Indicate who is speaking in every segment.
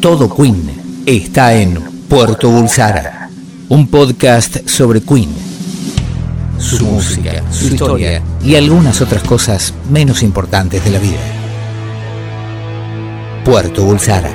Speaker 1: Todo Queen está en Puerto Bulsara, un podcast sobre Queen, su música, su historia y algunas otras cosas menos importantes de la vida. Puerto Bulsara.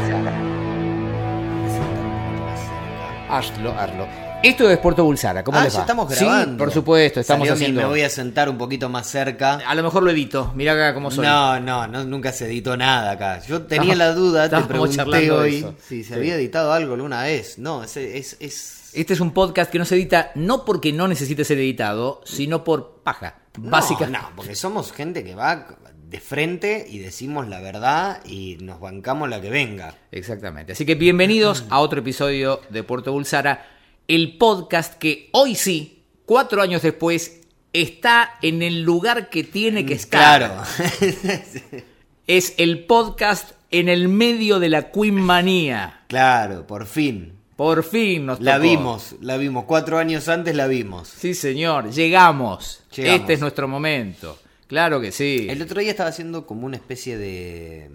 Speaker 2: Hazlo, hazlo. Esto es Puerto Bulsara, ¿cómo
Speaker 3: Ah,
Speaker 2: les
Speaker 3: ya
Speaker 2: va?
Speaker 3: estamos
Speaker 2: Sí,
Speaker 3: grabando.
Speaker 2: por supuesto, estamos
Speaker 3: Salió bien,
Speaker 2: haciendo.
Speaker 3: Me voy a sentar un poquito más cerca.
Speaker 2: A lo mejor lo evito, mirá acá cómo soy.
Speaker 3: No, no, no, nunca se editó nada acá. Yo tenía
Speaker 2: No,
Speaker 3: la duda, te
Speaker 2: estábamos
Speaker 3: pregunté
Speaker 2: charlando de
Speaker 3: hoy
Speaker 2: eso.
Speaker 3: si
Speaker 2: Sí.
Speaker 3: se había editado algo alguna vez. No, es, es, es-
Speaker 2: Este es un podcast que no se edita no porque no necesite ser editado, sino por paja.
Speaker 3: No,
Speaker 2: Básica.
Speaker 3: No, porque somos gente que va de frente y decimos la verdad y nos bancamos la que venga.
Speaker 2: Exactamente. Así que bienvenidos a otro episodio de Puerto Bulsara, el podcast que hoy sí, cuatro años después, está en el lugar que tiene que estar.
Speaker 3: Mm, Claro.
Speaker 2: Es el podcast en el medio de la Queen Manía.
Speaker 3: claro, por fin.
Speaker 2: Por fin nos
Speaker 3: La
Speaker 2: tocó.
Speaker 3: vimos, la vimos. Cuatro años antes la vimos.
Speaker 2: Sí, señor, llegamos.
Speaker 3: Llegamos.
Speaker 2: Este es nuestro momento. Claro que sí.
Speaker 3: El otro día estaba haciendo como una especie de,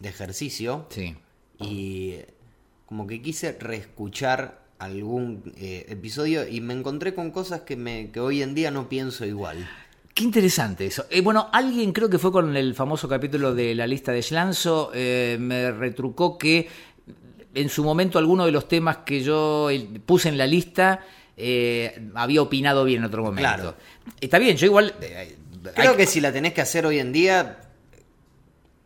Speaker 3: de ejercicio
Speaker 2: Sí.
Speaker 3: y como que quise reescuchar algún eh, episodio y me encontré con cosas que, me, que hoy en día no pienso igual.
Speaker 2: Qué interesante eso. Eh, bueno, alguien creo que fue con el famoso capítulo de la lista de Schlanzo, eh, me retrucó que en su momento alguno de los temas que yo eh, puse en la lista eh, había opinado bien en otro momento.
Speaker 3: Claro.
Speaker 2: Está bien, yo igual... eh, hay-
Speaker 3: Creo que si la tenés que hacer hoy en día,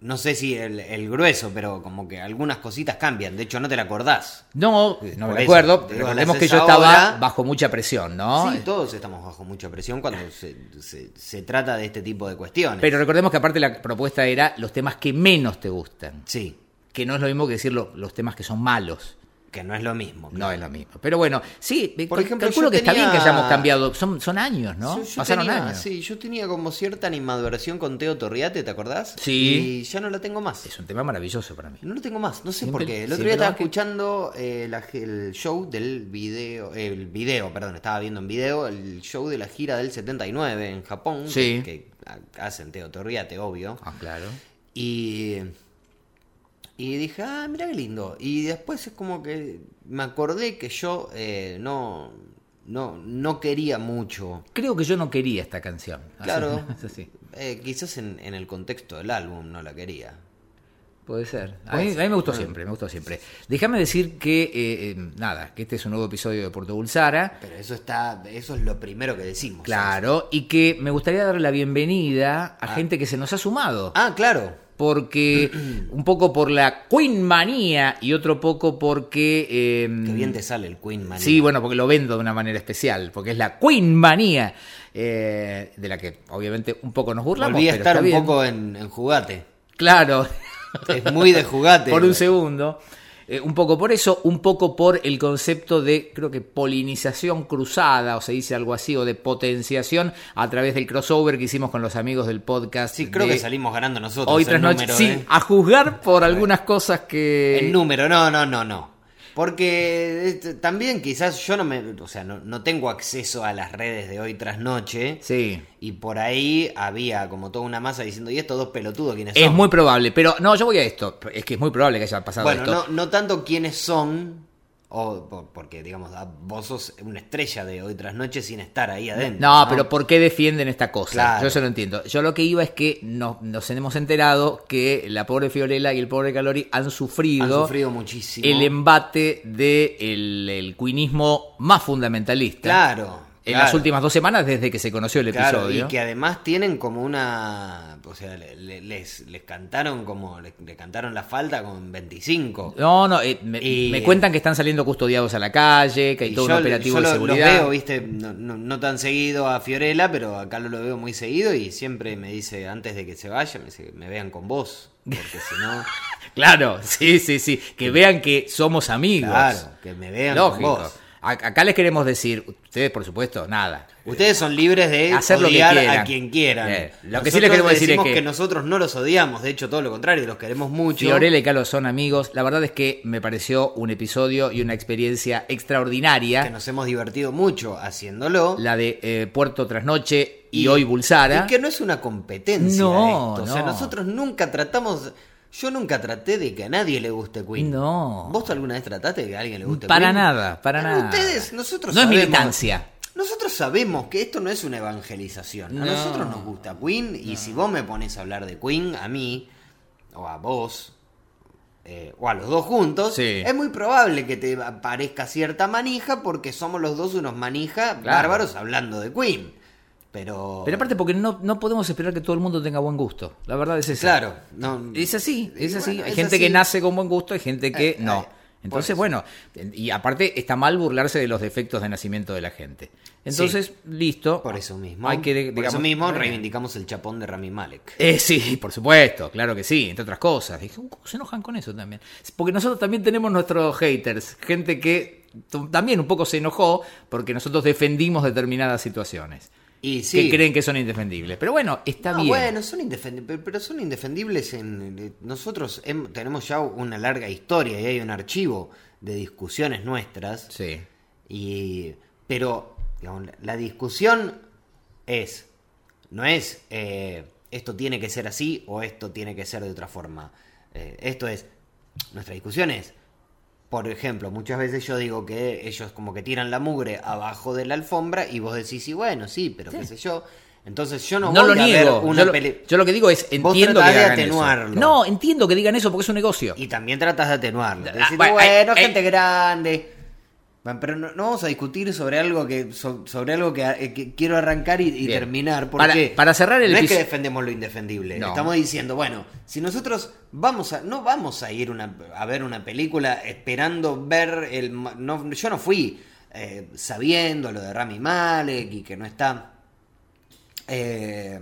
Speaker 3: no sé si el, el grueso, pero como que algunas cositas cambian. De hecho, no te la acordás.
Speaker 2: No, no me
Speaker 3: Por eso,
Speaker 2: recuerdo.
Speaker 3: te digo,
Speaker 2: Recordemos
Speaker 3: la
Speaker 2: que yo
Speaker 3: haces
Speaker 2: estaba
Speaker 3: ahora.
Speaker 2: bajo mucha presión, ¿no?
Speaker 3: Sí, todos estamos bajo mucha presión cuando se, se- se trata de este tipo de cuestiones.
Speaker 2: Pero recordemos que aparte la propuesta era los temas que menos te gustan.
Speaker 3: sí,
Speaker 2: Que no es lo mismo que decir lo- los temas que son malos.
Speaker 3: que no es lo mismo.
Speaker 2: No es lo mismo. Pero bueno, sí,
Speaker 3: Por
Speaker 2: cal-
Speaker 3: ejemplo,
Speaker 2: calculo
Speaker 3: yo
Speaker 2: que está bien
Speaker 3: tenía-
Speaker 2: que hayamos cambiado. Son, son años, ¿no?
Speaker 3: Yo- yo
Speaker 2: Pasaron
Speaker 3: tenía-
Speaker 2: años.
Speaker 3: Sí, yo tenía como cierta animadversión con Teo Torriate, ¿te acordás?
Speaker 2: Sí.
Speaker 3: Y ya no la tengo más.
Speaker 2: Es un tema maravilloso para mí.
Speaker 3: No lo tengo más, no sé
Speaker 2: Siempre-
Speaker 3: por qué. El otro
Speaker 2: siempre
Speaker 3: día estaba
Speaker 2: lo que-
Speaker 3: escuchando eh, la- el show del video, eh, el video, perdón, estaba viendo en video el show de la gira del 79 en Japón,
Speaker 2: Sí.
Speaker 3: que, que hacen Teo Torriate, obvio.
Speaker 2: Ah, claro.
Speaker 3: Y, y dije, ah, mira qué lindo. Y después es como que me acordé que yo eh, no, no, no quería mucho
Speaker 2: Creo que yo no quería esta canción. Así-
Speaker 3: Claro.
Speaker 2: es así.
Speaker 3: Eh, quizás en, en el contexto del álbum no la quería.
Speaker 2: Puede ser. A
Speaker 3: Puede
Speaker 2: mí,
Speaker 3: ser.
Speaker 2: a mí me gustó siempre, me gustó siempre. Déjame decir que, eh, eh, nada, que este es un nuevo episodio de Puerto Bulsara.
Speaker 3: Pero eso está, eso es lo primero que decimos.
Speaker 2: Claro, y que me gustaría darle la bienvenida a gente que se nos ha sumado.
Speaker 3: Ah, claro.
Speaker 2: Porque un poco por la Queen manía y otro poco porque... eh,
Speaker 3: Qué bien te sale el Queen Man.
Speaker 2: Sí, bueno, porque lo vendo de una manera especial, porque es la Queen Manía, eh, de la que obviamente un poco nos burlamos.
Speaker 3: Volví a
Speaker 2: pero
Speaker 3: estar
Speaker 2: está
Speaker 3: un
Speaker 2: bien.
Speaker 3: poco en, en jugate.
Speaker 2: Claro,
Speaker 3: Es muy de jugate.
Speaker 2: por un segundo. Eh, un poco por eso, un poco por el concepto de, creo que, polinización cruzada, o se dice algo así, o de potenciación a través del crossover que hicimos con los amigos del podcast.
Speaker 3: Sí, creo
Speaker 2: de
Speaker 3: que salimos ganando nosotros.
Speaker 2: Hoy
Speaker 3: en
Speaker 2: tras noche.
Speaker 3: número,
Speaker 2: sí, Eh,
Speaker 3: eh.
Speaker 2: a juzgar por algunas cosas que.
Speaker 3: En número, no, no, no, no. Porque este, también quizás yo no me. O sea, no, no tengo acceso a las redes de hoy tras noche.
Speaker 2: Sí.
Speaker 3: Y por ahí había como toda una masa diciendo, ¿y estos dos pelotudos quiénes
Speaker 2: Es
Speaker 3: son?
Speaker 2: muy probable, pero no, yo voy a esto. Es que es muy probable que haya pasado
Speaker 3: Bueno,
Speaker 2: esto.
Speaker 3: no, no tanto quiénes son, o por- porque digamos, ah, vos sos una estrella de hoy tras noche sin estar ahí adentro.
Speaker 2: No, pero ¿por qué defienden esta cosa?
Speaker 3: Claro.
Speaker 2: Yo eso no entiendo. Yo lo que iba es que no- nos hemos enterado que la pobre Fiorella y el pobre Calori han
Speaker 3: Han
Speaker 2: sufrido,
Speaker 3: sufrido muchísimo.
Speaker 2: el embate del el cuinismo más fundamentalista.
Speaker 3: Claro.
Speaker 2: En
Speaker 3: claro,
Speaker 2: las últimas dos semanas desde que se conoció el
Speaker 3: claro,
Speaker 2: episodio.
Speaker 3: Y que además tienen como una. O sea, le- le- les, les cantaron como. Les, le cantaron la falta con 25.
Speaker 2: No, no, eh, me,
Speaker 3: Y-
Speaker 2: me cuentan que están saliendo custodiados a la calle, que hay
Speaker 3: Y
Speaker 2: Eh, todo
Speaker 3: yo-
Speaker 2: un operativo
Speaker 3: yo
Speaker 2: de
Speaker 3: lo-
Speaker 2: seguridad.
Speaker 3: Los veo, viste, no, no- no tan seguido a Fiorella, pero acá lo, lo veo muy seguido y siempre me dice, antes de que se vaya, me dice, me vean con vos. Porque si no.
Speaker 2: Claro, sí, sí, sí. Que vean que somos amigos.
Speaker 3: Claro, que me vean
Speaker 2: Lógico.
Speaker 3: con vos.
Speaker 2: A- Acá les queremos decir, ustedes por supuesto, nada.
Speaker 3: Ustedes son libres de
Speaker 2: Hacer lo que
Speaker 3: odiar
Speaker 2: quieran.
Speaker 3: a quien quieran.
Speaker 2: Eh, lo que sí les queremos decir es
Speaker 3: decimos
Speaker 2: que-
Speaker 3: nosotros no los odiamos, de hecho todo lo contrario, los queremos mucho.
Speaker 2: Fiorella y Calo son amigos. La verdad es que me pareció un episodio y una experiencia
Speaker 3: Que
Speaker 2: extraordinaria.
Speaker 3: nos hemos divertido mucho haciéndolo.
Speaker 2: La de eh, Puerto Trasnoche y,
Speaker 3: Y-
Speaker 2: hoy Bulsara.
Speaker 3: Y que no es una competencia
Speaker 2: No,
Speaker 3: esto. O sea,
Speaker 2: no.
Speaker 3: nosotros nunca tratamos Yo nunca traté de que a nadie le guste Queen.
Speaker 2: No.
Speaker 3: ¿Vos alguna vez trataste de que a alguien le guste
Speaker 2: Para
Speaker 3: Queen?
Speaker 2: nada, para
Speaker 3: Pero
Speaker 2: nada.
Speaker 3: Ustedes, nosotros
Speaker 2: No es
Speaker 3: sabemos-
Speaker 2: militancia.
Speaker 3: Nosotros sabemos que esto no es una evangelización. A
Speaker 2: No.
Speaker 3: nosotros nos gusta Queen y si vos me pones a hablar de Queen, a mí, o a vos, eh, o a los dos juntos,
Speaker 2: Sí.
Speaker 3: es muy probable que te parezca cierta manija porque somos los dos unos manija
Speaker 2: Claro.
Speaker 3: bárbaros hablando de Queen. Pero...
Speaker 2: Pero aparte porque no, no podemos esperar que todo el mundo tenga buen gusto. La verdad es esa.
Speaker 3: Claro, no...
Speaker 2: Es así, es
Speaker 3: Mm. Y
Speaker 2: así.
Speaker 3: bueno,
Speaker 2: hay
Speaker 3: es
Speaker 2: gente que
Speaker 3: así.
Speaker 2: nace con buen gusto, hay gente que
Speaker 3: Eh,
Speaker 2: no.
Speaker 3: eh,
Speaker 2: Entonces,
Speaker 3: por
Speaker 2: bueno, y aparte está mal burlarse de los defectos de nacimiento de la gente. Entonces, listo.
Speaker 3: Por eso mismo.
Speaker 2: Hay que,
Speaker 3: por
Speaker 2: digamos,
Speaker 3: eso mismo
Speaker 2: bueno.
Speaker 3: reivindicamos el chapón de Rami Malek.
Speaker 2: Eh, sí, por supuesto, claro que sí, entre otras cosas. Dije, "Uh, ¿cómo se enojan con eso también? Porque nosotros también tenemos nuestros haters, gente que t- también un poco se enojó porque nosotros defendimos determinadas situaciones
Speaker 3: Y sí.
Speaker 2: que creen que son indefendibles. Pero bueno, está
Speaker 3: No,
Speaker 2: bien.
Speaker 3: bueno, son indefendibles, pero son indefendibles en nosotros hem- tenemos ya una larga historia y hay un archivo de discusiones nuestras.
Speaker 2: Sí.
Speaker 3: Y pero digamos, la- la discusión es no es eh, esto tiene que ser así o esto tiene que ser de otra forma. Eh, esto es nuestra discusión es por ejemplo, muchas veces yo digo que ellos como que tiran la mugre abajo de la alfombra y vos decís, y bueno, sí, pero qué sé yo. Entonces yo no,
Speaker 2: No lo
Speaker 3: voy a ver
Speaker 2: niego.
Speaker 3: una
Speaker 2: Yo lo,
Speaker 3: peli-
Speaker 2: yo lo que digo es, entiendo que
Speaker 3: tratás de
Speaker 2: hagan eso.
Speaker 3: atenuarlo.
Speaker 2: No, entiendo que digan eso porque es un negocio.
Speaker 3: Y también tratas de atenuarlo. Te
Speaker 2: Ah,
Speaker 3: decís,
Speaker 2: bueno,
Speaker 3: bueno,
Speaker 2: eh, eh.
Speaker 3: gente grande. Bueno, Pero no, no vamos a discutir sobre algo que so- sobre algo que, eh, que quiero arrancar y, y
Speaker 2: Bien.
Speaker 3: terminar.
Speaker 2: Para-
Speaker 3: Porque
Speaker 2: para cerrar el
Speaker 3: No es que
Speaker 2: episo-
Speaker 3: defendemos lo indefendible.
Speaker 2: No.
Speaker 3: Estamos diciendo, bueno, si nosotros vamos a no vamos a ir una, a ver una película esperando ver el ma- no, yo no fui eh, sabiendo lo de Rami Malek y que no está eh,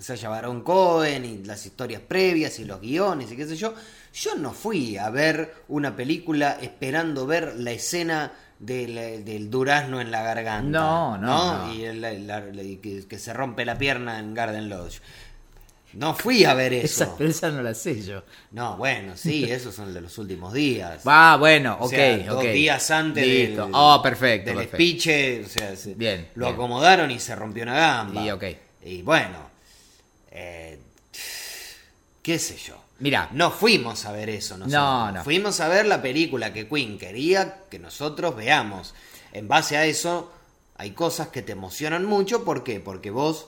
Speaker 3: Sasha Baron Cohen y las historias previas y los guiones y qué sé yo. Yo no fui a ver una película esperando ver la escena del, del durazno en la garganta.
Speaker 2: No, no, no.
Speaker 3: Y el- la- la- y que, que se rompe la pierna en Garden Lodge. No fui a ver
Speaker 2: Esa,
Speaker 3: eso.
Speaker 2: pero esa no la sé yo.
Speaker 3: No, bueno, sí, esos son de los últimos días.
Speaker 2: Va, bueno, ok,
Speaker 3: O sea, dos
Speaker 2: ok.
Speaker 3: días antes
Speaker 2: Listo.
Speaker 3: del,
Speaker 2: Oh, perfecto,
Speaker 3: del
Speaker 2: perfecto.
Speaker 3: espiche, o sea, se-
Speaker 2: Bien,
Speaker 3: lo
Speaker 2: bien.
Speaker 3: acomodaron y se rompió una gamba.
Speaker 2: Y, ok.
Speaker 3: Y bueno, eh, qué sé yo.
Speaker 2: Mirá.
Speaker 3: No fuimos a ver eso nosotros.
Speaker 2: No, no.
Speaker 3: Fuimos a ver la película que Queen quería que nosotros veamos. En base a eso, hay cosas que te emocionan mucho. ¿Por qué? Porque vos...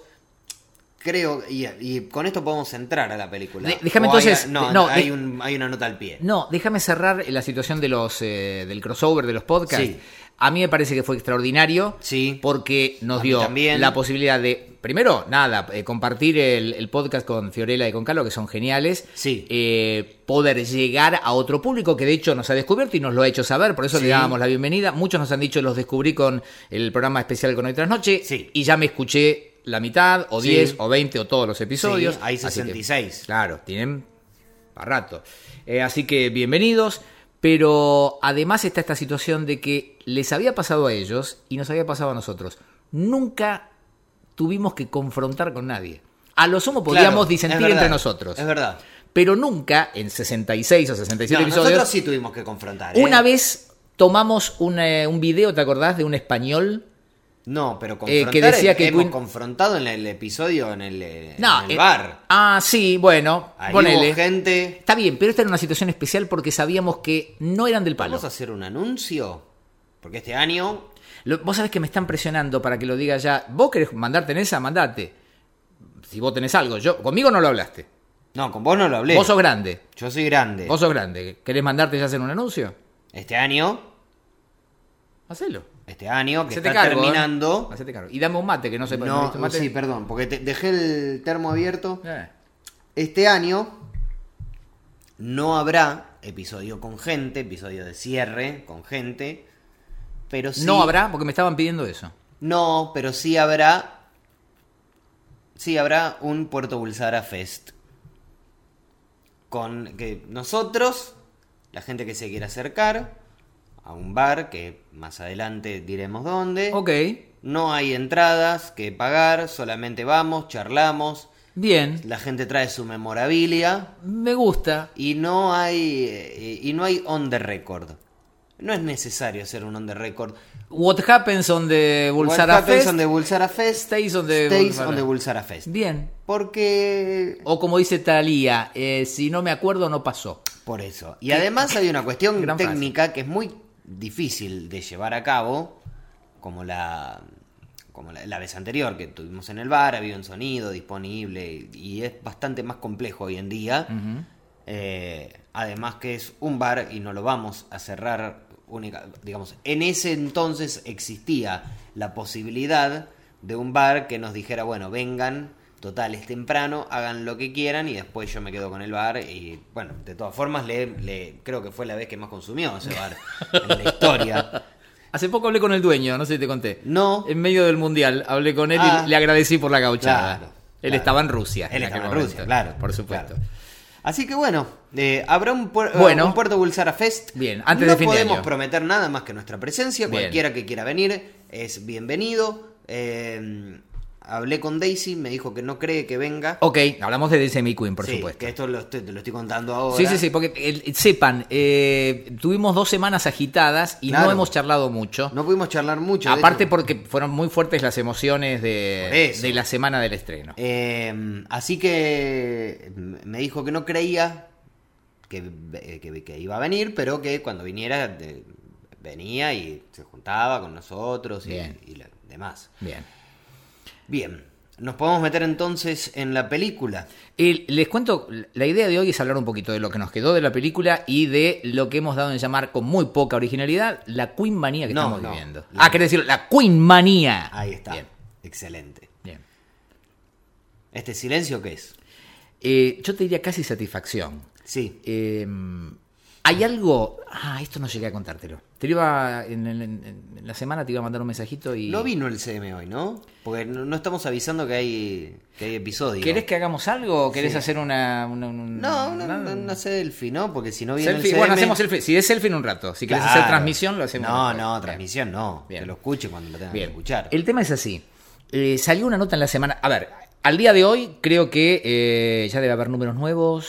Speaker 3: Creo, y, y con esto podemos entrar a la película.
Speaker 2: De- déjame
Speaker 3: O hay-
Speaker 2: entonces-
Speaker 3: no,
Speaker 2: no,
Speaker 3: hay,
Speaker 2: de-
Speaker 3: un- hay una nota al pie.
Speaker 2: No, déjame cerrar la situación de los eh, del crossover de los podcasts.
Speaker 3: Sí.
Speaker 2: A mí me parece que fue extraordinario
Speaker 3: Sí.
Speaker 2: porque nos
Speaker 3: A mí
Speaker 2: dio
Speaker 3: también.
Speaker 2: la posibilidad de, primero, nada, eh, compartir el, el podcast con Fiorella y con Carlos, que son geniales.
Speaker 3: Sí.
Speaker 2: Eh, poder llegar a otro público que de hecho nos ha descubierto y nos lo ha hecho saber, por eso
Speaker 3: Sí.
Speaker 2: le dábamos la bienvenida. Muchos nos han dicho, los descubrí con el programa especial con Hoy Tras Noche
Speaker 3: Sí.
Speaker 2: y ya me escuché la mitad, o
Speaker 3: Sí.
Speaker 2: 10, o 20, o todos los episodios.
Speaker 3: hay
Speaker 2: Así que,
Speaker 3: 66.
Speaker 2: claro, tienen para rato. Eh, así que bienvenidos. Pero además está esta situación de que les había pasado a ellos y nos había pasado a nosotros. Nunca tuvimos que confrontar con nadie. A lo sumo podíamos
Speaker 3: Claro, es
Speaker 2: disentir
Speaker 3: verdad,
Speaker 2: entre nosotros.
Speaker 3: Es verdad.
Speaker 2: Pero nunca, en 66 o 67
Speaker 3: No,
Speaker 2: episodios,
Speaker 3: nosotros sí tuvimos que confrontar. ¿eh?
Speaker 2: una vez tomamos un, eh, un video, ¿te acordás? De un español.
Speaker 3: No, pero
Speaker 2: Eh,
Speaker 3: confrontar.
Speaker 2: que decía
Speaker 3: eh,
Speaker 2: que
Speaker 3: hemos
Speaker 2: Queen-
Speaker 3: confrontado en el episodio en el, eh,
Speaker 2: No,
Speaker 3: en el
Speaker 2: eh,
Speaker 3: bar.
Speaker 2: Ah, sí, bueno.
Speaker 3: Ahí
Speaker 2: ponele.
Speaker 3: hubo gente.
Speaker 2: Está bien, pero esta era una situación especial porque sabíamos que no eran del palo.
Speaker 3: Vamos a hacer un anuncio. Porque este año.
Speaker 2: Lo- vos sabés que me están presionando para que lo diga ya. ¿Vos querés mandarte en esa? Mandate. Si vos tenés algo. Yo, conmigo no lo hablaste.
Speaker 3: No, con vos no lo hablé.
Speaker 2: Vos sos grande.
Speaker 3: Yo soy grande.
Speaker 2: Vos sos grande. ¿Querés mandarte ya hacer un anuncio?
Speaker 3: Este año.
Speaker 2: Hacelo.
Speaker 3: Este año que
Speaker 2: Hacete
Speaker 3: está
Speaker 2: cargo, ¿eh?
Speaker 3: terminando.
Speaker 2: Hacete cargo. Y dame un mate que no se
Speaker 3: No,
Speaker 2: ¿viste mate?
Speaker 3: sí, perdón, porque te- dejé el termo abierto.
Speaker 2: Eh.
Speaker 3: Este año no habrá episodio con gente, episodio de cierre con gente. Pero sí.
Speaker 2: No habrá, porque me estaban pidiendo eso.
Speaker 3: No, pero sí habrá. Sí habrá un Puerto Bulsara Fest. Con que nosotros, la gente que se quiera acercar, a un bar que más adelante diremos dónde.
Speaker 2: Ok.
Speaker 3: No hay entradas que pagar, solamente vamos, charlamos,
Speaker 2: Bien.
Speaker 3: la gente trae su memorabilia
Speaker 2: Me gusta.
Speaker 3: y no hay eh, y no hay on the record. No es necesario hacer un on the record.
Speaker 2: What happens on the Bulsara
Speaker 3: What happens
Speaker 2: Fest
Speaker 3: on the Bulsara Fest
Speaker 2: stays on the
Speaker 3: stays
Speaker 2: Bulsara.
Speaker 3: on the Bulsara Fest.
Speaker 2: Bien.
Speaker 3: Porque
Speaker 2: O como dice Talía, si no me acuerdo, no pasó.
Speaker 3: Por eso. Y además hay una cuestión
Speaker 2: Gran frase.
Speaker 3: técnica que es muy difícil de llevar a cabo, como la como la, la vez anterior que tuvimos en el bar, había un sonido disponible y es bastante más complejo hoy en día.
Speaker 2: Mm.
Speaker 3: Eh, además que es un bar y no lo vamos a cerrar única, digamos, en ese entonces existía la posibilidad de un bar que nos dijera, bueno, vengan, total es temprano, hagan lo que quieran y después yo me quedo con el bar y bueno, de todas formas le, le- creo que fue la vez que más consumió ese bar en la historia.
Speaker 2: Hace poco hablé con el dueño, no sé si te conté.
Speaker 3: No.
Speaker 2: En medio del mundial hablé con él
Speaker 3: Ah.
Speaker 2: y le agradecí por la gauchada.
Speaker 3: Claro,
Speaker 2: él
Speaker 3: claro.
Speaker 2: estaba en Rusia.
Speaker 3: Él
Speaker 2: aquel
Speaker 3: estaba en
Speaker 2: momento,
Speaker 3: Rusia, claro.
Speaker 2: Por supuesto.
Speaker 3: claro. Así que bueno, eh, habrá un, puer-
Speaker 2: Bueno.
Speaker 3: un Puerto Bulsara Fest.
Speaker 2: Bien, antes
Speaker 3: no
Speaker 2: de fin de
Speaker 3: podemos
Speaker 2: año.
Speaker 3: prometer nada más que nuestra presencia.
Speaker 2: Bien.
Speaker 3: Cualquiera que quiera venir es bienvenido. Eh, hablé con Daisy, me dijo que no cree que venga.
Speaker 2: Ok, hablamos de Semi Queen, por
Speaker 3: Sí,
Speaker 2: supuesto.
Speaker 3: Que esto lo estoy, te lo estoy contando ahora.
Speaker 2: Sí, sí, sí, porque el- sepan, eh, tuvimos dos semanas agitadas y
Speaker 3: Claro.
Speaker 2: no hemos charlado mucho.
Speaker 3: No pudimos charlar mucho. de
Speaker 2: Aparte
Speaker 3: hecho.
Speaker 2: porque fueron muy fuertes las emociones
Speaker 3: Por
Speaker 2: de,
Speaker 3: eso.
Speaker 2: de la semana del estreno.
Speaker 3: Eh, así que me dijo que no creía que, eh, que- que iba a venir, pero que cuando viniera de- venía y se juntaba con nosotros y,
Speaker 2: Bien.
Speaker 3: y lo demás.
Speaker 2: Bien.
Speaker 3: Bien, nos podemos meter entonces en la película.
Speaker 2: Eh, les cuento, la idea de hoy es hablar un poquito de lo que nos quedó de la película y de lo que hemos dado en llamar con muy poca originalidad la Queen manía que
Speaker 3: No,
Speaker 2: estamos
Speaker 3: no.
Speaker 2: viviendo.
Speaker 3: La-
Speaker 2: Ah, querés decir, la Queen manía.
Speaker 3: Ahí está.
Speaker 2: Bien,
Speaker 3: Excelente.
Speaker 2: bien.
Speaker 3: ¿Este silencio qué es?
Speaker 2: Eh, yo te diría casi satisfacción.
Speaker 3: Sí.
Speaker 2: Eh, hay algo. Ah, esto no llegué a contártelo. Te lo iba. En, en- en- en la semana te iba a mandar un mensajito y.
Speaker 3: No vino el CM hoy, ¿no? Porque no, no estamos avisando que hay, que hay episodio.
Speaker 2: ¿Querés que hagamos algo o querés
Speaker 3: Sí.
Speaker 2: hacer una. una- un-
Speaker 3: No, no,
Speaker 2: una-
Speaker 3: no, no selfie, ¿no? Porque si no viene
Speaker 2: Selfie.
Speaker 3: el CM...
Speaker 2: Bueno, hacemos selfie. Si es selfie en un rato. Si querés hacer
Speaker 3: Claro.
Speaker 2: transmisión, lo hacemos.
Speaker 3: No,
Speaker 2: después.
Speaker 3: no,
Speaker 2: Bien.
Speaker 3: transmisión no.
Speaker 2: Bien.
Speaker 3: Que lo escuche cuando lo tengan
Speaker 2: Bien.
Speaker 3: que escuchar.
Speaker 2: El tema es así. Eh, salió una nota en la semana. A ver, al día de hoy creo que eh, ya debe haber números nuevos.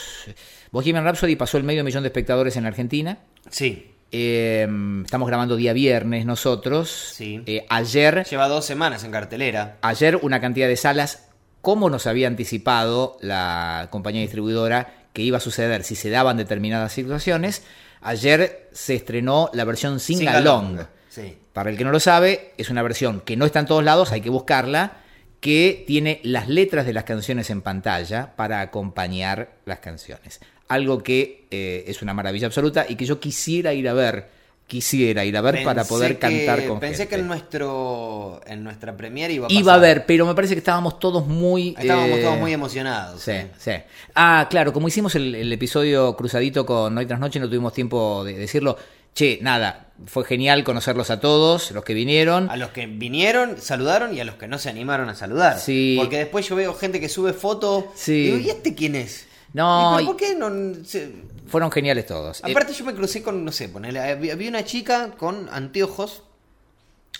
Speaker 2: Bohemian Rhapsody pasó el medio millón de espectadores en la Argentina.
Speaker 3: Sí.
Speaker 2: Eh, estamos grabando día viernes nosotros.
Speaker 3: Sí.
Speaker 2: Eh, ayer,
Speaker 3: Lleva dos semanas en cartelera.
Speaker 2: ayer una cantidad de salas, como nos había anticipado la compañía distribuidora que iba a suceder si se daban determinadas situaciones, ayer se estrenó la versión Singalong.
Speaker 3: Singalong. Sí.
Speaker 2: Para el que no lo sabe, es una versión que no está en todos lados, hay que buscarla, que tiene las letras de las canciones en pantalla para acompañar las canciones. Algo que eh, es una maravilla absoluta y que yo quisiera ir a ver, quisiera ir a ver para
Speaker 3: Pensé
Speaker 2: poder
Speaker 3: que-
Speaker 2: cantar con
Speaker 3: Pensé
Speaker 2: gente.
Speaker 3: que en, nuestro, en nuestra premiere iba a
Speaker 2: Iba a
Speaker 3: pasar.
Speaker 2: ver, pero me parece que estábamos todos muy...
Speaker 3: Estábamos
Speaker 2: eh,
Speaker 3: todos muy emocionados.
Speaker 2: Sí,
Speaker 3: ¿eh?
Speaker 2: sí. Ah, claro, como hicimos el, el episodio cruzadito con Hoy tras Noche, no tuvimos tiempo de decirlo. Che, nada, fue genial conocerlos a todos, los que vinieron.
Speaker 3: A los que vinieron, saludaron y a los que no se animaron a saludar.
Speaker 2: Sí.
Speaker 3: Porque después yo veo gente que sube fotos.
Speaker 2: Sí.
Speaker 3: Digo, ¿y este quién es?
Speaker 2: No,
Speaker 3: ¿Y pero
Speaker 2: y-
Speaker 3: ¿Por qué no.? se-
Speaker 2: Fueron geniales todos. Eh,
Speaker 3: Aparte yo me crucé con, no sé, ponele, había había una chica con anteojos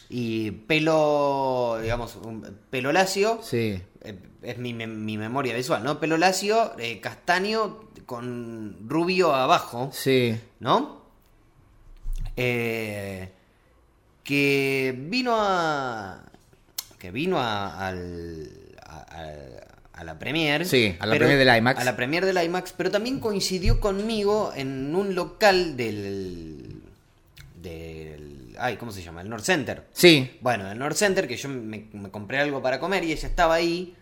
Speaker 3: y pelo, digamos, un pelo lacio,
Speaker 2: sí.
Speaker 3: eh, es mi, me- mi memoria visual, ¿no? Pelo lacio, eh, castaño con rubio abajo,
Speaker 2: Sí.
Speaker 3: ¿no? Eh, que vino a... que vino a, al- a- a- a la premier.
Speaker 2: Sí, a la premier del IMAX.
Speaker 3: A la premier del IMAX, pero también coincidió conmigo en un local del... del ay, ¿cómo se llama? El North Center.
Speaker 2: Sí.
Speaker 3: Bueno, el North Center, que yo me, me compré algo para comer y ella estaba ahí.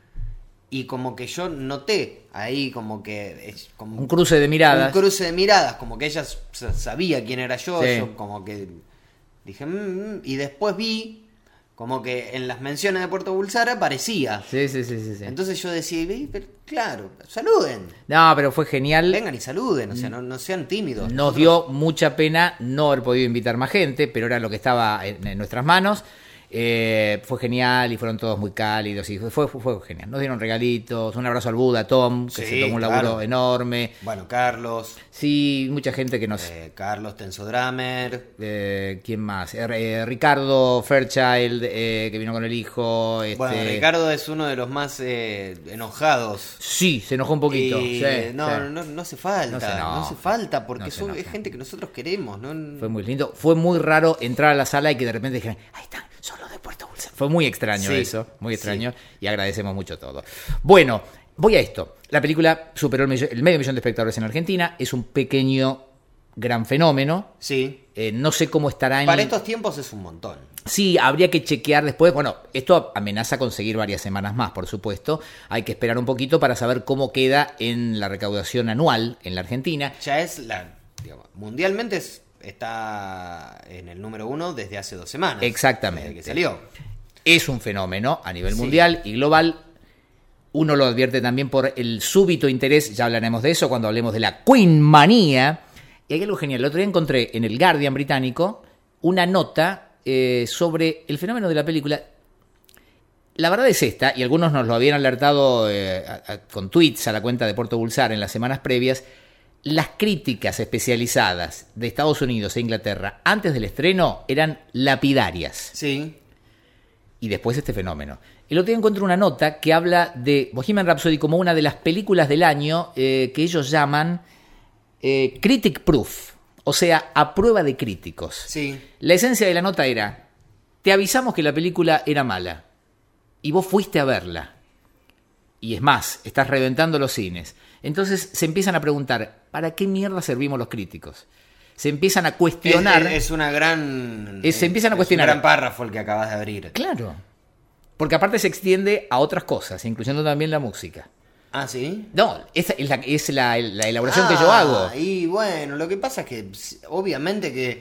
Speaker 3: Y como que yo noté ahí, como que. es como
Speaker 2: Un cruce de miradas.
Speaker 3: Un cruce de miradas, como que ella s- sabía quién era yo.
Speaker 2: Sí.
Speaker 3: Yo, como que. Dije. "Mm, mm", y después vi, como que en las menciones de Puerto Bulsara aparecía.
Speaker 2: Sí, sí, sí, sí, sí.
Speaker 3: Entonces yo decía, "Ve, pero claro, saluden.
Speaker 2: No, pero fue genial.
Speaker 3: Vengan y saluden, o sea, no, no sean tímidos.
Speaker 2: Nos dio mucha pena no haber podido invitar más gente, pero era lo que estaba en, en nuestras manos. Eh, fue genial y fueron todos muy cálidos y fue, fue, fue genial. Nos dieron regalitos, un abrazo al Buda, Tom, que
Speaker 3: Sí,
Speaker 2: se tomó un
Speaker 3: claro.
Speaker 2: laburo enorme.
Speaker 3: Bueno, Carlos,
Speaker 2: Sí, mucha gente que nos...
Speaker 3: eh, Carlos Tensodramer.
Speaker 2: eh, ¿Quién más? Eh, eh, Ricardo Fairchild, eh, que vino con el hijo. Este,
Speaker 3: Bueno, Ricardo es uno de los más eh, enojados.
Speaker 2: Sí, se enojó un poquito.
Speaker 3: Y,
Speaker 2: sí,
Speaker 3: no,
Speaker 2: sí.
Speaker 3: no, no hace falta,
Speaker 2: No se
Speaker 3: no,
Speaker 2: enoja.
Speaker 3: hace falta, porque
Speaker 2: No se
Speaker 3: son- es
Speaker 2: enoja.
Speaker 3: gente que nosotros queremos, ¿no?
Speaker 2: Fue muy lindo. Fue muy raro entrar a la sala y que de repente dijeran, ahí están, son los de Puerto Bulsa. Fue muy extraño
Speaker 3: Sí,
Speaker 2: eso, muy extraño. Y agradecemos mucho todo. Bueno, voy a esto. La película superó el, millo- el medio millón de espectadores en Argentina. Es un pequeño, gran fenómeno.
Speaker 3: Sí.
Speaker 2: Eh, no sé cómo estará en...
Speaker 3: Para estos tiempos es un montón.
Speaker 2: Sí, habría que chequear después. Bueno, esto amenaza conseguir varias semanas más, por supuesto. Hay que esperar un poquito para saber cómo queda en la recaudación anual en la Argentina.
Speaker 3: Ya es la. digamos, mundialmente es- está en el número uno desde hace dos semanas.
Speaker 2: Exactamente.
Speaker 3: Desde que salió.
Speaker 2: es un fenómeno a nivel
Speaker 3: Sí.
Speaker 2: mundial y global. Uno lo advierte también por el súbito interés, ya hablaremos de eso cuando hablemos de la Queen Manía. Y hay algo genial, el otro día encontré en el Guardian británico una nota eh, sobre el fenómeno de la película. La verdad es esta, y algunos nos lo habían alertado eh, a- a- con tweets a la cuenta de Puerto Bulsar en las semanas previas, las críticas especializadas de Estados Unidos e Inglaterra antes del estreno eran lapidarias
Speaker 3: Sí.
Speaker 2: y después este fenómeno. El otro día encuentro una nota que habla de Bohemian Rhapsody como una de las películas del año eh, que ellos llaman eh, critic proof, o sea, a prueba de críticos.
Speaker 3: Sí.
Speaker 2: La esencia de la nota era, te avisamos que la película era mala y vos fuiste a verla. Y es más, estás reventando los cines. Entonces se empiezan a preguntar, ¿para qué mierda servimos los críticos? Se empiezan a cuestionar...
Speaker 3: Es, es una gran.
Speaker 2: Eh, se empiezan a
Speaker 3: es
Speaker 2: cuestionar.
Speaker 3: Un gran párrafo el que acabas de abrir.
Speaker 2: Claro. Porque aparte se extiende a otras cosas, incluyendo también la música.
Speaker 3: Ah, sí.
Speaker 2: No, esa es la, es la- la elaboración que
Speaker 3: Ah,
Speaker 2: yo hago.
Speaker 3: Y bueno, lo que pasa es que ps, obviamente que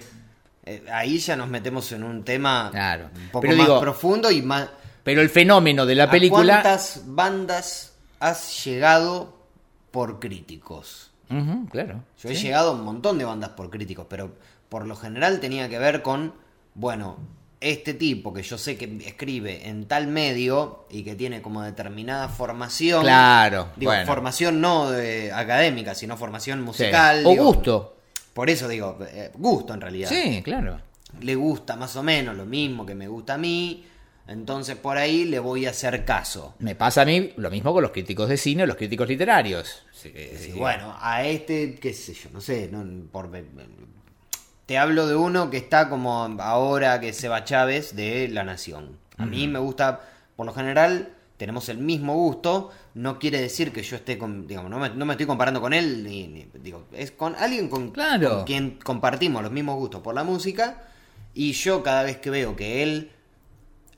Speaker 3: eh, ahí ya nos metemos en un tema
Speaker 2: Claro.
Speaker 3: un poco
Speaker 2: Pero
Speaker 3: más
Speaker 2: digo,
Speaker 3: profundo y más.
Speaker 2: Pero el fenómeno de la
Speaker 3: ¿A
Speaker 2: película.
Speaker 3: ¿Cuántas bandas has llegado por críticos?
Speaker 2: Ujú, claro.
Speaker 3: Yo he llegado a un montón de bandas por críticos, pero por lo general tenía que ver con, bueno, este tipo que yo sé que escribe en tal medio y que tiene como determinada formación.
Speaker 2: Claro,
Speaker 3: Digo,
Speaker 2: bueno.
Speaker 3: formación no de académica, sino formación
Speaker 2: Sí.
Speaker 3: musical.
Speaker 2: O
Speaker 3: digo,
Speaker 2: gusto.
Speaker 3: Por eso digo, eh, gusto en realidad
Speaker 2: Sí, claro.
Speaker 3: le gusta más o menos lo mismo que me gusta a mí, entonces por ahí le voy a hacer caso.
Speaker 2: Me pasa a mí lo mismo con los críticos de cine o los críticos literarios. Sí,
Speaker 3: Decir,
Speaker 2: sí.
Speaker 3: bueno, a este, qué sé yo, no sé, no, por- te hablo de uno que está como ahora que se va Chávez de La Nación. A mí me gusta, por lo general, tenemos el mismo gusto, no quiere decir que yo esté con, digamos, no me, no me estoy comparando con él, ni, ni- digo, es con alguien con,
Speaker 2: Claro.
Speaker 3: con quien compartimos los mismos gustos por la música y yo cada vez que veo que él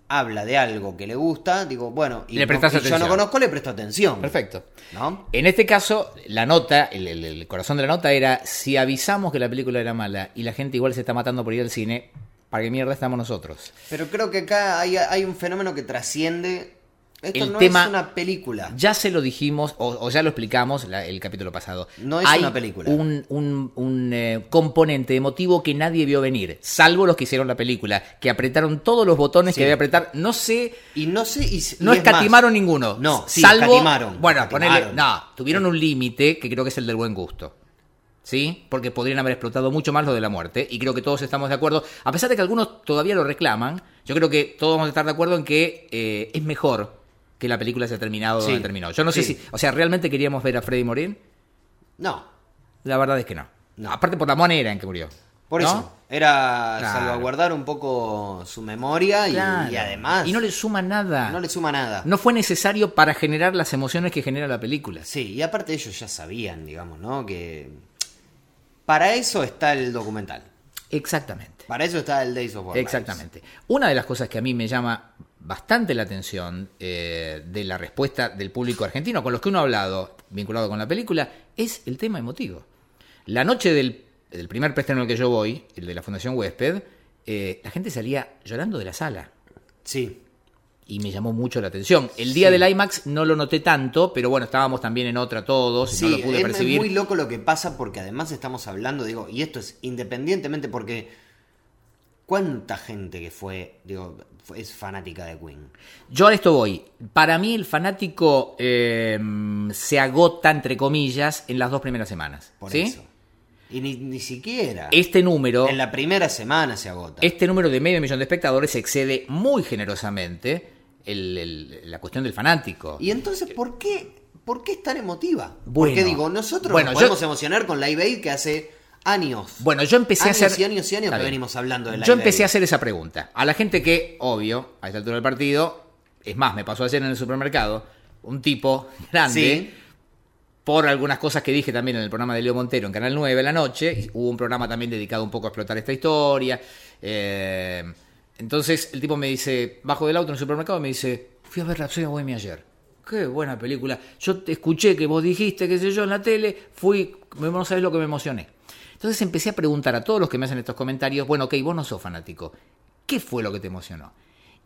Speaker 3: habla de algo que le gusta, digo, bueno, y,
Speaker 2: Le prestás
Speaker 3: no- y yo no
Speaker 2: atención.
Speaker 3: conozco, le presto atención.
Speaker 2: Perfecto.
Speaker 3: ¿No?
Speaker 2: En este caso, la nota, el, el- el corazón de la nota era: si avisamos que la película era mala y la gente igual se está matando por ir al cine, ¿para qué mierda estamos nosotros?
Speaker 3: Pero creo que acá hay, hay un fenómeno que trasciende. Esto
Speaker 2: El
Speaker 3: no
Speaker 2: tema-
Speaker 3: es una película.
Speaker 2: Ya se lo dijimos o, o ya lo explicamos la- el capítulo pasado.
Speaker 3: No es
Speaker 2: Hay
Speaker 3: una película.
Speaker 2: Un, un- un, eh, componente emotivo que nadie vio venir, salvo los que hicieron la película, que apretaron todos los botones
Speaker 3: Sí.
Speaker 2: que había que apretar. No sé,
Speaker 3: Y no sé. y s-
Speaker 2: no
Speaker 3: y es más,
Speaker 2: escatimaron ninguno.
Speaker 3: No, sí,
Speaker 2: salvo.
Speaker 3: escatimaron,
Speaker 2: bueno,
Speaker 3: escatimaron.
Speaker 2: ponele. No, tuvieron un límite que creo que es el del buen gusto. ¿Sí? Porque podrían haber explotado mucho más lo de la muerte. Y creo que todos estamos de acuerdo. A pesar de que algunos todavía lo reclaman, yo creo que todos vamos a estar de acuerdo en que eh, es mejor que la película se haya terminado
Speaker 3: Sí,
Speaker 2: donde terminó. Yo no sé
Speaker 3: sí.
Speaker 2: si. O sea, ¿realmente queríamos ver a Freddy morir?
Speaker 3: No.
Speaker 2: La verdad es que no.
Speaker 3: No.
Speaker 2: Aparte por la manera en que murió.
Speaker 3: Por
Speaker 2: ¿No?
Speaker 3: eso. Era
Speaker 2: Claro.
Speaker 3: salvaguardar un poco su memoria y,
Speaker 2: Claro.
Speaker 3: y además.
Speaker 2: Y no le suma nada.
Speaker 3: no le suma nada.
Speaker 2: No fue necesario para generar las emociones que genera la película.
Speaker 3: Sí, y aparte ellos ya sabían, digamos, ¿no? Que. Para eso está el documental.
Speaker 2: Exactamente.
Speaker 3: Para eso está el Days of Our Lives.
Speaker 2: Exactamente. Una de las cosas que a mí me llama bastante la atención eh, de la respuesta del público argentino, con los que uno ha hablado, vinculado con la película, es el tema emotivo. La noche del, del primer preestreno al que yo voy, el de la Fundación Huésped, eh, la gente salía llorando de la sala.
Speaker 3: Sí.
Speaker 2: Y me llamó mucho la atención. El día del IMAX no lo noté tanto, pero bueno, estábamos también en otra todos, y
Speaker 3: Sí,
Speaker 2: no lo pude
Speaker 3: es, es
Speaker 2: percibir.
Speaker 3: muy loco lo que pasa porque además estamos hablando, digo, y esto es independientemente porque ¿Cuánta gente que fue, digo, fue- es fanática de Queen?
Speaker 2: Yo a esto voy. Para mí el fanático eh, se agota, entre comillas, en las dos primeras semanas.
Speaker 3: Por
Speaker 2: ¿sí?
Speaker 3: eso. Y ni, ni siquiera.
Speaker 2: Este número...
Speaker 3: En la primera semana se agota.
Speaker 2: Este número de medio millón de espectadores excede muy generosamente el- el- la cuestión del fanático.
Speaker 3: Y entonces, ¿por qué, por qué es tan emotiva?
Speaker 2: Bueno.
Speaker 3: Porque digo, nosotros
Speaker 2: Bueno,
Speaker 3: nos
Speaker 2: yo-
Speaker 3: podemos emocionar con Live Aid que hace años.
Speaker 2: Bueno, yo empecé
Speaker 3: Años
Speaker 2: a hacer.
Speaker 3: y años y años
Speaker 2: Está
Speaker 3: que
Speaker 2: bien.
Speaker 3: venimos hablando de Live
Speaker 2: Yo empecé
Speaker 3: Aid.
Speaker 2: a hacer esa pregunta. A la gente que, obvio, a esta altura del partido, es más, me pasó ayer en el supermercado, un tipo grande,
Speaker 3: Sí.
Speaker 2: por algunas cosas que dije también en el programa de Leo Montero en Canal 9 de la noche, y hubo un programa también dedicado un poco a explotar esta historia. eh, entonces el tipo me dice, bajo del auto en el supermercado, me dice, fui a ver Rhapsody of Bohemia ayer. Qué buena película. Yo te escuché que vos dijiste, qué sé yo, en la tele, fui, no sabés lo que me emocioné. Entonces empecé a preguntar a todos los que me hacen estos comentarios, bueno, ok, vos no sos fanático, ¿qué fue lo que te emocionó?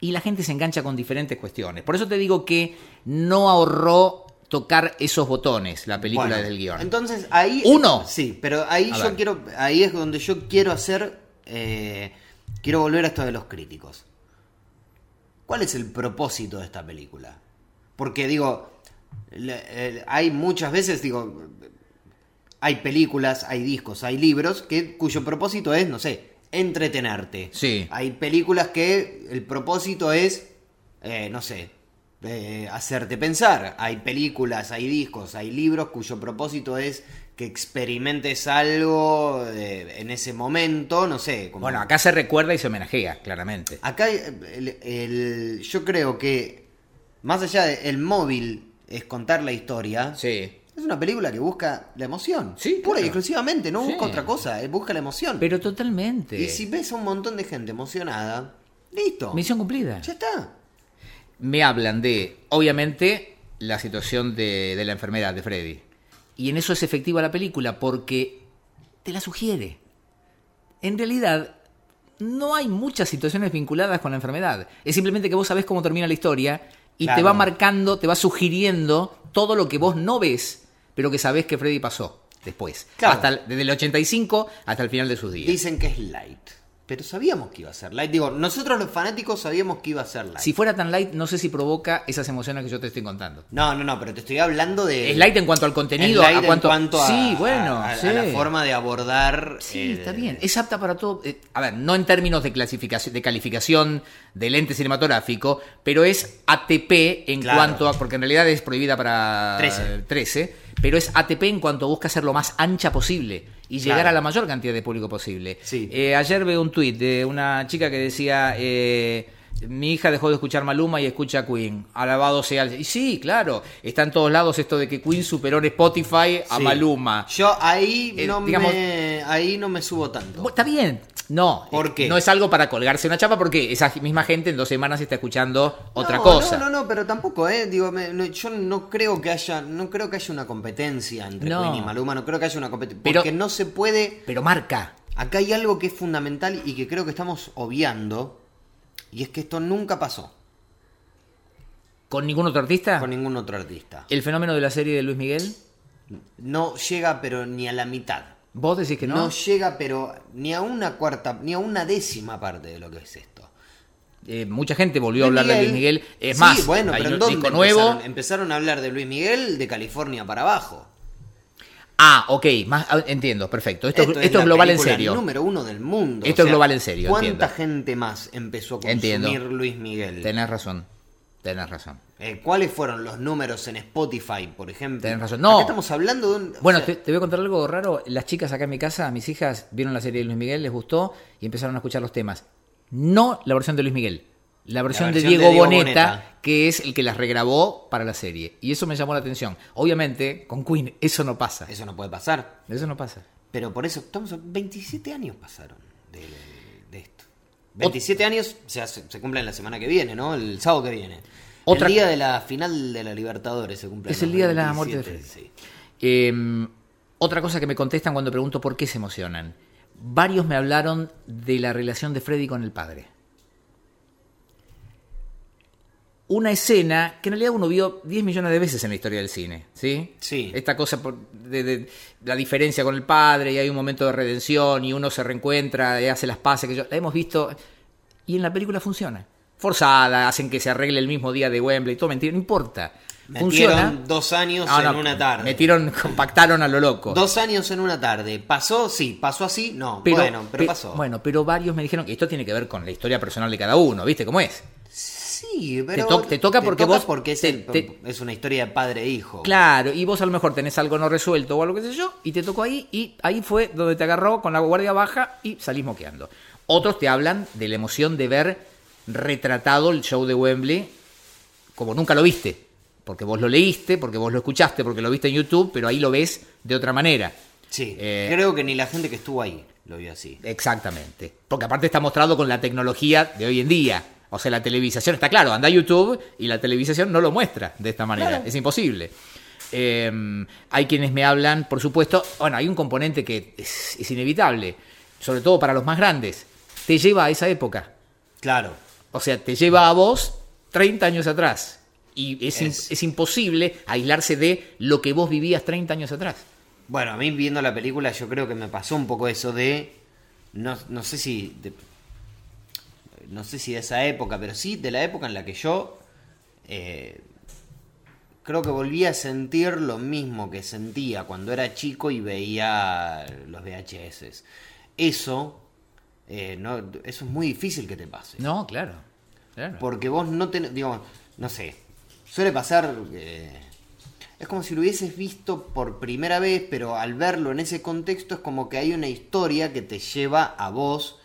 Speaker 2: Y la gente se engancha con diferentes cuestiones. Por eso te digo que no ahorró tocar esos botones la película
Speaker 3: Bueno,
Speaker 2: del guión.
Speaker 3: Entonces ahí.
Speaker 2: Uno.
Speaker 3: Sí, pero ahí
Speaker 2: A
Speaker 3: yo
Speaker 2: ver.
Speaker 3: quiero. Ahí es donde yo quiero hacer. eh, quiero volver a esto de los críticos. ¿Cuál es el propósito de esta película? Porque digo. le- eh, hay muchas veces, digo. Hay películas, hay discos, hay libros que, cuyo propósito es, no sé, entretenerte.
Speaker 2: Sí.
Speaker 3: Hay películas que el propósito es, eh, no sé, eh, hacerte pensar. Hay películas, hay discos, hay libros cuyo propósito es que experimentes algo eh, en ese momento, no sé. como-
Speaker 2: Bueno, acá se recuerda y se homenajea, claramente.
Speaker 3: Acá eh, el, el- yo creo que, más allá del móvil, es contar la historia.
Speaker 2: Sí.
Speaker 3: Es una película que busca la emoción.
Speaker 2: Sí,
Speaker 3: Pura y
Speaker 2: claro.
Speaker 3: exclusivamente, no
Speaker 2: Sí.
Speaker 3: busca otra cosa, eh, busca la emoción.
Speaker 2: Pero eh, totalmente.
Speaker 3: Y si ves a un montón de gente emocionada, listo.
Speaker 2: Misión cumplida.
Speaker 3: Ya está.
Speaker 2: me hablan de, obviamente, la situación de, de la enfermedad de Freddy. Y en eso es efectiva la película, porque te la sugiere. En realidad, no hay muchas situaciones vinculadas con la enfermedad. Es simplemente que vos sabés cómo termina la historia y te
Speaker 3: Claro.
Speaker 2: va marcando, te va sugiriendo todo lo que vos no ves, pero que sabés que Freddy pasó después.
Speaker 3: Claro.
Speaker 2: Hasta, el- desde el 85 hasta el final de sus días.
Speaker 3: Dicen que es light. Pero sabíamos que iba a ser light. Digo, nosotros los fanáticos sabíamos que iba a ser light.
Speaker 2: Si fuera tan light, no sé si provoca esas emociones que yo te estoy contando.
Speaker 3: No, no, no, pero te estoy hablando de.
Speaker 2: Es light en cuanto al contenido,
Speaker 3: es light
Speaker 2: a cuanto,
Speaker 3: en cuanto a,
Speaker 2: sí, bueno,
Speaker 3: a- a-
Speaker 2: sí.
Speaker 3: a la forma de abordar. eh,
Speaker 2: Sí,
Speaker 3: el-
Speaker 2: está bien. Es apta para todo. eh, a ver, no en términos de clasificación, de calificación del ente cinematográfico, pero es ATP en
Speaker 3: Claro.
Speaker 2: cuanto a. Porque en realidad es prohibida para
Speaker 3: 13.
Speaker 2: 13, pero es ATP en cuanto busca ser lo más ancha posible y llegar
Speaker 3: Claro.
Speaker 2: a la mayor cantidad de público posible.
Speaker 3: Sí.
Speaker 2: Eh, ayer veo un tuit de una chica que decía. eh, mi hija dejó de escuchar Maluma y escucha Queen. Alabado sea. el-". Y sí, claro. Está en todos lados esto de que Queen superó en Spotify a
Speaker 3: Sí.
Speaker 2: Maluma.
Speaker 3: Yo ahí
Speaker 2: Eh,
Speaker 3: no
Speaker 2: digamos-
Speaker 3: me. Ahí no me subo tanto.
Speaker 2: Bu- Está bien. No.
Speaker 3: ¿Por qué?
Speaker 2: No es algo para colgarse una chapa porque esa misma gente en dos semanas está escuchando otra
Speaker 3: No,
Speaker 2: cosa.
Speaker 3: No, no, no, pero tampoco, eh. Digo, me- no, yo no creo que haya, no creo que haya una competencia entre
Speaker 2: No.
Speaker 3: Queen y Maluma, no creo que haya una competencia.
Speaker 2: Pero-
Speaker 3: Porque no se puede.
Speaker 2: Pero marca.
Speaker 3: Acá hay algo que es fundamental y que creo que estamos obviando, y es que esto nunca pasó
Speaker 2: ¿Con ningún otro artista?
Speaker 3: con ningún otro artista.
Speaker 2: ¿El fenómeno de la serie de Luis Miguel?
Speaker 3: No llega, pero ni a la mitad.
Speaker 2: ¿Vos decís que
Speaker 3: No,
Speaker 2: no?
Speaker 3: llega, pero ni a una cuarta, ni a una décima parte de lo que es esto.
Speaker 2: Eh, mucha gente volvió a hablar de Luis Miguel. Es
Speaker 3: Sí,
Speaker 2: más,
Speaker 3: bueno,
Speaker 2: hay
Speaker 3: pero ¿en
Speaker 2: un
Speaker 3: dónde
Speaker 2: disco nuevo.
Speaker 3: empezaron? Empezaron a hablar de Luis Miguel de California para abajo.
Speaker 2: Ah, ok. Más, ah, entiendo, perfecto. Esto, esto es,
Speaker 3: la
Speaker 2: global en
Speaker 3: película
Speaker 2: serio.
Speaker 3: número uno del mundo.
Speaker 2: Esto es global en serio,
Speaker 3: ¿Cuánta
Speaker 2: entiendo.
Speaker 3: gente más empezó a consumir
Speaker 2: Entiendo.
Speaker 3: Luis Miguel?
Speaker 2: Tenés razón. Tenés razón.
Speaker 3: Eh, ¿Cuáles fueron los números en Spotify, por ejemplo?
Speaker 2: Tenés razón. No.
Speaker 3: Acá estamos hablando de un. o
Speaker 2: Bueno,
Speaker 3: sea,
Speaker 2: te, te voy a contar algo raro. Las chicas acá en mi casa, mis hijas, vieron la serie de Luis Miguel, les gustó y empezaron a escuchar los temas. No la versión de Luis Miguel, la versión,
Speaker 3: versión
Speaker 2: de Diego,
Speaker 3: de Diego
Speaker 2: Boneta,
Speaker 3: Boneta.
Speaker 2: que es el que las regrabó para la serie. Y eso me llamó la atención. Obviamente, con Queen, eso no pasa.
Speaker 3: Eso no puede pasar.
Speaker 2: Eso no pasa.
Speaker 3: Pero por eso estamos. a- 27 años pasaron de, de esto. 27 años se, hace- se cumplen la semana que viene, ¿no? El sábado que viene.
Speaker 2: Otra-
Speaker 3: El día de la final de la Libertadores se cumple.
Speaker 2: Es el día de la muerte de Freddy. Eh, otra cosa que me contestan cuando pregunto por qué se emocionan. Varios me hablaron de la relación de Freddy con el padre. una escena que en realidad uno vio 10 millones de veces en la historia del cine, ¿sí?
Speaker 3: Sí.
Speaker 2: Esta cosa por- de, de la diferencia con el padre y hay un momento de redención y uno se reencuentra y hace las paces que yo la hemos visto y en la película funciona. Forzada, hacen que se arregle el mismo día de Wembley, todo mentira, no importa.
Speaker 3: Metieron
Speaker 2: funciona.
Speaker 3: dos años
Speaker 2: No,
Speaker 3: en
Speaker 2: no,
Speaker 3: una tarde.
Speaker 2: Metieron, compactaron a lo loco.
Speaker 3: Dos años en una tarde. ¿Pasó? Sí. ¿Pasó así? No. bueno, pero
Speaker 2: pe-
Speaker 3: pasó.
Speaker 2: Bueno, pero varios me dijeron que esto tiene que ver con la historia personal de cada uno, ¿viste cómo es?
Speaker 3: sí, pero.
Speaker 2: to- te toca porque vos-
Speaker 3: porque es,
Speaker 2: te-
Speaker 3: el-
Speaker 2: te-
Speaker 3: es una historia de padre e hijo.
Speaker 2: Claro, y vos a lo mejor tenés algo no resuelto o algo que sé yo, y te tocó ahí, y ahí fue donde te agarró con la guardia baja y salís moqueando. Otros te hablan de la emoción de ver retratado el show de Wembley como nunca lo viste, porque vos lo leíste, porque vos lo escuchaste, porque lo viste en YouTube, pero ahí lo ves de otra manera.
Speaker 3: Sí.
Speaker 2: Eh,
Speaker 3: Creo que ni la gente que estuvo ahí lo vio así.
Speaker 2: Exactamente. Porque aparte está mostrado con la tecnología de hoy en día. O sea, la televisación está claro, anda a YouTube y la televisación no lo muestra de esta manera. Es imposible. Eh, hay quienes me hablan, por supuesto, bueno, hay un componente que es, es inevitable, sobre todo para los más grandes. Te lleva a esa época.
Speaker 3: Claro.
Speaker 2: O sea, te lleva a vos 30 años atrás. Y es, im-
Speaker 3: Es-
Speaker 2: es imposible aislarse de lo que vos vivías 30 años atrás.
Speaker 3: Bueno, a mí viendo la película yo creo que me pasó un poco eso de... No, no sé si... de- no sé si de esa época, pero sí de la época en la que yo... eh, creo que volví a sentir lo mismo que sentía cuando era chico y veía los VHS. Eso... eh, no, eso es muy difícil que te pase.
Speaker 2: No, claro. claro.
Speaker 3: Porque vos no tenés, digo, no sé, suele pasar, eh, es como si lo hubieses visto por primera vez, pero al verlo en ese contexto es como que hay una historia que te lleva a vos,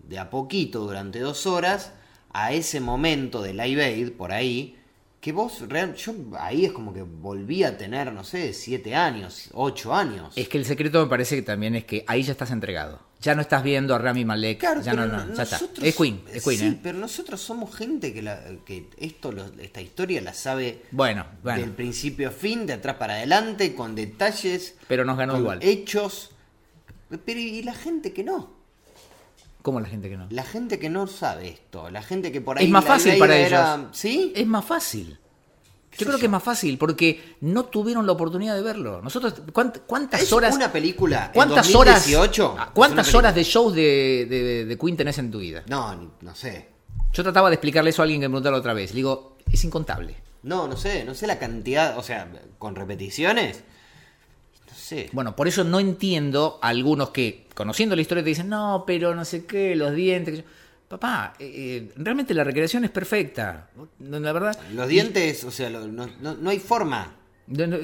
Speaker 3: de a poquito, durante dos horas, a ese momento de Live Aid, por ahí, que vos, real, yo ahí es como que volví a tener, no sé, siete años, ocho años.
Speaker 2: Es que el secreto me parece que también es que ahí ya estás entregado. Ya no estás viendo a Rami Malek.
Speaker 3: Claro,
Speaker 2: ya
Speaker 3: pero
Speaker 2: no, no,
Speaker 3: no-
Speaker 2: ya está.
Speaker 3: nosotros-
Speaker 2: Es Queen, es Queen,
Speaker 3: sí,
Speaker 2: ¿eh?
Speaker 3: pero nosotros somos gente que, la- que esto, lo- esta historia la sabe
Speaker 2: Bueno,
Speaker 3: del
Speaker 2: bueno.
Speaker 3: principio a fin, de atrás para adelante, con detalles,
Speaker 2: Pero nos ganó
Speaker 3: con
Speaker 2: igual.
Speaker 3: hechos. Pero y la gente que no,
Speaker 2: ¿Cómo la gente que no?
Speaker 3: la gente que no sabe esto, la gente que por
Speaker 2: Es
Speaker 3: ahí
Speaker 2: más
Speaker 3: la
Speaker 2: fácil
Speaker 3: idea
Speaker 2: para
Speaker 3: era-
Speaker 2: ellos.
Speaker 3: ¿Sí?
Speaker 2: Es más fácil.
Speaker 3: sé
Speaker 2: Yo creo que
Speaker 3: yo?
Speaker 2: es más fácil porque no tuvieron la oportunidad de verlo. Nosotros, ¿cuánt- ¿cuántas
Speaker 3: Es
Speaker 2: horas?
Speaker 3: una película en
Speaker 2: ¿Cuántas
Speaker 3: 2018?
Speaker 2: horas?
Speaker 3: Es
Speaker 2: ¿Cuántas
Speaker 3: una
Speaker 2: horas de shows de, de, de Queen tenés en tu vida?
Speaker 3: No, ni- no sé.
Speaker 2: Yo trataba de explicarle eso a alguien que me preguntara otra vez. Le digo, es incontable.
Speaker 3: No, no sé, no sé la cantidad, o sea, con repeticiones. No sé.
Speaker 2: Bueno, por eso no entiendo a algunos que, conociendo la historia, te dicen, no, pero no sé qué, los dientes. que yo-". Papá, eh, eh, realmente la recreación es perfecta. No, La verdad.
Speaker 3: Los dientes, o sea, lo- no- no- no hay forma.
Speaker 2: no, no,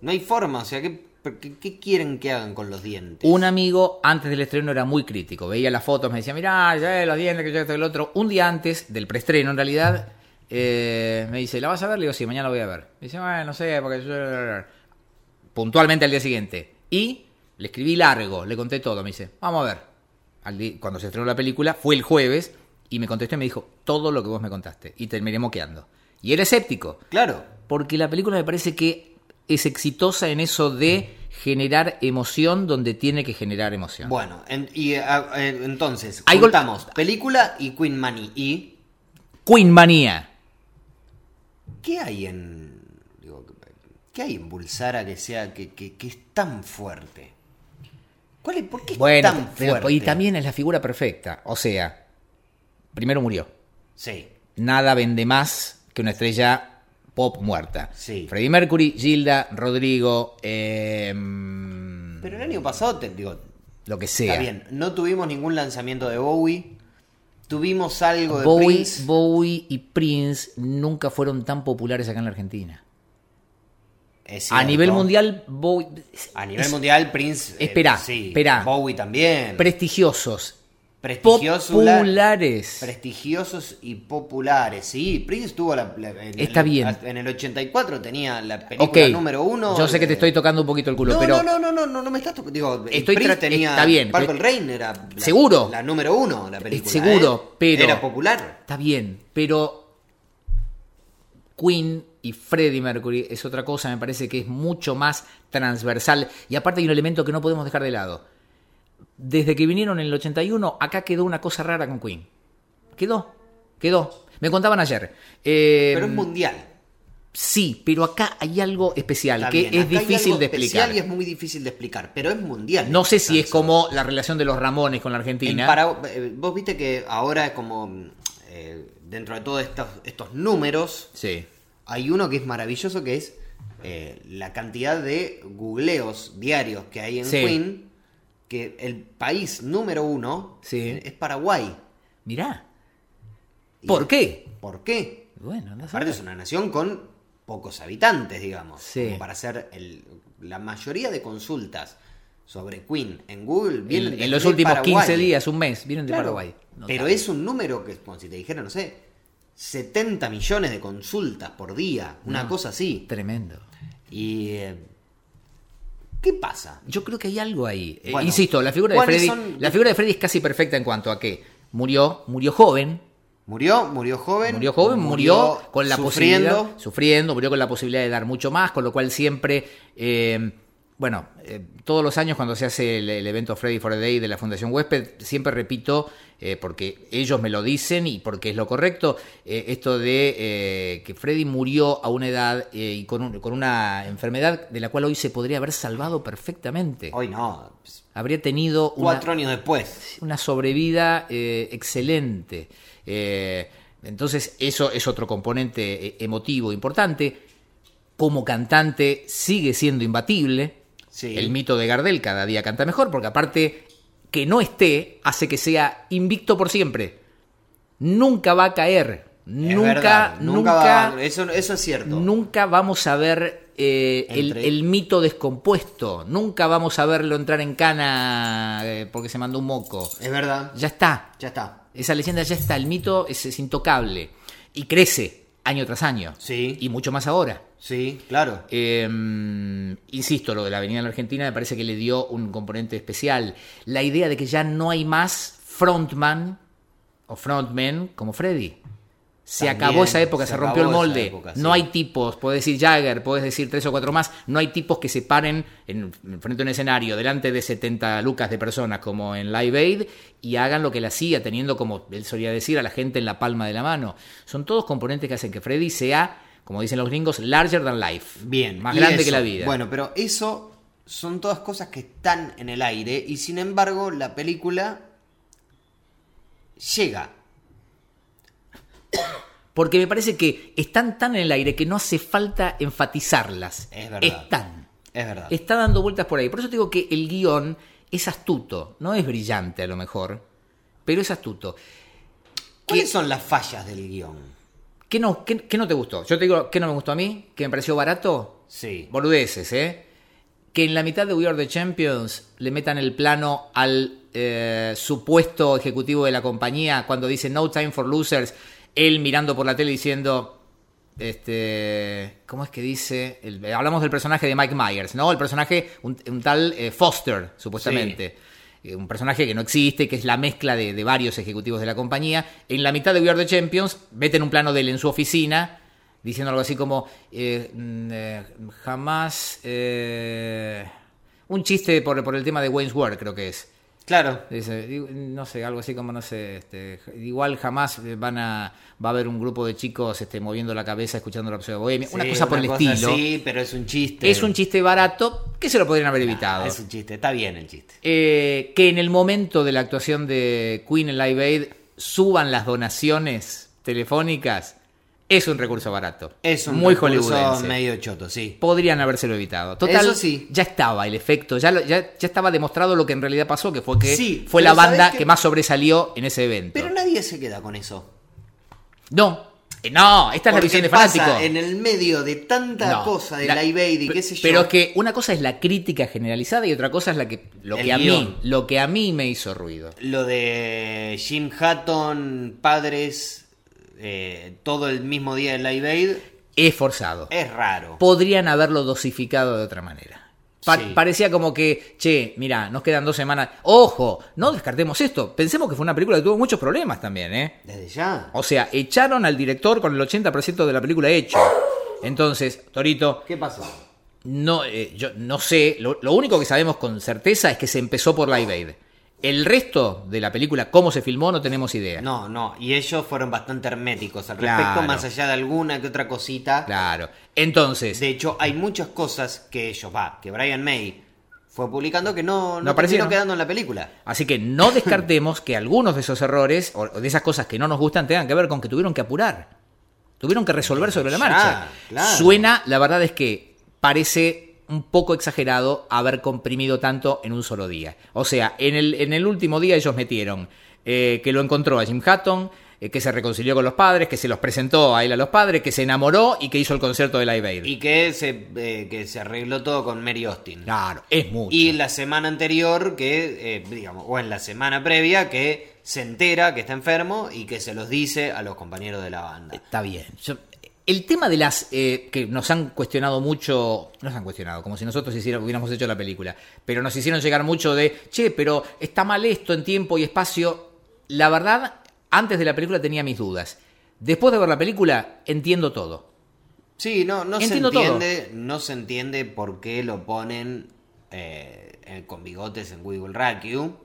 Speaker 3: No hay forma, o sea, ¿qué, qué- qué quieren que hagan con los dientes?
Speaker 2: Un amigo antes del estreno era muy crítico. Veía las fotos, me decía, mirá, ya los dientes, que yo esto, que el otro. Un día antes del preestreno, en realidad, eh, me dice, ¿la vas a ver? Le digo, sí, mañana la voy a ver. Me dice, bueno, no sé, porque yo... Puntualmente al día siguiente. Y le escribí largo, le conté todo. Me dice, vamos a ver. Al di- Cuando se estrenó la película, fue el jueves, y me contestó y me dijo, todo lo que vos me contaste. Y terminé moqueando. Y era escéptico.
Speaker 3: Claro,
Speaker 2: Porque la película me parece que es exitosa en eso de generar emoción donde tiene que generar emoción.
Speaker 3: bueno, en- y ah, eh, entonces,
Speaker 2: Hay gol-
Speaker 3: juntamos película y Queen Money. ¿Y
Speaker 2: Queen Manía.
Speaker 3: qué hay en. digo, ¿Qué hay en Bulsara que sea que, que- que es tan fuerte? ¿Cuál es, ¿Por qué es
Speaker 2: Bueno,
Speaker 3: tan
Speaker 2: pero-
Speaker 3: fuerte?
Speaker 2: y también es la figura perfecta. O sea, primero murió.
Speaker 3: Sí,
Speaker 2: Nada vende más que una estrella pop muerta.
Speaker 3: Sí.
Speaker 2: Freddie Mercury, Gilda, Rodrigo, em,
Speaker 3: pero el año pasado, te, digo,
Speaker 2: lo que sea.
Speaker 3: está bien, no tuvimos ningún lanzamiento de Bowie, tuvimos algo de
Speaker 2: Bowie,
Speaker 3: Prince.
Speaker 2: Bowie y Prince nunca fueron tan populares acá en la Argentina.
Speaker 3: Es
Speaker 2: A
Speaker 3: cierto.
Speaker 2: nivel mundial, Bowie...
Speaker 3: A nivel mundial, Prince. eh,
Speaker 2: Esperá,
Speaker 3: sí,
Speaker 2: esperá.
Speaker 3: Bowie también.
Speaker 2: prestigiosos,
Speaker 3: Prestigiosula-
Speaker 2: populares.
Speaker 3: Prestigiosos y populares, sí. Prince tuvo la. la- en
Speaker 2: Está
Speaker 3: el,
Speaker 2: bien.
Speaker 3: En el 84 tenía la película
Speaker 2: ok,
Speaker 3: número uno.
Speaker 2: yo sé que te
Speaker 3: de-
Speaker 2: estoy tocando un poquito el culo,
Speaker 3: no,
Speaker 2: pero
Speaker 3: No, no, no, no, no me estás. toc- Digo, el
Speaker 2: Estoy
Speaker 3: Prince
Speaker 2: tra-
Speaker 3: tenía.
Speaker 2: está bien,
Speaker 3: Purple
Speaker 2: pero-
Speaker 3: Rain era. la-
Speaker 2: Seguro.
Speaker 3: La número uno, la película.
Speaker 2: seguro,
Speaker 3: ¿eh?
Speaker 2: pero-
Speaker 3: Era popular.
Speaker 2: está bien, pero Queen y Freddie Mercury es otra cosa, me parece que es mucho más transversal y aparte hay un elemento que no podemos dejar de lado. Desde que vinieron en el 81, acá quedó una cosa rara con Queen. Quedó, quedó. Me contaban ayer. eh,
Speaker 3: Pero es mundial.
Speaker 2: Sí, pero acá hay algo especial
Speaker 3: Está
Speaker 2: que
Speaker 3: bien,
Speaker 2: es
Speaker 3: acá hay
Speaker 2: difícil
Speaker 3: algo
Speaker 2: de
Speaker 3: especial
Speaker 2: explicar.
Speaker 3: Y es muy difícil de explicar, pero es mundial.
Speaker 2: No sé si es
Speaker 3: Sanso.
Speaker 2: como la relación de los Ramones con la
Speaker 3: En
Speaker 2: Argentina.
Speaker 3: Paragua- eh, vos viste que ahora como mm, eh, dentro de todos estos, estos números
Speaker 2: Sí.
Speaker 3: hay uno que es maravilloso que es eh, la cantidad de googleos diarios que hay en
Speaker 2: Sí.
Speaker 3: Queen, que el país número uno
Speaker 2: Sí.
Speaker 3: es Paraguay.
Speaker 2: Mirá.
Speaker 3: Y-
Speaker 2: ¿Por qué?
Speaker 3: ¿Por qué?
Speaker 2: Bueno, no
Speaker 3: Aparte es
Speaker 2: sé.
Speaker 3: una nación con pocos habitantes, digamos.
Speaker 2: Sí.
Speaker 3: Como para hacer el- la mayoría de consultas sobre Queen en Google vienen
Speaker 2: En,
Speaker 3: de
Speaker 2: en los
Speaker 3: Queen,
Speaker 2: últimos
Speaker 3: Paraguay.
Speaker 2: 15 días, un mes, vienen de
Speaker 3: Claro,
Speaker 2: Paraguay. No
Speaker 3: pero
Speaker 2: tanto.
Speaker 3: es un número que, como si te dijera, no sé, 70 millones de consultas por día, una cosa así.
Speaker 2: tremendo.
Speaker 3: Y. eh, ¿Qué pasa?
Speaker 2: Yo creo que hay algo ahí. Eh,
Speaker 3: Bueno,
Speaker 2: insisto, la figura de Freddy,
Speaker 3: ¿cuáles son-
Speaker 2: la figura de Freddy es casi perfecta en cuanto a que murió, murió joven,
Speaker 3: Murió, murió joven.
Speaker 2: Murió joven, murió, con la
Speaker 3: sufriendo.
Speaker 2: posibilidad. Sufriendo, murió con la posibilidad de dar mucho más, con lo cual siempre. eh, bueno, eh, todos los años cuando se hace el, el evento Freddy for a Day de la Fundación Huésped, siempre repito, eh, porque ellos me lo dicen y porque es lo correcto, eh, esto de eh, que Freddy murió a una edad eh, y con, un- con una enfermedad de la cual hoy se podría haber salvado perfectamente.
Speaker 3: Hoy no. pues,
Speaker 2: Habría tenido una-
Speaker 3: Cuatro años después.
Speaker 2: una sobrevida eh, excelente. Eh, entonces, eso es otro componente eh, emotivo importante. Como cantante sigue siendo imbatible.
Speaker 3: Sí.
Speaker 2: El mito de Gardel cada día canta mejor, porque aparte que no esté hace que sea invicto por siempre. Nunca va a caer.
Speaker 3: Es
Speaker 2: Nunca,
Speaker 3: verdad,
Speaker 2: nunca,
Speaker 3: va- eso, eso es cierto.
Speaker 2: Nunca vamos a ver eh, el,
Speaker 3: Entre-
Speaker 2: el mito descompuesto. Nunca vamos a verlo entrar en cana eh, porque se mandó un moco.
Speaker 3: Es verdad.
Speaker 2: Ya está.
Speaker 3: Ya está.
Speaker 2: Esa leyenda ya está. El mito es, es intocable. Y crece año tras año.
Speaker 3: Sí.
Speaker 2: Y mucho más ahora.
Speaker 3: Sí, claro.
Speaker 2: Eh, insisto, lo de la Avenida de la Argentina me parece que le dio un componente especial. La idea de que ya no hay más frontman o frontmen como Freddy. Se
Speaker 3: También,
Speaker 2: acabó esa época,
Speaker 3: se
Speaker 2: se, rompió el
Speaker 3: acabó esa
Speaker 2: molde.
Speaker 3: época,
Speaker 2: no
Speaker 3: sí.
Speaker 2: hay tipos, podés decir Jagger, podés decir tres o cuatro más. No hay tipos que se paren en, en frente a un escenario, delante de 70 lucas de personas como en Live Aid y hagan lo que él hacía, teniendo, como él solía decir, a la gente en la palma de la mano. Son todos componentes que hacen que Freddy sea, como dicen los gringos, larger than life.
Speaker 3: Bien.
Speaker 2: Más
Speaker 3: y
Speaker 2: grande
Speaker 3: eso.
Speaker 2: que la vida.
Speaker 3: Bueno, pero eso son todas cosas que están en el aire y sin embargo la película llega.
Speaker 2: Porque me parece que están tan en el aire que no hace falta enfatizarlas.
Speaker 3: Es verdad.
Speaker 2: Están.
Speaker 3: Es verdad.
Speaker 2: Está dando vueltas por ahí. Por eso te digo que el guión es astuto. No es brillante a lo mejor, pero es astuto.
Speaker 3: ¿Cuáles son las fallas del guión?
Speaker 2: ¿Qué no, qué- qué no te gustó? Yo te digo, ¿qué no me gustó a mí? ¿Que me pareció barato?
Speaker 3: Sí.
Speaker 2: Boludeces, ¿eh? Que en la mitad de We Are the Champions le metan el plano al eh, supuesto ejecutivo de la compañía cuando dice No Time for Losers, él mirando por la tele diciendo. Este, ¿Cómo es que dice? El- eh, hablamos del personaje de Mike Myers, ¿no? El personaje, un, un tal eh, Foster, supuestamente. Eh, Un personaje que no existe, que es la mezcla de, de varios ejecutivos de la compañía. En la mitad de We Are the Champions, meten un plano de él en su oficina, diciendo algo así como: eh, mm, eh, Jamás. eh, un chiste por, por el tema de Wayne's World, creo que es.
Speaker 3: Claro.
Speaker 2: Dice, digo, no sé, algo así como, no sé, este, igual jamás eh, van a, va a haber un grupo de chicos este, moviendo la cabeza, escuchando la de bohemia, una
Speaker 3: Sí,
Speaker 2: cosa por el
Speaker 3: cosa
Speaker 2: estilo.
Speaker 3: Sí, pero es un chiste.
Speaker 2: es un chiste barato que se lo podrían haber evitado.
Speaker 3: Ah, es un chiste. Está bien el chiste.
Speaker 2: Eh, que en el momento de la actuación de Queen en Live Aid suban las donaciones telefónicas, es un recurso barato.
Speaker 3: Es un
Speaker 2: Muy
Speaker 3: recurso
Speaker 2: hollywoodense.
Speaker 3: medio choto, sí.
Speaker 2: Podrían habérselo evitado. Total,
Speaker 3: Eso sí.
Speaker 2: ya estaba el efecto, ya, lo- ya, ya estaba demostrado lo que en realidad pasó, que fue que
Speaker 3: Sí,
Speaker 2: fue
Speaker 3: pero
Speaker 2: la banda
Speaker 3: ¿sabés
Speaker 2: que...
Speaker 3: qué?
Speaker 2: más sobresalió en ese evento.
Speaker 3: Pero nadie se queda con eso.
Speaker 2: No, eh, no, esta es la
Speaker 3: Porque
Speaker 2: visión de
Speaker 3: pasa
Speaker 2: fanático.
Speaker 3: En el medio de tanta
Speaker 2: No,
Speaker 3: cosa de
Speaker 2: la-
Speaker 3: la, Aid y
Speaker 2: pe-
Speaker 3: qué sé yo.
Speaker 2: Pero es que una cosa es la crítica generalizada y otra cosa es la que, lo,
Speaker 3: El
Speaker 2: que a, mí,
Speaker 3: guión.
Speaker 2: lo que a mí me hizo ruido.
Speaker 3: Lo de Jim Hatton, padres, eh, todo el mismo día de Live Aid,
Speaker 2: Es forzado.
Speaker 3: es raro.
Speaker 2: Podrían haberlo dosificado de otra manera. Pa-
Speaker 3: Sí.
Speaker 2: Parecía como que, che, mira, nos quedan dos semanas. Ojo, no descartemos esto. Pensemos que fue una película que tuvo muchos problemas también, ¿eh?
Speaker 3: Desde ya.
Speaker 2: O sea, echaron al director con el 80% de la película hecho. Entonces, Torito,
Speaker 3: ¿Qué pasó?
Speaker 2: No, eh, yo no sé. Lo, lo único que sabemos con certeza es que se empezó por Live Aid. El resto de la película, cómo se filmó, no tenemos idea.
Speaker 3: No, no, y ellos fueron bastante herméticos al
Speaker 2: Claro.
Speaker 3: respecto, más allá de alguna que otra cosita.
Speaker 2: Claro. Entonces,
Speaker 3: De hecho, hay muchas cosas que ellos, va, que Brian May fue publicando que no, no,
Speaker 2: No aparecieron.
Speaker 3: terminó quedando en la película.
Speaker 2: Así que no descartemos que algunos de esos errores o o de esas cosas que no nos gustan tengan que ver con que tuvieron que apurar. Tuvieron que resolver sobre la
Speaker 3: Ya,
Speaker 2: marcha.
Speaker 3: claro.
Speaker 2: Suena, la verdad es que parece un poco exagerado haber comprimido tanto en un solo día. O sea, en el, en el último día ellos metieron eh, que lo encontró a Jim Hatton, eh, que se reconcilió con los padres, que se los presentó a él a los padres, que se enamoró y que hizo el concierto de Live Aid.
Speaker 3: Y que se, eh, que se arregló todo con Mary Austin.
Speaker 2: Claro, es mucho.
Speaker 3: Y la semana anterior, que, eh, digamos, o en la semana previa, que se entera que está enfermo y que se los dice a los compañeros de la banda.
Speaker 2: Está bien. Yo- el tema de las. eh, que nos han cuestionado mucho. Nos han cuestionado, como si nosotros hiciera- hubiéramos hecho la película. Pero nos hicieron llegar mucho de. Che, pero está mal esto en tiempo y espacio. La verdad, antes de la película tenía mis dudas. Después de ver la película, entiendo todo.
Speaker 3: Sí, no, no
Speaker 2: Entiendo
Speaker 3: se
Speaker 2: todo.
Speaker 3: entiende, no se entiende por qué lo ponen eh, eh, con bigotes en Wiggle Rakiu.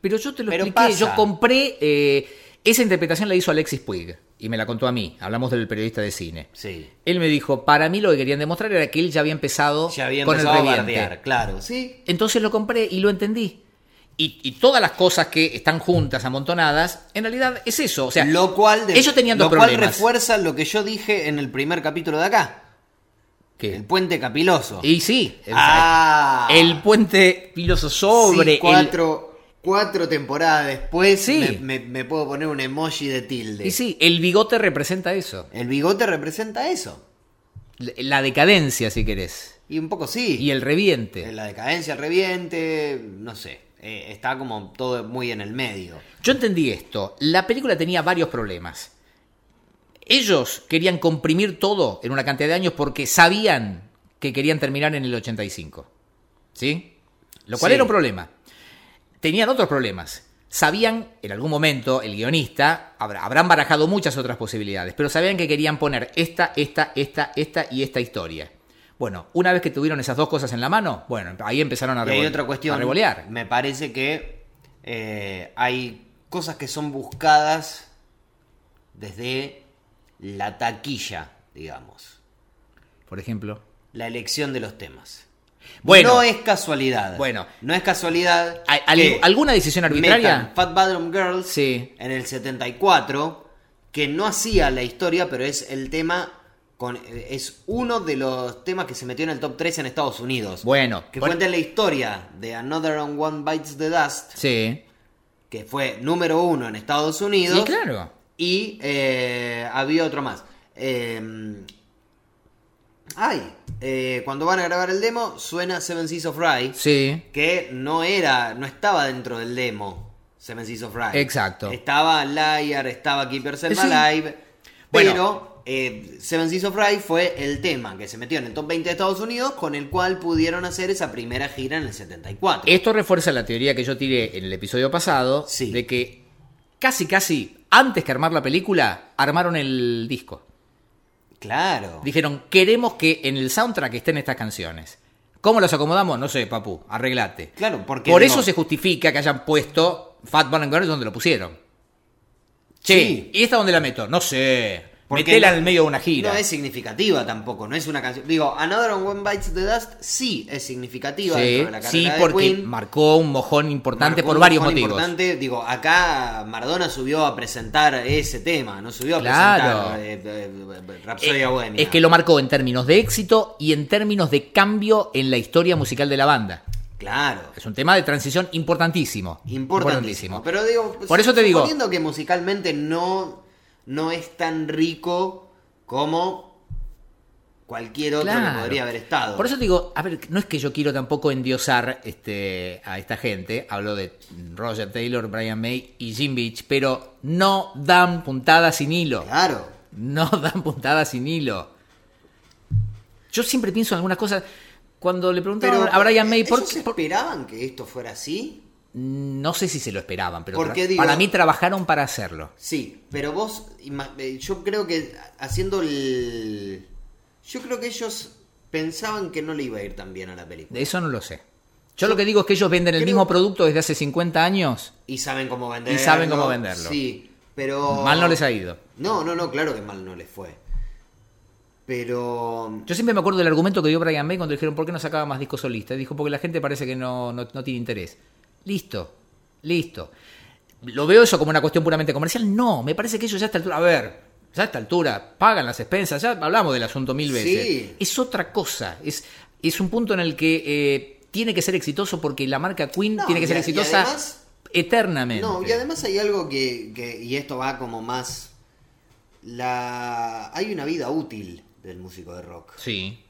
Speaker 2: Pero yo te lo
Speaker 3: Pero
Speaker 2: expliqué, yo
Speaker 3: pasa.
Speaker 2: compré. eh, esa interpretación la hizo Alexis Puig. Y me la contó a mí. Hablamos del periodista de cine.
Speaker 3: Sí.
Speaker 2: Él me dijo, para mí lo que querían demostrar era que él ya había empezado,
Speaker 3: Ya había
Speaker 2: con
Speaker 3: empezado
Speaker 2: el
Speaker 3: a
Speaker 2: reviente.
Speaker 3: bardear, claro. Sí.
Speaker 2: Entonces lo compré y lo entendí. Y, y todas las cosas que están juntas, amontonadas, en realidad es eso. O sea,
Speaker 3: lo cual, de-
Speaker 2: ellos tenían
Speaker 3: lo
Speaker 2: dos
Speaker 3: cual
Speaker 2: problemas.
Speaker 3: refuerza lo que yo dije en el primer capítulo de acá.
Speaker 2: ¿Qué?
Speaker 3: El puente capiloso.
Speaker 2: Y sí, el,
Speaker 3: ah,
Speaker 2: el puente piloso sobre
Speaker 3: Sí, cuatro, cuatro temporadas después
Speaker 2: Sí.
Speaker 3: me, me- me puedo poner un emoji de tilde.
Speaker 2: el... Y sí, el bigote representa eso.
Speaker 3: El bigote representa eso.
Speaker 2: La- La decadencia, si querés.
Speaker 3: Y un poco sí.
Speaker 2: Y el reviente.
Speaker 3: La decadencia, el reviente, no sé. Eh, está como todo muy en el medio.
Speaker 2: Yo entendí esto. La película tenía varios problemas. Ellos querían comprimir todo en una cantidad de años porque sabían que querían terminar en el 85. ¿Sí? Lo cual
Speaker 3: Sí.
Speaker 2: era un problema. Tenían otros problemas. Sabían, en algún momento, el guionista, habrá- habrán barajado muchas otras posibilidades, pero sabían que querían poner esta, esta, esta, esta y esta historia. Bueno, una vez que tuvieron esas dos cosas en la mano, bueno, ahí empezaron a,
Speaker 3: Y hay
Speaker 2: revol-
Speaker 3: otra cuestión.
Speaker 2: a revolear.
Speaker 3: Me parece que eh, hay cosas que son buscadas desde la taquilla, digamos.
Speaker 2: Por ejemplo.
Speaker 3: La elección de los temas.
Speaker 2: Bueno.
Speaker 3: no es casualidad.
Speaker 2: Bueno.
Speaker 3: no es casualidad.
Speaker 2: ¿Al- al-
Speaker 3: que
Speaker 2: ¿Alguna decisión arbitraria?
Speaker 3: metan Fat Bathroom Girls
Speaker 2: Sí.
Speaker 3: en el 74, que no hacía la historia, pero es el tema. Con, eh, es uno de los temas que se metió en el top 3 en Estados Unidos.
Speaker 2: Bueno,
Speaker 3: Que
Speaker 2: bueno.
Speaker 3: cuenta la historia de Another on One Bites the Dust,
Speaker 2: Sí.
Speaker 3: que fue número uno en Estados Unidos.
Speaker 2: Sí, claro.
Speaker 3: Y eh, había otro más. Eh, ay, eh, cuando van a grabar el demo, suena Seven Seas of Rye,
Speaker 2: Sí.
Speaker 3: que no era, no estaba dentro del demo. Seven Seas of Rye.
Speaker 2: Exacto.
Speaker 3: Estaba Liar, estaba Keep Yourself
Speaker 2: Sí.
Speaker 3: Alive.
Speaker 2: Bueno.
Speaker 3: Pero eh, Seven Seas of Rye fue el tema que se metió en el top 20 de Estados Unidos, con el cual pudieron hacer esa primera gira en el 74.
Speaker 2: Esto refuerza la teoría que yo tiré en el episodio pasado
Speaker 3: Sí.
Speaker 2: de que casi casi antes que armar la película armaron el disco.
Speaker 3: Claro.
Speaker 2: Dijeron, "Queremos que en el soundtrack estén estas canciones." ¿Cómo las acomodamos? No sé, papu, arreglate.
Speaker 3: Claro, porque
Speaker 2: Por
Speaker 3: digo-
Speaker 2: eso se justifica que hayan puesto Fat Bun and Girls donde lo pusieron. Che,
Speaker 3: Sí.
Speaker 2: ¿y esta dónde la meto? No sé.
Speaker 3: Porque
Speaker 2: Metela
Speaker 3: no-
Speaker 2: en el medio de una gira.
Speaker 3: No es significativa tampoco, no es una canción. Digo, Another One Bites the Dust sí es significativa dentro
Speaker 2: sí,
Speaker 3: de la
Speaker 2: sí,
Speaker 3: carrera de
Speaker 2: porque
Speaker 3: Queen.
Speaker 2: marcó un mojón importante
Speaker 3: Marcó
Speaker 2: por
Speaker 3: un
Speaker 2: varios
Speaker 3: bajón
Speaker 2: motivos.
Speaker 3: importante. Digo, acá Maradona subió a presentar ese tema, no subió a
Speaker 2: Claro.
Speaker 3: presentar eh, eh, eh,
Speaker 2: Eh,
Speaker 3: Rapsodia Bohemia.
Speaker 2: Es que lo marcó en términos de éxito y en términos de cambio en la historia musical de la banda.
Speaker 3: Claro.
Speaker 2: Es un tema de transición importantísimo.
Speaker 3: Importantísimo.
Speaker 2: Importantísimo.
Speaker 3: Pero digo,
Speaker 2: Por eso te digo-
Speaker 3: suponiendo que musicalmente no, no es tan rico como cualquier otro
Speaker 2: Claro.
Speaker 3: que podría haber estado.
Speaker 2: Por eso te digo, a ver, no es que yo quiero tampoco endiosar este, a esta gente, hablo de Roger Taylor, Brian May y Jim Beach, pero no dan puntadas sin hilo.
Speaker 3: Claro.
Speaker 2: No dan puntadas sin hilo. Yo siempre pienso en algunas cosas. Cuando le preguntaron a Brian
Speaker 3: eh,
Speaker 2: May, ¿por
Speaker 3: ¿ellos
Speaker 2: qué? por-
Speaker 3: esperaban que esto fuera así?
Speaker 2: No sé si se lo esperaban, pero
Speaker 3: Porque
Speaker 2: tra-
Speaker 3: digo-
Speaker 2: para mí trabajaron para hacerlo.
Speaker 3: Sí, pero vos, ima- eh, yo creo que haciendo el... Yo creo que ellos pensaban que no le iba a ir tan bien a la película.
Speaker 2: De eso no lo sé. Yo lo que digo es que ellos venden el
Speaker 3: Creo-
Speaker 2: mismo producto desde hace 50 años.
Speaker 3: Y saben cómo venderlo.
Speaker 2: saben cómo venderlo.
Speaker 3: Sí, pero.
Speaker 2: Mal no les ha ido.
Speaker 3: No, no, no, claro que mal no les fue. Pero.
Speaker 2: Yo siempre me acuerdo del argumento que dio Brian May cuando le dijeron por qué no sacaba más discos solistas. Dijo porque la gente parece que no, no- no tiene interés. Listo, listo. ¿Lo veo eso como una cuestión puramente comercial? No, me parece que ellos ya a esta altura. A ver, ya a esta altura pagan las expensas, ya hablamos del asunto mil veces.
Speaker 3: Sí.
Speaker 2: Es otra cosa. Es, es un punto en el que eh, tiene que ser exitoso porque la marca Queen
Speaker 3: No,
Speaker 2: tiene que
Speaker 3: y
Speaker 2: ser
Speaker 3: a- y
Speaker 2: exitosa
Speaker 3: además-
Speaker 2: eternamente.
Speaker 3: No, y además hay algo que, que- Y esto va como más. La. Hay una vida útil del músico de rock.
Speaker 2: Sí.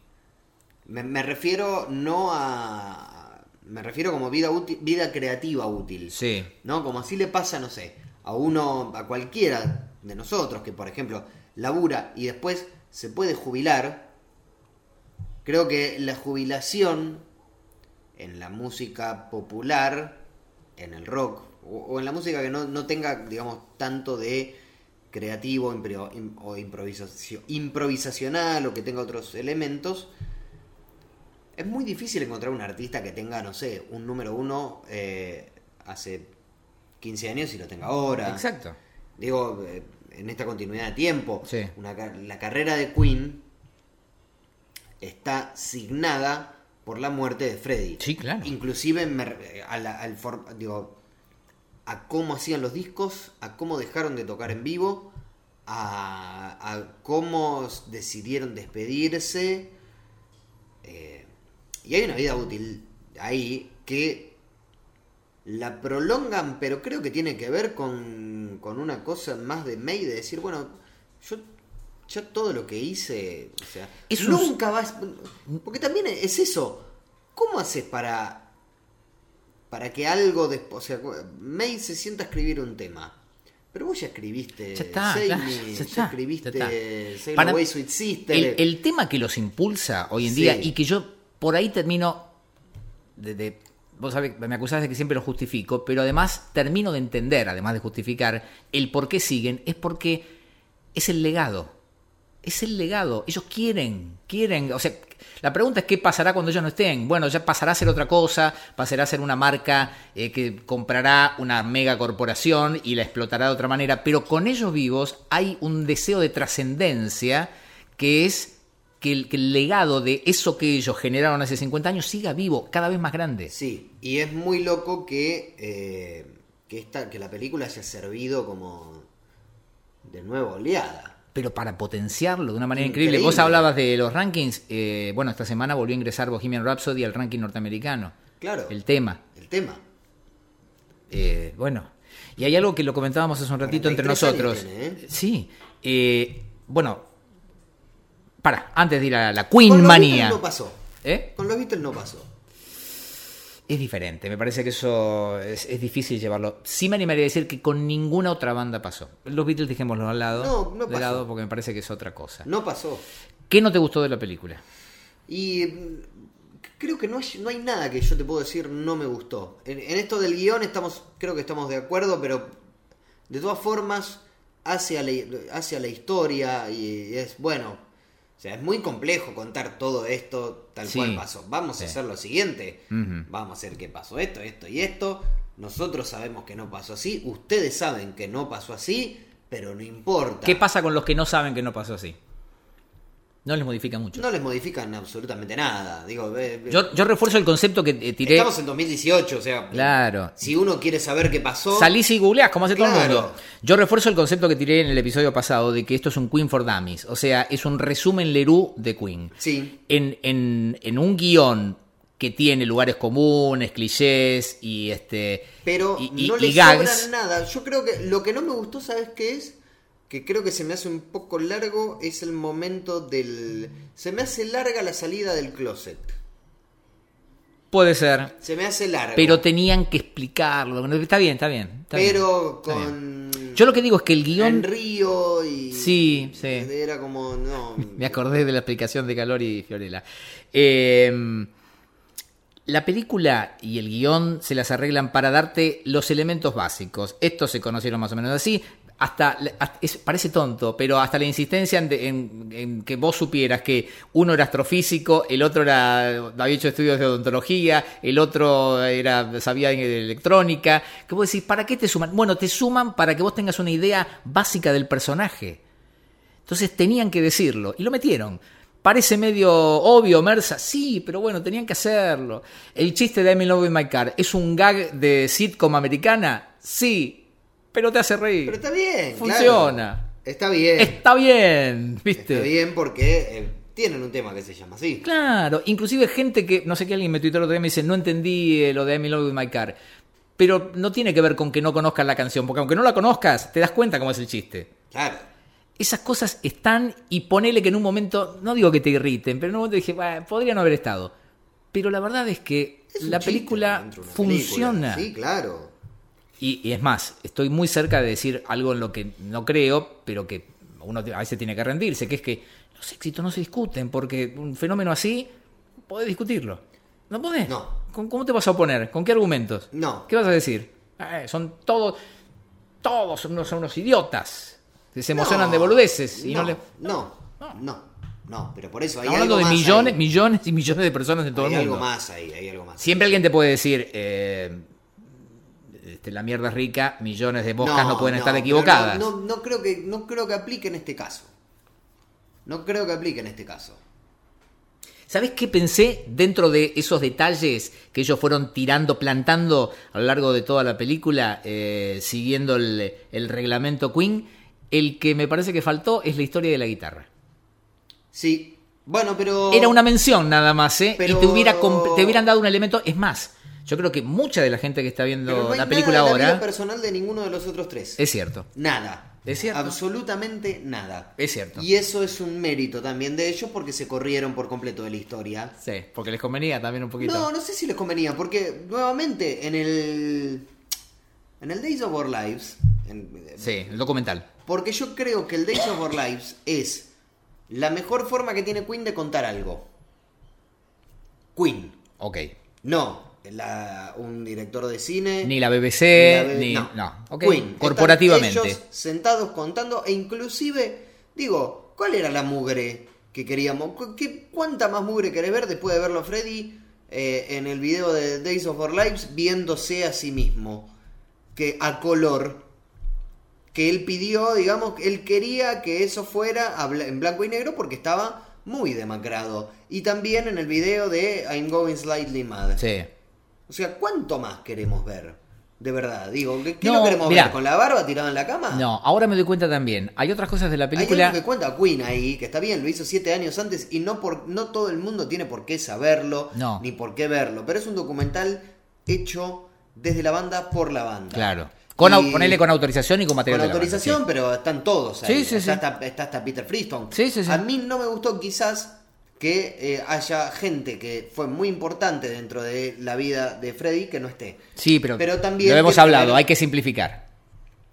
Speaker 3: Me, me refiero no a. Me refiero como vida útil, vida creativa útil.
Speaker 2: Sí.
Speaker 3: ¿No? Como así le pasa, no sé, a uno, a cualquiera de nosotros que, por ejemplo, labura y después se puede jubilar. Creo que la jubilación en la música popular, en el rock, o, o en la música que no, no tenga, digamos, tanto de creativo impro- im- o improvisacio- improvisacional o que tenga otros elementos, es muy difícil encontrar un artista que tenga, no sé, un número uno eh, hace 15 años y lo tenga ahora.
Speaker 2: Exacto.
Speaker 3: Digo, eh, en esta continuidad de tiempo,
Speaker 2: Sí.
Speaker 3: una car- la carrera de Queen está signada por la muerte de Freddy.
Speaker 2: Sí, claro.
Speaker 3: Inclusive me re- a la- al for- digo, a cómo hacían los discos, a cómo dejaron de tocar en vivo, a, a cómo s- decidieron despedirse. Eh, y hay una vida útil ahí que la prolongan, pero creo que tiene que ver con, con una cosa más de May, de decir, bueno, yo, yo todo lo que hice, o sea,
Speaker 2: Es un-
Speaker 3: nunca vas... Porque también es eso, ¿cómo haces para para que algo después. O sea, May se sienta a escribir un tema. Pero vos ya escribiste.
Speaker 2: Ya está,
Speaker 3: Save
Speaker 2: claro,
Speaker 3: Me,
Speaker 2: ya
Speaker 3: ya
Speaker 2: está,
Speaker 3: escribiste.
Speaker 2: ya está.
Speaker 3: Sail
Speaker 2: Para-
Speaker 3: Away, Sweet Sister.
Speaker 2: El, el tema que los impulsa hoy en día
Speaker 3: Sí.
Speaker 2: y que yo por ahí termino de, de- vos sabés, me acusás de que siempre lo justifico, pero además termino de entender, además de justificar, el por qué siguen, es porque es el legado. Es el legado. Ellos quieren, quieren. O sea, la pregunta es qué pasará cuando ellos no estén. Bueno, ya pasará a ser otra cosa, pasará a ser una marca eh, que comprará una mega corporación y la explotará de otra manera. Pero con ellos vivos hay un deseo de trascendencia que es que el, que el legado de eso que ellos generaron hace 50 años siga vivo, cada vez más grande.
Speaker 3: Sí, y es muy loco que. eh, que, esta, que la película haya servido como. de nueva oleada.
Speaker 2: pero para potenciarlo de una manera
Speaker 3: Increíble.
Speaker 2: increíble. Vos hablabas de los rankings. eh, bueno, esta semana volvió a ingresar Bohemian Rhapsody al ranking norteamericano.
Speaker 3: Claro.
Speaker 2: El tema.
Speaker 3: El tema.
Speaker 2: Eh, bueno, y hay algo que lo comentábamos hace un ratito entre
Speaker 3: 43
Speaker 2: nosotros.
Speaker 3: años tiene, ¿eh?
Speaker 2: Sí. eh, bueno, para, antes de ir a la
Speaker 3: Con
Speaker 2: Queen
Speaker 3: los
Speaker 2: Manía.
Speaker 3: Beatles no pasó.
Speaker 2: ¿Eh?
Speaker 3: Con los Beatles no pasó.
Speaker 2: Es diferente, me parece que eso es, es difícil llevarlo. Sí me animaría a decir que con ninguna otra banda pasó. Los Beatles dejémoslo al lado,
Speaker 3: No, no
Speaker 2: de
Speaker 3: pasó.
Speaker 2: lado porque me parece que es otra cosa.
Speaker 3: No pasó.
Speaker 2: ¿Qué no te gustó de la película?
Speaker 3: Y mm, creo que no hay, no hay nada que yo te puedo decir no me gustó. En, en esto del guión estamos, creo que estamos de acuerdo, pero de todas formas, hacia la, hacia la historia y es bueno. O sea, es muy complejo contar todo esto tal
Speaker 2: Sí.
Speaker 3: cual pasó. Vamos a
Speaker 2: Sí.
Speaker 3: hacer lo siguiente.
Speaker 2: Ujú.
Speaker 3: Vamos a hacer que pasó esto, esto y esto. Nosotros sabemos que no pasó así. Ustedes saben que no pasó así, pero no importa.
Speaker 2: ¿Qué pasa con los que no saben que no pasó así? No les modifica mucho.
Speaker 3: No les modifican absolutamente nada. Digo, eh, eh,
Speaker 2: Yo, yo refuerzo el concepto que eh, tiré.
Speaker 3: Estamos en 2018, o sea.
Speaker 2: Claro.
Speaker 3: Si uno quiere saber qué pasó.
Speaker 2: Salís y googleás, como hace todo el
Speaker 3: Claro.
Speaker 2: mundo. Yo refuerzo el concepto que tiré en el episodio pasado de que esto es un Queen for Dummies. O sea, es un resumen Lerú de Queen.
Speaker 3: Sí.
Speaker 2: En, en- en un guión que tiene lugares comunes, clichés y este.
Speaker 3: Pero
Speaker 2: y, y-
Speaker 3: no
Speaker 2: y
Speaker 3: le
Speaker 2: gags.
Speaker 3: sobran nada. Yo creo que lo que no me gustó, ¿sabes qué es? Que creo que se me hace un poco largo, es el momento del. Se me hace larga la salida del closet.
Speaker 2: Puede ser.
Speaker 3: Se me hace larga.
Speaker 2: Pero tenían que explicarlo. Bueno, Está bien, está bien. está bien,
Speaker 3: Pero
Speaker 2: está bien.
Speaker 3: con.
Speaker 2: Yo lo que digo es que el guión.
Speaker 3: En Río y.
Speaker 2: Sí, sí.
Speaker 3: Era como. No.
Speaker 2: Me acordé de la explicación de Calori y Fiorella. Eh, la película y el guión se las arreglan para darte los elementos básicos. Estos se conocieron más o menos así. hasta, hasta- es- parece tonto, pero hasta la insistencia en, de- en- en que vos supieras que uno era astrofísico, el otro era, había hecho estudios de odontología, el otro era, sabía de electrónica, que vos decís, ¿para qué te suman? Bueno, te suman para que vos tengas una idea básica del personaje. Entonces tenían que decirlo y lo metieron. Parece medio obvio, Mersa, sí, pero bueno, tenían que hacerlo. El chiste de I'm in Love with My Car es un gag de sitcom americana, sí, pero te hace reír.
Speaker 3: Pero está bien. claro.
Speaker 2: Funciona.
Speaker 3: Está bien.
Speaker 2: Está bien, ¿viste?
Speaker 3: Está bien porque eh, tienen un tema que se llama así.
Speaker 2: Claro, inclusive gente que, no sé qué, alguien me tuiteó el otro día y me dice, no entendí eh, lo de I'm in love with my car. Pero no tiene que ver con que no conozcas la canción, porque aunque no la conozcas, te das cuenta cómo es el chiste.
Speaker 3: Claro.
Speaker 2: Esas cosas están y ponele que en un momento, no digo que te irriten, pero en un momento dije, "Bah, podría no haber estado. Pero la verdad es que
Speaker 3: Es un
Speaker 2: la
Speaker 3: chiste
Speaker 2: película
Speaker 3: dentro de una película.
Speaker 2: funciona.
Speaker 3: Sí, claro.
Speaker 2: Y, y es más, estoy muy cerca de decir algo en lo que no creo, pero que uno te- a veces tiene que rendirse, que es que los éxitos no se discuten, porque un fenómeno así, podés discutirlo. No podés.
Speaker 3: No.
Speaker 2: ¿Con- ¿Cómo te vas a oponer? ¿Con qué argumentos?
Speaker 3: No.
Speaker 2: ¿Qué vas a decir? "Ah, eh, son todos, todos son unos, son unos idiotas, que se emocionan
Speaker 3: No,
Speaker 2: de boludeces y no,
Speaker 3: no,
Speaker 2: le... Ah.
Speaker 3: No, no, no. no, pero por eso hay
Speaker 2: Hablando
Speaker 3: algo
Speaker 2: de
Speaker 3: más
Speaker 2: millones,
Speaker 3: ahí.
Speaker 2: millones y millones de personas en todo
Speaker 3: hay
Speaker 2: el mundo.
Speaker 3: algo más ahí, hay algo más.
Speaker 2: Siempre alguien te puede decir, eh, este, la mierda es rica, millones de bocas no, pueden estar
Speaker 3: pero
Speaker 2: equivocadas.
Speaker 3: No, no, no creo que, no creo que aplique en este caso. No creo que aplique en este caso.
Speaker 2: ¿Sabes qué pensé dentro de esos detalles que ellos fueron tirando, plantando a lo largo de toda la película, eh, siguiendo el, el reglamento Queen? El que me parece que faltó es la historia de la guitarra.
Speaker 3: Sí. Bueno, pero.
Speaker 2: Era una mención nada más, ¿eh?
Speaker 3: Oh, Pero-
Speaker 2: Y te, hubiera comp- te hubieran dado un elemento. Es más, yo creo que mucha de la gente que está viendo
Speaker 3: pero no hay
Speaker 2: la película
Speaker 3: nada de
Speaker 2: ahora.
Speaker 3: La vida personal de ninguno de los otros tres.
Speaker 2: es cierto.
Speaker 3: Nada.
Speaker 2: Es cierto.
Speaker 3: Absolutamente nada.
Speaker 2: Es cierto.
Speaker 3: Y eso es un mérito también de ellos porque se corrieron por completo de la historia.
Speaker 2: Sí, porque les convenía también un poquito.
Speaker 3: No, no sé si les convenía, porque nuevamente en el. En el Days of Our Lives. en-
Speaker 2: Sí, el documental.
Speaker 3: Porque yo creo que el Days of Our Lives es la mejor forma que tiene Queen de contar algo. Queen.
Speaker 2: Ok.
Speaker 3: No. la- un director de cine.
Speaker 2: Ni la BBC,
Speaker 3: ni la-
Speaker 2: ni. No,
Speaker 3: no.
Speaker 2: ok.
Speaker 3: Queen. Están
Speaker 2: Corporativamente.
Speaker 3: ellos sentados contando e inclusive, digo, ¿cuál era la mugre que queríamos? ¿Cu- qué- ¿Cuánta más mugre querés ver después de verlo a Freddy eh, en el video de Days of Our Lives viéndose a sí mismo? Que a color, que él pidió, digamos, él quería que eso fuera a bla- en blanco y negro porque estaba muy demacrado. Y también en el video de I'm Going Slightly Mad.
Speaker 2: Sí.
Speaker 3: O sea, ¿cuánto más queremos ver? De verdad, digo, ¿qué, qué
Speaker 2: No,
Speaker 3: no queremos
Speaker 2: mirá.
Speaker 3: ver? ¿Con la barba tirada en la cama?
Speaker 2: No, ahora me doy cuenta también. Hay otras cosas de la
Speaker 3: Hay
Speaker 2: película.
Speaker 3: algo que cuenta Queen ahí, que está bien, lo hizo siete años antes y no, por, no todo el mundo tiene por qué saberlo,
Speaker 2: No.
Speaker 3: ni por qué verlo, pero es un documental hecho desde la banda por la banda.
Speaker 2: Claro. Con, au-
Speaker 3: Y-
Speaker 2: ponele con autorización y con material
Speaker 3: con
Speaker 2: de la banda,
Speaker 3: autorización, pero están todos ahí.
Speaker 2: Sí, sí,
Speaker 3: está,
Speaker 2: sí.
Speaker 3: Hasta, está hasta Peter Freestone.
Speaker 2: Sí, sí, sí.
Speaker 3: A mí no me gustó quizás que eh, haya gente que fue muy importante dentro de la vida de Freddy que no esté.
Speaker 2: sí. Sí, pero,
Speaker 3: pero también
Speaker 2: lo hemos
Speaker 3: tiene que
Speaker 2: hablado,
Speaker 3: ver-
Speaker 2: hay que simplificar.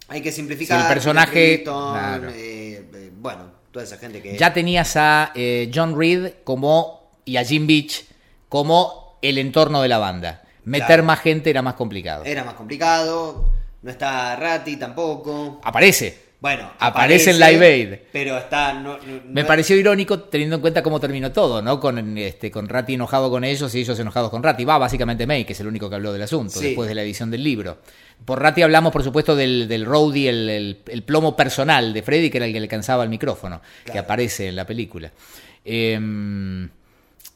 Speaker 3: Hay que simplificar.
Speaker 2: Si el personaje-
Speaker 3: Peter Freestone,
Speaker 2: claro.
Speaker 3: eh, eh, bueno, toda esa gente que...
Speaker 2: Ya tenías a eh, John Reed como y a Jim Beach como el entorno de la banda. Meter
Speaker 3: Claro. Eh.
Speaker 2: más gente era más complicado.
Speaker 3: Era más complicado. No está Rati tampoco.
Speaker 2: Aparece.
Speaker 3: Bueno,
Speaker 2: Aparece en Live Aid.
Speaker 3: Pero está. No, no-
Speaker 2: Me
Speaker 3: no-
Speaker 2: pareció irónico teniendo en cuenta cómo terminó todo, ¿no? Con este, con Ratti enojado con ellos y ellos enojados con Ratti. Va, básicamente May, que es el único que habló del asunto,
Speaker 3: Sí.
Speaker 2: después de la edición del libro. Por Ratti hablamos, por supuesto, del, del roadie, el, el- el plomo personal de Freddy, que era el que le alcanzaba el micrófono, que
Speaker 3: Claro.
Speaker 2: aparece en la película. Em,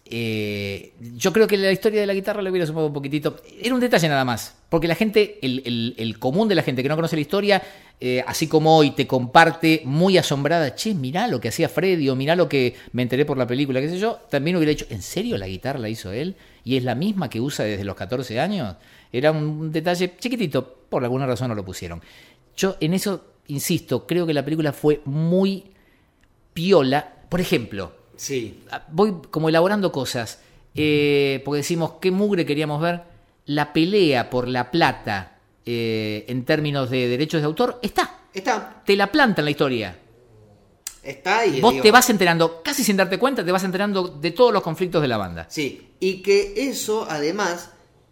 Speaker 2: eh, yo creo que la historia de la guitarra le hubiera sumado un poquitito. Era un detalle nada más. Porque la gente, el, el- el común de la gente que no conoce la historia, eh, así como hoy te comparte muy asombrada, che, mirá lo que hacía Freddy o mirá lo que me enteré por la película, qué sé yo, también hubiera dicho, ¿en serio la guitarra la hizo él? ¿Y es la misma que usa desde los 14 años? Era un, un detalle chiquitito, por alguna razón no lo pusieron. Yo en eso, insisto, creo que la película fue muy piola. Por ejemplo,
Speaker 3: Sí.
Speaker 2: ah, voy como elaborando cosas, eh, porque decimos qué mugre queríamos ver, la pelea por la plata eh, en términos de derechos de autor está,
Speaker 3: Está.
Speaker 2: te la planta en la historia.
Speaker 3: Está y.
Speaker 2: Vos
Speaker 3: digo,
Speaker 2: te vas enterando, casi sin darte cuenta, te vas enterando de todos los conflictos de la banda.
Speaker 3: Sí. Y que eso, además,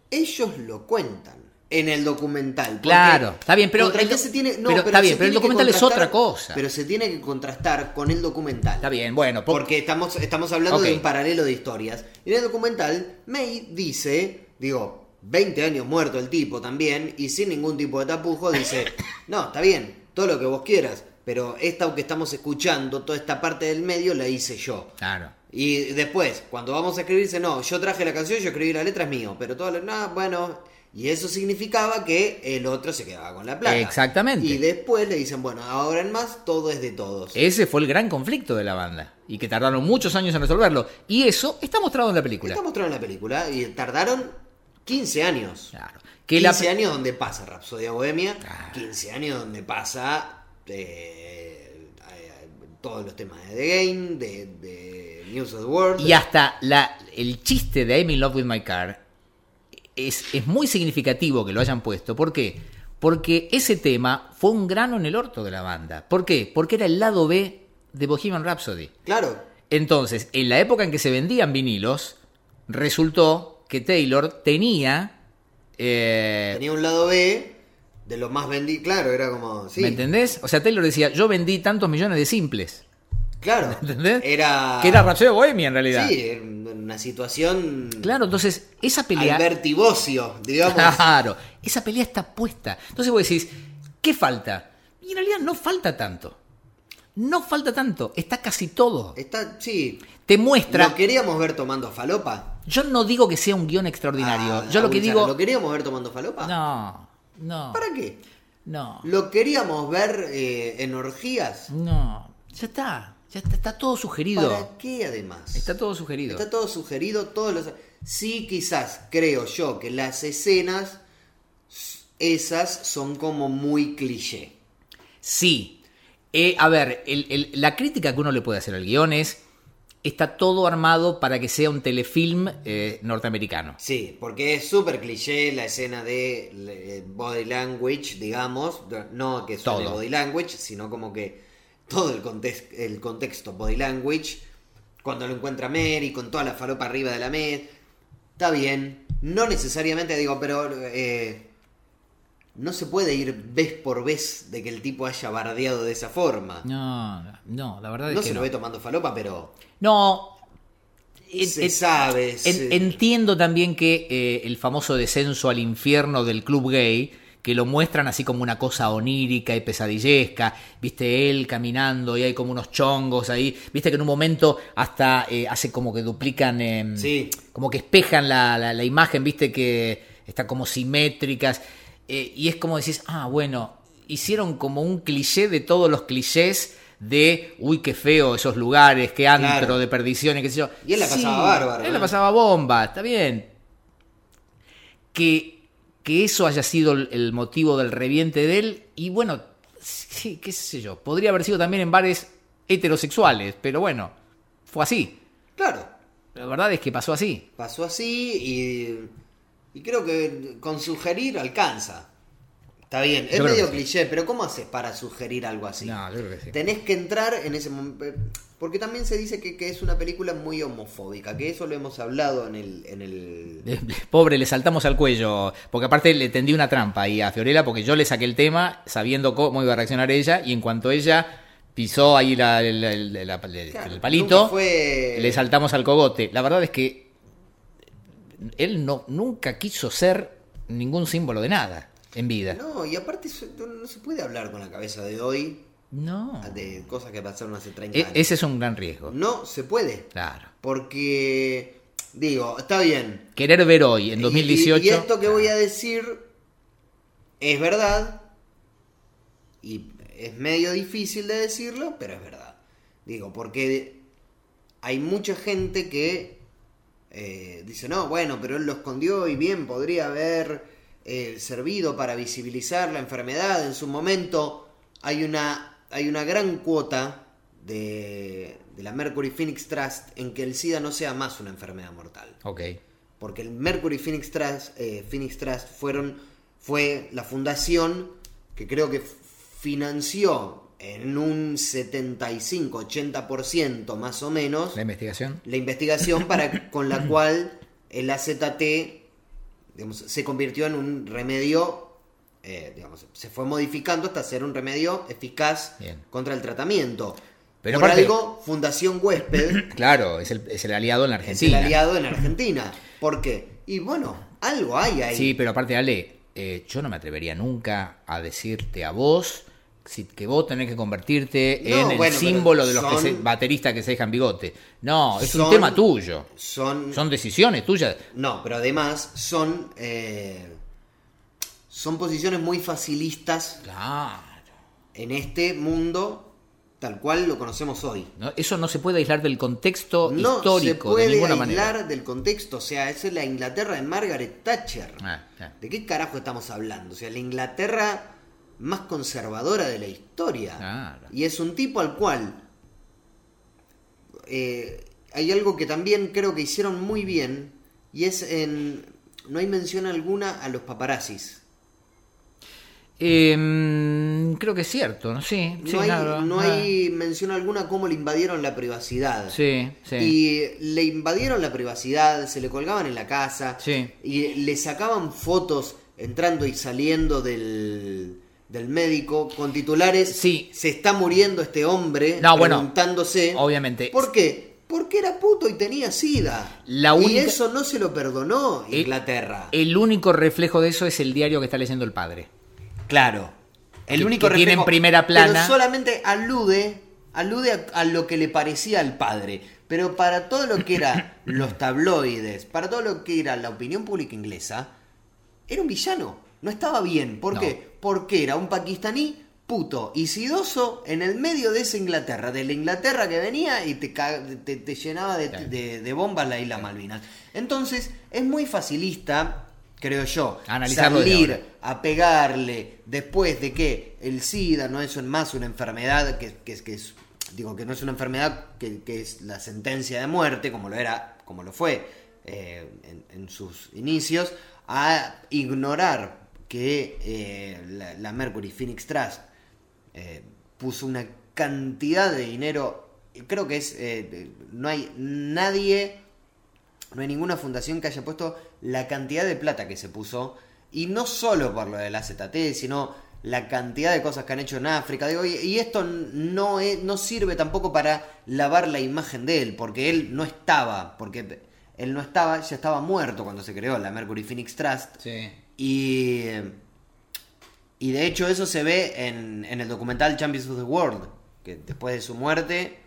Speaker 3: ellos lo cuentan. en el documental. porque
Speaker 2: Claro, está bien, pero
Speaker 3: contrastar
Speaker 2: el doc-
Speaker 3: se tiene- no,
Speaker 2: pero está
Speaker 3: se
Speaker 2: bien, pero el
Speaker 3: tiene que
Speaker 2: documental es
Speaker 3: contrastar-
Speaker 2: otra cosa.
Speaker 3: Pero se tiene que contrastar con el documental.
Speaker 2: Está bien, bueno, po-
Speaker 3: Porque estamos, estamos hablando
Speaker 2: Ok.
Speaker 3: de un paralelo de historias. En el documental, May dice, digo, 20 años muerto el tipo también, y sin ningún tipo de tapujo, dice, no, está bien, todo lo que vos quieras, pero esta que estamos escuchando, toda esta parte del medio, la hice yo.
Speaker 2: claro.
Speaker 3: Y después, cuando vamos a escribirse, no, yo traje la canción, yo escribí la letra, es mío, pero todo lo, no, bueno... Y eso significaba que el otro se quedaba con la plata.
Speaker 2: Exactamente.
Speaker 3: Y después le dicen, bueno, ahora en más, todo es de todos.
Speaker 2: Ese fue el gran conflicto de la banda y que tardaron muchos años en resolverlo. Y eso está mostrado en la película.
Speaker 3: Está mostrado en la película y tardaron 15 años.
Speaker 2: Claro. Que
Speaker 3: 15
Speaker 2: la-
Speaker 3: años donde pasa Rapsodia Bohemia,
Speaker 2: Claro.
Speaker 3: 15 años donde pasa eh, eh, todos los temas de The Game, de, de News of the World.
Speaker 2: Y hasta la, el chiste de I'm in love with my car es, es muy significativo que lo hayan puesto. ¿Por qué? Porque ese tema fue un grano en el orto de la banda. ¿Por qué? Porque era el lado B de Bohemian Rhapsody.
Speaker 3: Claro,
Speaker 2: Entonces, en la época en que se vendían vinilos, resultó que Taylor tenía... eh,
Speaker 3: tenía un lado B de los más vendidos. Claro, era como. Sí,
Speaker 2: ¿Me entendés? O sea, Taylor decía, yo vendí tantos millones de simples.
Speaker 3: claro.
Speaker 2: ¿Entendés?
Speaker 3: Era.
Speaker 2: Que era Rhapsody Bohemia en realidad.
Speaker 3: Ah. Sí, era una situación.
Speaker 2: Claro, entonces, esa pelea...
Speaker 3: Alberti Bossio, digamos.
Speaker 2: Claro, esa pelea está puesta. Entonces vos decís, ¿qué falta? Y en realidad no falta tanto. No falta tanto, está casi todo.
Speaker 3: Está, sí.
Speaker 2: Te muestra.
Speaker 3: ¿Lo queríamos ver tomando falopa?
Speaker 2: Yo no digo que sea un guión extraordinario.
Speaker 3: Ah,
Speaker 2: Yo lo que
Speaker 3: Abulsara,
Speaker 2: digo.
Speaker 3: ¿Lo queríamos ver tomando falopa?
Speaker 2: No, no,
Speaker 3: ¿Para qué?
Speaker 2: no,
Speaker 3: ¿Lo queríamos ver eh, en orgías?
Speaker 2: no. Ya está, ya está, está todo sugerido.
Speaker 3: ¿Para qué además?
Speaker 2: Está todo sugerido.
Speaker 3: Está todo sugerido, todos los... Sí, quizás, creo yo, que las escenas, esas son como muy cliché.
Speaker 2: Sí. Eh, a ver, el- el- la crítica que uno le puede hacer al guión es. Está todo armado para que sea un telefilm eh, norteamericano.
Speaker 3: Sí, porque es súper cliché la escena de eh, body language, digamos. No que suene
Speaker 2: Todo.
Speaker 3: body language, sino como que todo el, context- el contexto body language. Cuando lo encuentra Mary, con toda la falopa arriba de la mesa. Está bien. No necesariamente, digo, pero... eh, no se puede ir vez por vez de que el tipo haya bardeado de esa forma. No,
Speaker 2: No, no, la verdad es que
Speaker 3: se
Speaker 2: no.
Speaker 3: lo ve tomando falopa, pero...
Speaker 2: No. En-
Speaker 3: se
Speaker 2: en-
Speaker 3: sabe.
Speaker 2: en-
Speaker 3: se-
Speaker 2: Entiendo también que eh, el famoso descenso al infierno del club gay, que lo muestran así como una cosa onírica y pesadillesca, viste él caminando y hay como unos chongos ahí, viste que en un momento hasta eh, hace como que duplican, em,
Speaker 3: Sí.
Speaker 2: como que espejan la, la- la imagen, viste que está como simétricas, eh, y es como decís, ah, bueno, hicieron como un cliché de todos los clichés de, uy, qué feo esos lugares, qué antro
Speaker 3: Claro.
Speaker 2: de perdición y qué sé yo.
Speaker 3: Y él la pasaba bárbaro,
Speaker 2: Él
Speaker 3: ¿no?
Speaker 2: la pasaba bomba, está bien. Que, que eso haya sido el, el motivo del reviente de él, y bueno, sí, qué sé yo, podría haber sido también en bares heterosexuales, pero bueno, fue así.
Speaker 3: Claro.
Speaker 2: La verdad es que pasó así.
Speaker 3: pasó así y, y creo que con sugerir alcanza. Está bien, es
Speaker 2: Yo creo
Speaker 3: medio
Speaker 2: que sí.
Speaker 3: cliché, pero ¿cómo haces para sugerir algo así?
Speaker 2: yo creo que sí.
Speaker 3: Tenés que entrar en ese momento. Porque también se dice que, que es una película muy homofóbica, que eso lo hemos hablado en el. En
Speaker 2: este,
Speaker 3: el...
Speaker 2: Pobre, le saltamos al cuello, porque aparte le tendí una trampa ahí a Fiorella, porque yo le saqué el tema sabiendo cómo iba a reaccionar ella, y en cuanto ella pisó ahí la- la- la- la-
Speaker 3: Claro,
Speaker 2: el palito,
Speaker 3: nunca fue-
Speaker 2: le saltamos al cogote. La verdad es que él no, nunca quiso ser ningún símbolo de nada en vida.
Speaker 3: No, y aparte eso- no, no se puede hablar con la cabeza de hoy
Speaker 2: No.
Speaker 3: de cosas que pasaron hace 30
Speaker 2: E-
Speaker 3: años.
Speaker 2: ese es un gran riesgo.
Speaker 3: No se puede.
Speaker 2: Claro.
Speaker 3: Porque, digo, está bien,
Speaker 2: Querer ver hoy, en
Speaker 3: Y-
Speaker 2: 2018.
Speaker 3: Y, esto que voy a decir es verdad. Y es medio difícil de decirlo, pero es verdad. Digo, porque hay mucha gente que eh, dice, no, bueno, pero él lo escondió y bien podría haber eh, servido para visibilizar la enfermedad en su momento. Hay una, hay una gran cuota de, de la Mercury Phoenix Trust en que el SIDA no sea más una enfermedad mortal
Speaker 2: Ok.
Speaker 3: porque el Mercury Phoenix Trust, eh, Phoenix Trust fueron, fue la fundación que creo que financió en un 75-80% más o menos
Speaker 2: La investigación.
Speaker 3: la investigación para, con la cual el AZT digamos, se convirtió en un remedio, eh, digamos, se fue modificando hasta ser un remedio eficaz
Speaker 1: Bien.
Speaker 3: contra el tratamiento.
Speaker 1: Pero
Speaker 3: Por
Speaker 1: aparte-
Speaker 3: algo, Fundación Huésped
Speaker 1: Claro, es el, es el aliado en la
Speaker 3: es
Speaker 1: Argentina.
Speaker 3: el aliado en Argentina. ¿Por qué? Y bueno, algo hay ahí.
Speaker 1: Sí, pero aparte, Ale, eh, yo no me atrevería nunca a decirte a vos si- que vos tenés que convertirte
Speaker 3: No,
Speaker 1: en el
Speaker 3: bueno, pero
Speaker 1: símbolo de los que
Speaker 3: son-
Speaker 1: se- bateristas que se dejan bigote. No, es un
Speaker 3: Son-
Speaker 1: tema tuyo.
Speaker 3: Son,
Speaker 1: Son decisiones tuyas.
Speaker 3: No, pero además son. eh, son posiciones muy facilistas
Speaker 1: Claro.
Speaker 3: en este mundo tal cual lo conocemos hoy.
Speaker 1: No, Eso no se puede aislar del contexto
Speaker 3: No se
Speaker 1: histórico
Speaker 3: puede
Speaker 1: de ninguna
Speaker 3: aislar
Speaker 1: manera.
Speaker 3: del contexto. O sea, esa es la Inglaterra de Margaret Thatcher.
Speaker 1: Ah, ah.
Speaker 3: ¿De qué carajo estamos hablando? O sea, la Inglaterra más conservadora de la historia.
Speaker 1: Claro.
Speaker 3: Y es un tipo al cual eh, hay algo que también creo que hicieron muy bien y es en... No hay mención alguna a los paparazzis.
Speaker 1: Em,
Speaker 2: Eh, creo que es cierto, ¿no? Sí,
Speaker 3: No,
Speaker 2: sí,
Speaker 3: hay,
Speaker 2: claro,
Speaker 3: no
Speaker 2: ah,
Speaker 3: hay mención alguna a cómo le invadieron la privacidad.
Speaker 2: Sí, sí.
Speaker 3: Y le invadieron la privacidad, se le colgaban en la casa
Speaker 2: Sí.
Speaker 3: y le sacaban fotos entrando y saliendo del, del médico con titulares.
Speaker 2: Sí.
Speaker 3: Se está muriendo este hombre
Speaker 2: No, bueno,
Speaker 3: preguntándose.
Speaker 2: obviamente.
Speaker 3: ¿Por qué? Porque era puto y tenía sida.
Speaker 2: La
Speaker 3: Y
Speaker 2: única-
Speaker 3: eso no se lo perdonó
Speaker 2: Eh,
Speaker 3: Inglaterra.
Speaker 2: El único reflejo de eso es el diario que está leyendo el padre.
Speaker 3: claro. El
Speaker 2: que-
Speaker 3: único
Speaker 2: que tiene en
Speaker 3: reflejo-
Speaker 2: primera plana-
Speaker 3: Pero solamente alude, alude a, a lo que le parecía al padre. Pero para todo lo que era los tabloides, para todo lo que era la opinión pública inglesa, era un villano. No estaba bien. ¿Por
Speaker 1: No.
Speaker 3: qué? Porque era un pakistaní puto y sidoso en el medio de esa Inglaterra, de la Inglaterra que venía y te, ca- te- te llenaba de, de- de bombas la isla Malvinas. Entonces, es muy facilista, creo yo,
Speaker 1: Analizarlo desde
Speaker 3: salir
Speaker 1: ahora.
Speaker 3: a pegarle después de que el SIDA no es más una enfermedad que, que- que es, digo que no es una enfermedad que, que es la sentencia de muerte como lo era como lo fue eh, en, en sus inicios a ignorar que eh, la, la Mercury Phoenix Trust eh, puso una cantidad de dinero creo que es eh, no hay nadie no hay ninguna fundación que haya puesto la cantidad de plata que se puso. Y no solo por lo del AZT, sino la cantidad de cosas que han hecho en África. Digo, y, y esto no, es- no sirve tampoco para lavar la imagen de él, porque él no estaba, porque él no estaba, ya estaba muerto cuando se creó la Mercury Phoenix Trust.
Speaker 1: Sí.
Speaker 3: Y, y de hecho eso se ve en, en el documental Champions of the World, que después de su muerte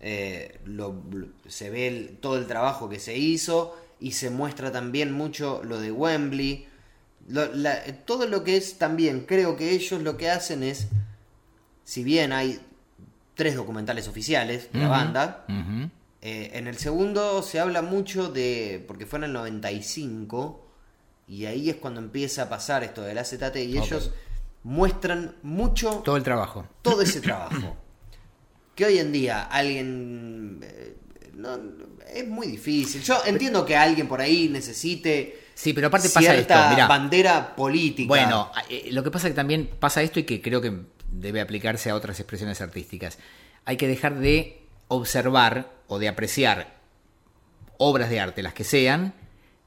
Speaker 3: eh, lo- lo- se ve el- todo el trabajo que se hizo y se muestra también mucho lo de Wembley. Lo- la- todo lo que es también, creo que ellos lo que hacen es, si bien hay tres documentales oficiales de la banda,
Speaker 1: Ujú.
Speaker 3: eh, en el segundo se habla mucho de. porque fue en el 95. Y ahí es cuando empieza a pasar esto del AZT. Y
Speaker 1: Ok.
Speaker 3: ellos muestran mucho
Speaker 1: Todo el trabajo.
Speaker 3: todo ese trabajo. Que hoy en día alguien. eh, no, es muy difícil. Yo entiendo que alguien por ahí necesite.
Speaker 2: Sí, pero aparte pasa
Speaker 3: cierta
Speaker 2: esto, mirá.
Speaker 3: bandera política.
Speaker 2: Bueno, eh, lo que pasa es que también pasa esto y que creo que debe aplicarse a otras expresiones artísticas. Hay que dejar de observar o de apreciar obras de arte, las que sean,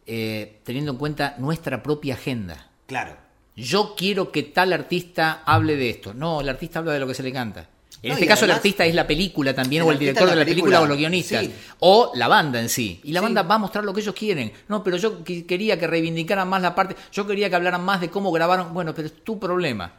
Speaker 2: eh, teniendo en cuenta nuestra propia agenda.
Speaker 3: Claro.
Speaker 2: Yo quiero que tal artista hable de esto. No, el artista habla de lo que se le canta. En
Speaker 3: No,
Speaker 2: este
Speaker 3: y
Speaker 2: caso el
Speaker 3: además-
Speaker 2: artista es la película también,
Speaker 3: El
Speaker 2: o el
Speaker 3: artista
Speaker 2: director
Speaker 3: es la
Speaker 2: de la película,
Speaker 3: película,
Speaker 2: o los guionistas,
Speaker 3: sí.
Speaker 2: o la banda en sí. Y la
Speaker 3: Sí.
Speaker 2: banda va a mostrar lo que ellos quieren. No, pero yo que- quería que reivindicaran más la parte, yo quería que hablaran más de cómo grabaron. Bueno, pero es tu problema.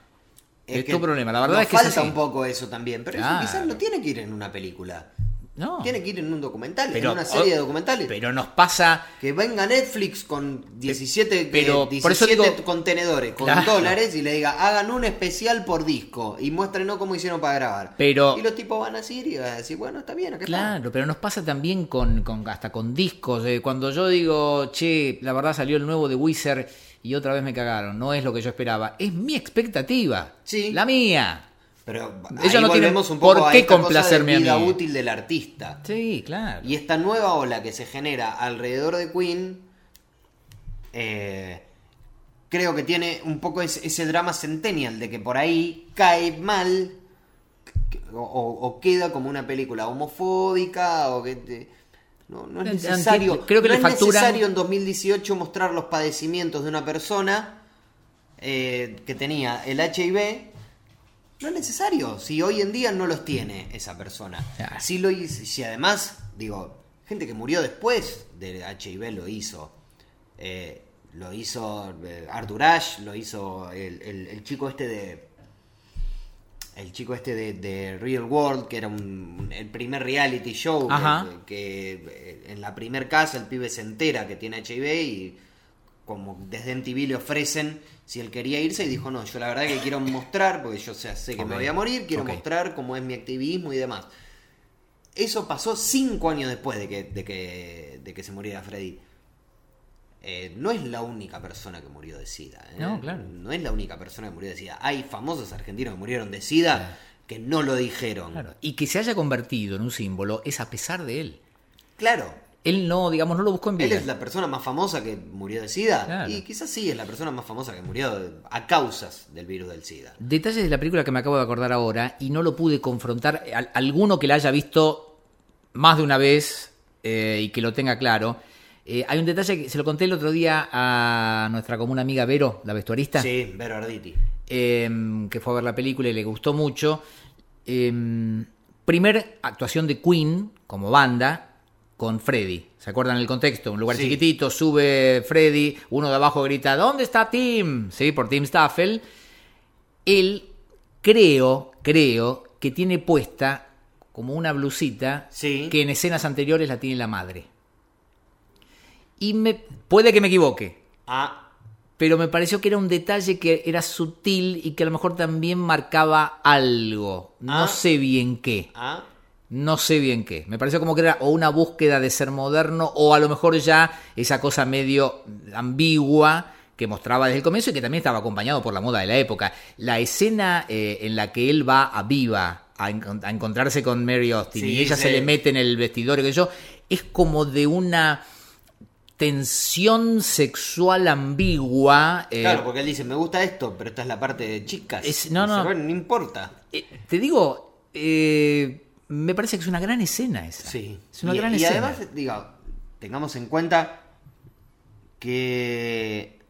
Speaker 2: Es, tu problema. La verdad
Speaker 3: nos
Speaker 2: es que es
Speaker 3: falta
Speaker 2: así.
Speaker 3: un poco eso también. Pero
Speaker 2: Claro.
Speaker 3: eso quizás no tiene que ir en una película.
Speaker 2: No.
Speaker 3: Tiene que ir en un documental,
Speaker 2: Pero-
Speaker 3: en una serie de
Speaker 2: o-
Speaker 3: documentales.
Speaker 2: Pero nos pasa
Speaker 3: Que venga Netflix con 17,
Speaker 2: Pero,
Speaker 3: eh,
Speaker 2: por eso
Speaker 3: 17
Speaker 2: digo-
Speaker 3: contenedores, con
Speaker 2: Claro.
Speaker 3: dólares, y le diga, hagan un especial por disco y muéstrenos cómo hicieron para grabar.
Speaker 2: Pero-
Speaker 3: Y los tipos van a decir y van a decir, bueno, está bien, acá está.
Speaker 2: Claro, pero nos pasa también con, con- hasta con discos. eh, cuando yo digo, che, la verdad salió el nuevo de Wizard y otra vez me cagaron, no es lo que yo esperaba. Es mi expectativa.
Speaker 3: Sí.
Speaker 2: La mía.
Speaker 3: Pero ahí
Speaker 2: Ellos no tienen
Speaker 3: volvemos un poco
Speaker 2: por
Speaker 3: a
Speaker 2: qué
Speaker 3: esta cosa de
Speaker 2: complacerme a
Speaker 3: vida
Speaker 2: mí.
Speaker 3: útil del artista.
Speaker 2: Sí, claro.
Speaker 3: Y esta nueva ola que se genera alrededor de Queen, eh, creo que tiene un poco es- ese, drama centennial de que por ahí cae mal c- o, o- o queda como una película homofóbica o que te- No, no es necesario,
Speaker 2: Creo que
Speaker 3: no
Speaker 2: le
Speaker 3: es
Speaker 2: facturan-
Speaker 3: necesario en 2018 mostrar los padecimientos de una persona eh, que tenía el HIV. No es necesario, si hoy en día no los tiene esa persona.
Speaker 2: Claro.
Speaker 3: Si, lo, hizo- si además, digo, gente que murió después del HIV lo hizo. Eh, lo hizo eh, Arthur Ashe, lo hizo el, el- el chico este de... El chico este de, de Real World, que era un- el primer reality show,
Speaker 2: Ajá.
Speaker 3: que- que eh, en la primer casa el pibe se entera que tiene HIV y como desde MTV le ofrecen si él quería irse y dijo, no, yo la verdad que quiero mostrar, porque yo sé, sé que me
Speaker 2: Ok.
Speaker 3: voy a morir, quiero
Speaker 2: Ok.
Speaker 3: mostrar cómo es mi activismo y demás. Eso pasó cinco años después de que, de que, de que se muriera Freddy. Eh, no es la única persona que murió de SIDA. ¿eh?
Speaker 2: No, claro.
Speaker 3: No es la única persona que murió de SIDA. Hay famosos argentinos que murieron de SIDA que no lo dijeron.
Speaker 2: Claro, Y que se haya convertido en un símbolo es a pesar de él.
Speaker 3: claro.
Speaker 2: Él no, digamos, no lo buscó en
Speaker 3: Él
Speaker 2: vida.
Speaker 3: es la persona más famosa que murió de SIDA.
Speaker 2: Claro.
Speaker 3: Y quizás sí es la persona más famosa que murió de- a causas del virus del SIDA.
Speaker 2: Detalles de la película que me acabo de acordar ahora y no lo pude confrontar. Al- alguno que la haya visto más de una vez eh, y que lo tenga claro. Eh, hay un detalle que se lo conté el otro día a nuestra común amiga Vero, la vestuarista.
Speaker 3: Sí, Vero Arditi.
Speaker 2: eh, que fue a ver la película y le gustó mucho. Eh, primer actuación de Queen como banda con Freddy. ¿Se acuerdan el contexto? Un lugar
Speaker 3: Sí.
Speaker 2: chiquitito, sube Freddy, uno de abajo grita, ¿dónde está Tim? Sí, por Tim Staffel. Él creo, creo que tiene puesta como una blusita
Speaker 3: Sí.
Speaker 2: que en escenas anteriores la tiene la madre. Y me puede que me equivoque,
Speaker 3: Ah,
Speaker 2: pero me pareció que era un detalle que era sutil y que a lo mejor también marcaba algo. No
Speaker 3: Ah.
Speaker 2: sé bien qué.
Speaker 3: ah.
Speaker 2: No sé bien qué. Me pareció como que era o una búsqueda de ser moderno o a lo mejor ya esa cosa medio ambigua que mostraba desde el comienzo y que también estaba acompañado por la moda de la época. La escena eh, en la que él va a Viva a, encon- a encontrarse con Mary Austin
Speaker 3: Sí,
Speaker 2: y ella se
Speaker 3: sí.
Speaker 2: le mete en el vestidor y qué sé yo, es como de una tensión sexual ambigua. eh,
Speaker 3: Claro, porque él dice, me gusta esto, pero esta es la parte de chicas.
Speaker 2: Es- no,
Speaker 3: Y dice,
Speaker 2: no.
Speaker 3: "Bueno, no importa.
Speaker 2: eh, te digo, eh, me parece que es una gran escena esa.
Speaker 3: Sí.
Speaker 2: Es una
Speaker 3: y,
Speaker 2: gran
Speaker 3: y
Speaker 2: escena.
Speaker 3: además, diga, tengamos en cuenta que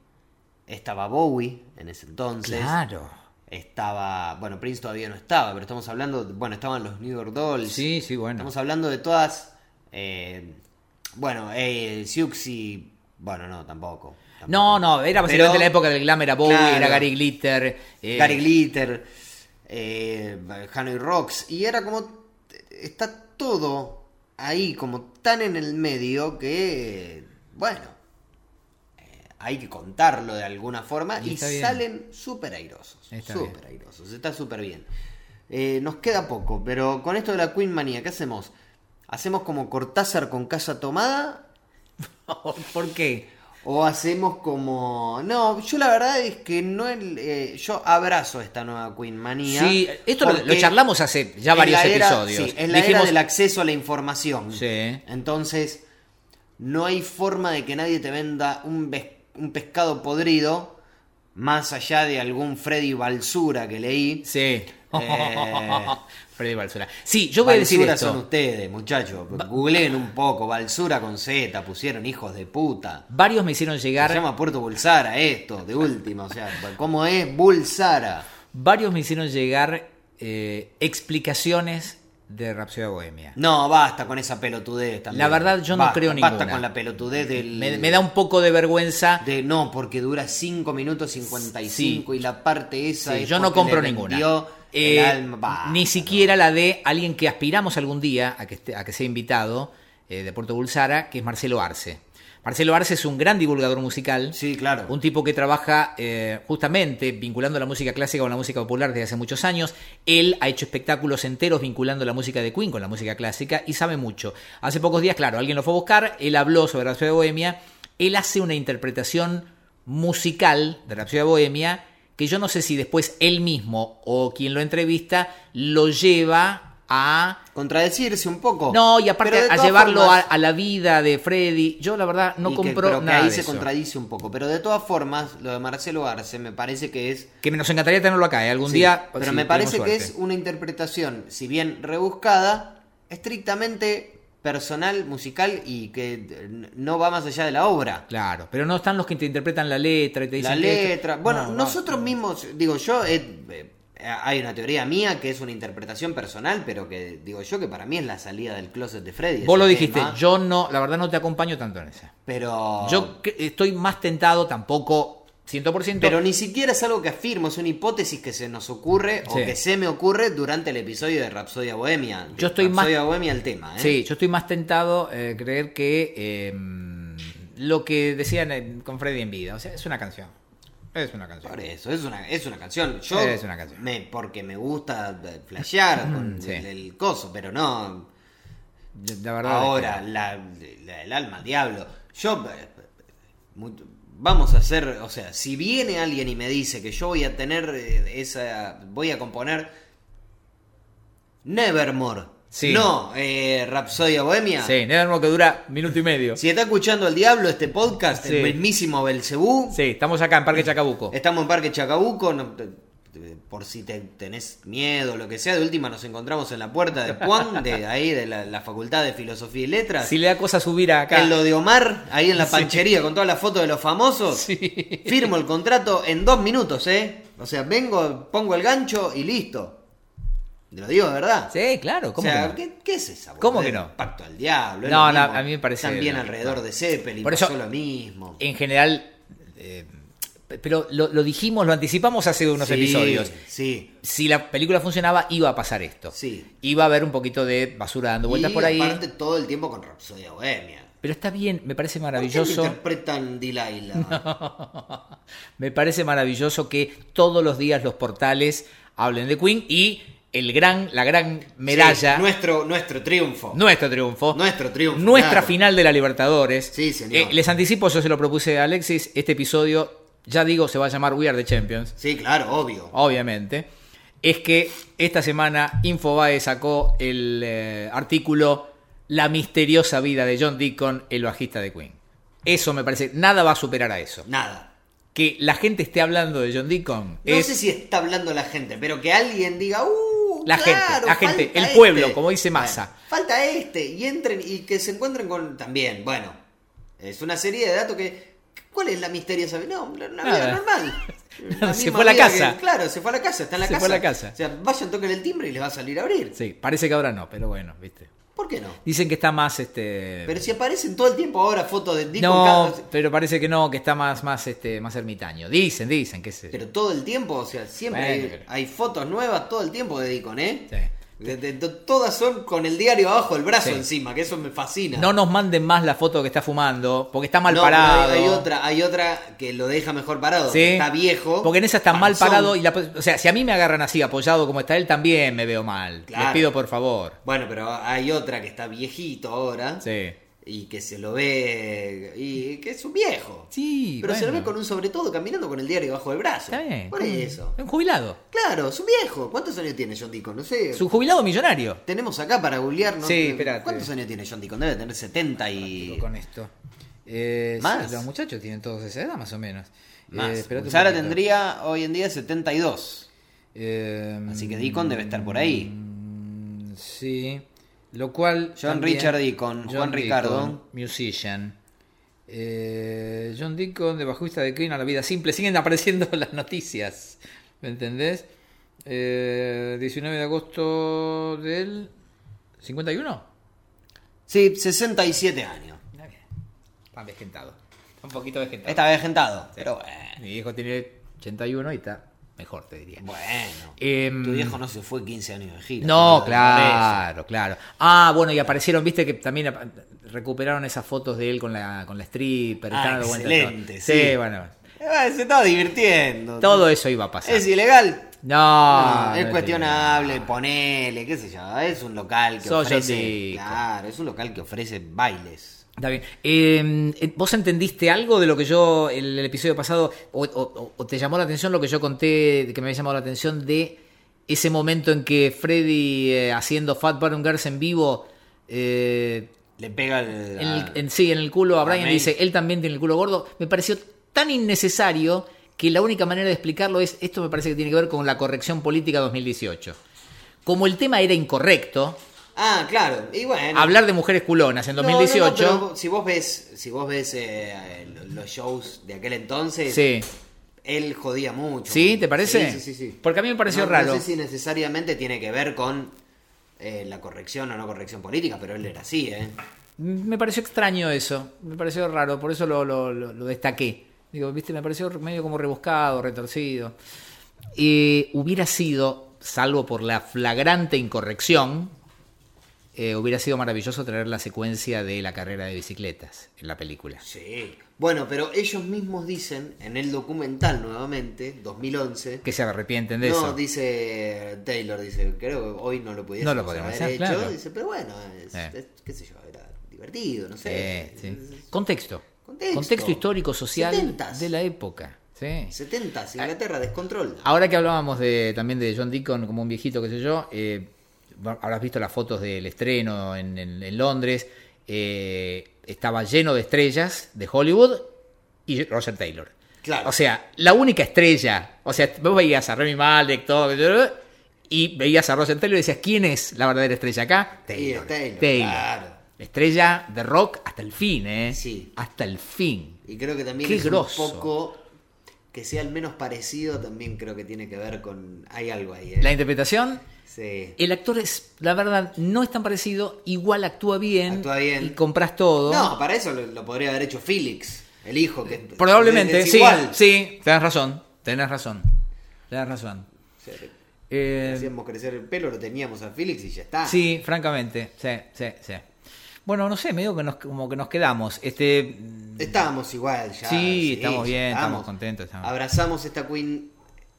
Speaker 3: estaba Bowie en ese entonces.
Speaker 2: claro.
Speaker 3: Estaba, bueno, Prince todavía no estaba, pero estamos hablando, de- bueno, estaban los New York Dolls.
Speaker 2: Sí, sí, bueno.
Speaker 3: Estamos hablando de todas. eh, bueno, eh, Siuxi. Bueno, no, tampoco. tampoco.
Speaker 2: No, no, era básicamente
Speaker 3: Pero
Speaker 2: la época del glam, era Bowie,
Speaker 3: Claro.
Speaker 2: era Gary Glitter. eh,
Speaker 3: Gary Glitter, eh, Hanoi Rocks. Y era como. Está todo ahí, como tan en el medio que. Bueno. eh, Hay que contarlo de alguna forma
Speaker 2: Y
Speaker 3: y,
Speaker 2: está bien.
Speaker 3: salen súper airosos.
Speaker 2: Está
Speaker 3: Súper airosos. Está súper bien. Eh, nos queda poco, pero con esto de la Queen Manía, ¿qué hacemos? ¿Hacemos como Cortázar con casa tomada
Speaker 2: Oh, ¿Por qué?
Speaker 3: O hacemos como. No, yo la verdad es que no. el- eh, yo abrazo esta nueva Queen Manía.
Speaker 2: Sí, esto lo- lo
Speaker 3: porque
Speaker 2: charlamos hace ya
Speaker 3: es
Speaker 2: varios
Speaker 3: la era-
Speaker 2: episodios.
Speaker 3: sí, es la era
Speaker 2: Dijimos-
Speaker 3: del acceso a la información.
Speaker 2: Sí.
Speaker 3: Entonces, no hay forma de que nadie te venda un, ves- un pescado podrido más allá de algún Freddy Balsura que leí.
Speaker 2: Sí. Oh,
Speaker 3: Eh,
Speaker 2: Freddy Balsura. Sí, yo voy a decir
Speaker 3: Balsura
Speaker 2: esto.
Speaker 3: son ustedes, muchachos. Googleen un poco. Balsura con Z, pusieron hijos de puta.
Speaker 2: Varios me hicieron llegar.
Speaker 3: Se llama Puerto Bulsara esto, de última. O sea, ¿cómo es Bulsara?
Speaker 2: Varios me hicieron llegar eh, explicaciones de Rapsodia Bohemia.
Speaker 3: No, basta con esa pelotudez también.
Speaker 2: La verdad, yo no
Speaker 3: Basta,
Speaker 2: creo
Speaker 3: Basta
Speaker 2: ninguna.
Speaker 3: con la pelotudez del...
Speaker 2: Me, me da un poco de vergüenza.
Speaker 3: De, no, porque dura 5 minutos 55 y la parte esa...
Speaker 2: Sí,
Speaker 3: es
Speaker 2: yo no
Speaker 3: porque
Speaker 2: compro
Speaker 3: le
Speaker 2: ninguna.
Speaker 3: vendió el
Speaker 2: Eh,
Speaker 3: alma. Basta,
Speaker 2: ni
Speaker 3: no.
Speaker 2: siquiera la de alguien que aspiramos algún día a que, esté- a que sea invitado eh, de Puerto Bulsara, que es Marcelo Arce. Marcelo Arce es un gran divulgador musical.
Speaker 3: Sí, claro.
Speaker 2: Un tipo que trabaja eh, justamente vinculando la música clásica con la música popular desde hace muchos años. Él ha hecho espectáculos enteros vinculando la música de Queen con la música clásica y sabe mucho. Hace pocos días, claro, alguien lo fue a buscar, él habló sobre Rhapsody de Bohemia, él hace una interpretación musical de Rhapsody de Bohemia que yo no sé si después él mismo o quien lo entrevista lo lleva a...
Speaker 3: Contradecirse un poco.
Speaker 2: No, y aparte
Speaker 3: Oh. Pero de
Speaker 2: a
Speaker 3: todas
Speaker 2: llevarlo
Speaker 3: formas-
Speaker 2: a, a la vida de Freddy. Yo la verdad no
Speaker 3: y que-
Speaker 2: compro
Speaker 3: pero que
Speaker 2: nada
Speaker 3: ahí
Speaker 2: de
Speaker 3: se
Speaker 2: eso.
Speaker 3: contradice un poco. Pero de todas formas, lo de Marcelo Arce me parece que es...
Speaker 2: Que nos encantaría tenerlo acá, ¿eh? algún
Speaker 3: Sí,
Speaker 2: día.
Speaker 3: Pero
Speaker 2: si
Speaker 3: me
Speaker 2: tenemos
Speaker 3: parece que
Speaker 2: suerte.
Speaker 3: es una interpretación, si bien rebuscada, estrictamente personal, musical y que eh, no va más allá de la obra.
Speaker 2: Claro, pero no están los que te interpretan la letra y te dicen
Speaker 3: La
Speaker 2: que esto-
Speaker 3: letra. Bueno,
Speaker 2: No, no,
Speaker 3: nosotros mismos, digo yo, eh, eh, hay una teoría mía que es una interpretación personal, pero que digo yo que para mí es la salida del closet de Freddy.
Speaker 2: Vos
Speaker 3: ese
Speaker 2: lo dijiste,
Speaker 3: tema, Oh.
Speaker 2: yo no, la verdad no te acompaño tanto en esa.
Speaker 3: Pero.
Speaker 2: Yo cre- estoy más tentado, tampoco 100%.
Speaker 3: Pero ni siquiera es algo que afirmo, es una hipótesis que se nos ocurre o
Speaker 2: Sí.
Speaker 3: que se me ocurre durante el episodio de Rapsodia Bohemia.
Speaker 2: Yo estoy más-
Speaker 3: Rapsodia Bohemia el tema, ¿eh?
Speaker 2: Sí, yo estoy más tentado eh, creer que eh, lo que decían en- con Freddy en vida. O sea, es una canción. Es una canción.
Speaker 3: Por eso, es una, es una canción. Yo
Speaker 2: Es una canción.
Speaker 3: Me, porque me gusta eh, flashear con
Speaker 2: Sí.
Speaker 3: el, el coso, pero no.
Speaker 2: La verdad. es que-
Speaker 3: Ahora, la, la- el alma al diablo. Yo. eh, mu- Vamos a hacer, o sea, si viene alguien y me dice que yo voy a tener eh, esa, voy a componer Nevermore,
Speaker 2: Sí.
Speaker 3: no eh, Rapsodia Bohemia,
Speaker 2: Sí, Nevermore que dura minuto y medio. Sí,
Speaker 3: Si está escuchando el diablo este podcast,
Speaker 2: Sí.
Speaker 3: el mismísimo Belcebú,
Speaker 2: estamos acá en Parque Chacabuco.
Speaker 3: estamos en Parque Chacabuco, no- te- te- por si te, tenés miedo o lo que sea, de última nos encontramos en la puerta de Juan, de ahí de la, la Facultad de Filosofía y Letras.
Speaker 2: Si le da cosa subir acá.
Speaker 3: En lo de Omar, ahí en la panchería, con todas las fotos de los famosos.
Speaker 2: Sí.
Speaker 3: Firmo el contrato en dos minutos, ¿eh? O sea, vengo, pongo el gancho y listo. Te lo digo de verdad.
Speaker 2: Sí, claro,
Speaker 3: O
Speaker 2: ¿cómo
Speaker 3: sea,
Speaker 2: que no?
Speaker 3: ¿qué, qué es esa? boludez?
Speaker 2: ¿Cómo que no?
Speaker 3: Pacto al diablo. es
Speaker 2: No,
Speaker 3: lo
Speaker 2: no,
Speaker 3: mismo.
Speaker 2: a mí me parece-
Speaker 3: Están bien
Speaker 2: no,
Speaker 3: alrededor
Speaker 2: no.
Speaker 3: de Zeppelin,
Speaker 2: Por
Speaker 3: por
Speaker 2: eso-
Speaker 3: eso lo mismo.
Speaker 2: En general. eh, pero lo, lo dijimos, lo anticipamos hace unos
Speaker 3: Sí,
Speaker 2: episodios.
Speaker 3: Sí.
Speaker 2: Si la película funcionaba, iba a pasar esto.
Speaker 3: Sí.
Speaker 2: Iba a haber un poquito de basura dando vueltas
Speaker 3: y
Speaker 2: por ahí.
Speaker 3: aparte todo el tiempo con Rapsodia Bohemia.
Speaker 2: Pero está bien, me parece
Speaker 3: ¿Por qué
Speaker 2: maravilloso.
Speaker 3: lo interpretan Delilah?
Speaker 2: Me parece maravilloso que todos los días los portales hablen de Queen y el gran, la gran medalla,
Speaker 3: Sí, nuestro, nuestro triunfo.
Speaker 2: nuestro triunfo,
Speaker 3: Nuestro triunfo,
Speaker 2: nuestra
Speaker 3: claro.
Speaker 2: final de la Libertadores. Eh,
Speaker 3: Sí, señor.
Speaker 2: les anticipo, yo se lo propuse a Alexis, este episodio, ya digo, se va a llamar We Are the Champions,
Speaker 3: Sí, claro, obvio.
Speaker 2: obviamente. Es que esta semana Infobae sacó el eh, artículo La misteriosa vida de John Deacon, el bajista de Queen. Eso me parece, nada va a superar a eso
Speaker 3: Nada.
Speaker 2: que la gente esté hablando de John Deacon.
Speaker 3: No
Speaker 2: es
Speaker 3: sé si está hablando la gente, pero que alguien diga, ¡uh!
Speaker 2: La
Speaker 3: claro,
Speaker 2: gente, la gente,
Speaker 3: falta
Speaker 2: el
Speaker 3: este".
Speaker 2: pueblo, como dice Massa.
Speaker 3: Bueno, falta este, y entren y que se encuentren con. También, bueno. Es una serie de datos que. ¿Cuál es la misteriosa? vida? No, una vida
Speaker 2: Nada.
Speaker 3: normal.
Speaker 2: Se
Speaker 3: misma
Speaker 2: fue a la
Speaker 3: vida
Speaker 2: casa.
Speaker 3: claro, se fue a la casa, está en la
Speaker 2: Se
Speaker 3: casa.
Speaker 2: fue a la casa.
Speaker 3: O sea, vayan, toquen el timbre y les va a salir a abrir.
Speaker 2: Sí, parece que ahora no, pero bueno, viste.
Speaker 3: ¿Por qué no?
Speaker 2: Dicen que está más este.
Speaker 3: Pero si aparecen todo el tiempo ahora fotos de Deacon
Speaker 2: no,
Speaker 3: Carlos-
Speaker 2: pero parece que no, que está más, más, este, más ermitaño. Dicen, dicen, qué sé yo.
Speaker 3: Pero todo el tiempo, o sea, siempre
Speaker 2: Bueno,
Speaker 3: hay,
Speaker 2: pero-
Speaker 3: hay fotos nuevas todo el tiempo de Deacon, ¿eh?
Speaker 2: Sí.
Speaker 3: De- de- de- todas son con el diario abajo del brazo
Speaker 2: Sí.
Speaker 3: encima, que eso me fascina.
Speaker 2: No nos manden más la foto que está fumando, porque está mal
Speaker 3: No,
Speaker 2: parado.
Speaker 3: pero Hay, hay otra, hay otra que lo deja mejor parado.
Speaker 2: Sí.
Speaker 3: que Está viejo.
Speaker 2: Porque en esa está mal
Speaker 3: panzón.
Speaker 2: parado y la, o sea, si a mí me agarran así apoyado como está él también me veo mal. Les
Speaker 3: Claro.
Speaker 2: pido por favor.
Speaker 3: Bueno, pero hay otra que está viejito ahora.
Speaker 2: Sí.
Speaker 3: Y que se lo ve. Y que es un viejo.
Speaker 2: Sí,
Speaker 3: Pero se lo ve
Speaker 2: bueno.
Speaker 3: con un sobre todo caminando con el diario abajo del brazo.
Speaker 2: Está bien.
Speaker 3: Por eso.
Speaker 2: Un jubilado.
Speaker 3: Claro, es un viejo. ¿Cuántos años tiene John Deacon? No sé.
Speaker 2: Su jubilado millonario.
Speaker 3: Tenemos acá para googlear, ¿no?
Speaker 2: Sí, espérate.
Speaker 3: ¿Cuántos años tiene John Deacon? Debe tener 70 y.
Speaker 2: con esto. Eh,
Speaker 3: Más.
Speaker 2: sí, Los muchachos tienen todos esa edad, más o menos. Eh,
Speaker 3: Más.
Speaker 2: espérate un
Speaker 3: Sara
Speaker 2: poquito.
Speaker 3: tendría hoy en día 72.
Speaker 2: Eh,
Speaker 3: Así que Deacon debe estar por ahí.
Speaker 2: mm, Sí. Lo cual.
Speaker 3: John Richard Deacon, Juan Ricardo.
Speaker 2: Musician. Eh, John Deacon, de bajista de Queen a la vida simple. Siguen apareciendo las noticias. ¿Me entendés? Eh, 19 de agosto del 51.
Speaker 3: Sí, 67 años.
Speaker 2: Mirá bien. Está desgentado. Está un poquito desgentado.
Speaker 3: Está avejentado, pero bueno.
Speaker 2: Mi hijo tiene 81 y está mejor, te diría.
Speaker 3: Bueno.
Speaker 2: Em,
Speaker 3: tu viejo no se fue 15 años de gira.
Speaker 2: No,
Speaker 3: boludo,
Speaker 2: claro, claro. Ah, bueno, y aparecieron, viste que también ap- recuperaron esas fotos de él con la, con la stripper.
Speaker 3: Ah,
Speaker 2: estaban dando vueltas todo.
Speaker 3: excelente, sí.
Speaker 2: bueno.
Speaker 3: por eso. Eh, se estaba divirtiendo.
Speaker 2: Todo eso iba a pasar.
Speaker 3: Es ilegal.
Speaker 2: No,
Speaker 3: No, es
Speaker 2: Ah, no
Speaker 3: cuestionable, ponele, qué sé yo. Es un local que
Speaker 2: Soy
Speaker 3: ofrece.
Speaker 2: Yotico.
Speaker 3: Claro, es un local que ofrece bailes.
Speaker 2: Está bien. Eh, eh, ¿Vos entendiste algo de lo que yo el, el episodio pasado, o, o- o te llamó la atención lo que yo conté, que me había llamado la atención de ese momento en que Freddy eh, haciendo Fat Bottom Girls en vivo, eh,
Speaker 3: Le pega el.
Speaker 2: en, el- en- sí, en el culo a
Speaker 3: a
Speaker 2: Brian
Speaker 3: May.
Speaker 2: dice, él también tiene el culo gordo, me pareció tan innecesario que la única manera de explicarlo es, esto me parece que tiene que ver con la corrección política 2018. Como el tema era incorrecto,
Speaker 3: Ah, claro. Y bueno.
Speaker 2: Hablar de mujeres culonas en
Speaker 3: No, no, no,
Speaker 2: 2018.
Speaker 3: pero si vos ves, si vos ves eh, los shows de aquel entonces,
Speaker 2: Sí.
Speaker 3: él jodía mucho.
Speaker 2: ¿Sí? ¿Te parece?
Speaker 3: Sí, sí, sí. sí.
Speaker 2: Porque a mí me pareció
Speaker 3: No-
Speaker 2: raro.
Speaker 3: No sé si necesariamente tiene que ver con eh, la corrección o no corrección política, pero él era así, ¿eh?
Speaker 2: Me pareció extraño eso, me pareció raro, por eso lo, lo- lo- lo destaqué. Digo, viste, me pareció medio como rebuscado, retorcido. Eh, hubiera sido, salvo por la flagrante incorrección, eh, hubiera sido maravilloso traer la secuencia de la carrera de bicicletas en la película.
Speaker 3: Sí. Bueno, pero ellos mismos dicen en el documental nuevamente, 2011.
Speaker 2: Que se arrepienten de
Speaker 3: no,
Speaker 2: eso.
Speaker 3: dice Taylor, dice, creo que hoy no lo podíamos
Speaker 2: No lo podemos hacer,
Speaker 3: hecho.
Speaker 2: claro.
Speaker 3: Dice, pero bueno, es-
Speaker 2: Eh.
Speaker 3: es- qué sé yo, era divertido, no
Speaker 2: Sí,
Speaker 3: sé.
Speaker 2: Eh, sí. Contexto.
Speaker 3: Contexto.
Speaker 2: histórico, social
Speaker 3: Setentas.
Speaker 2: de la época. Sí. Eh.
Speaker 3: 70, Inglaterra, descontrol.
Speaker 2: Ahora que hablábamos de, también de John Deacon como un viejito, qué sé yo, eh, habrás visto las fotos del estreno en, en- en Londres. eh, estaba lleno de estrellas de Hollywood y Roger Taylor.
Speaker 3: Claro.
Speaker 2: O sea, la única estrella. O sea, vos veías a Remy Malek, todo. Y veías a Roger Taylor y decías, ¿quién es la verdadera estrella acá?
Speaker 3: Y es Taylor, claro.
Speaker 2: Estrella de rock hasta el fin, ¿eh?
Speaker 3: Sí.
Speaker 2: Hasta el fin.
Speaker 3: Y creo que también
Speaker 2: Qué
Speaker 3: es
Speaker 2: grosso.
Speaker 3: un poco que sea el menos parecido también creo que tiene que ver con hay algo ahí. ¿eh?
Speaker 2: La interpretación
Speaker 3: Sí.
Speaker 2: El actor es, la verdad, no es tan parecido, igual actúa bien,
Speaker 3: Actúa bien.
Speaker 2: y compras todo.
Speaker 3: No, para eso lo, lo podría haber hecho Felix, el hijo que
Speaker 2: Probablemente,
Speaker 3: es
Speaker 2: sí,
Speaker 3: igual.
Speaker 2: sí, tenés razón, tenés razón, tenés razón.
Speaker 3: O sea, le
Speaker 2: Eh,
Speaker 3: hacíamos crecer el pelo, lo teníamos a Felix y ya está.
Speaker 2: sí, francamente, sí, sí, sí. Bueno, no sé, medio que nos, como que nos quedamos. Este,
Speaker 3: Estábamos igual ya.
Speaker 2: Sí, estamos bien, estamos contentos, estamos-
Speaker 3: Abrazamos esta Queen,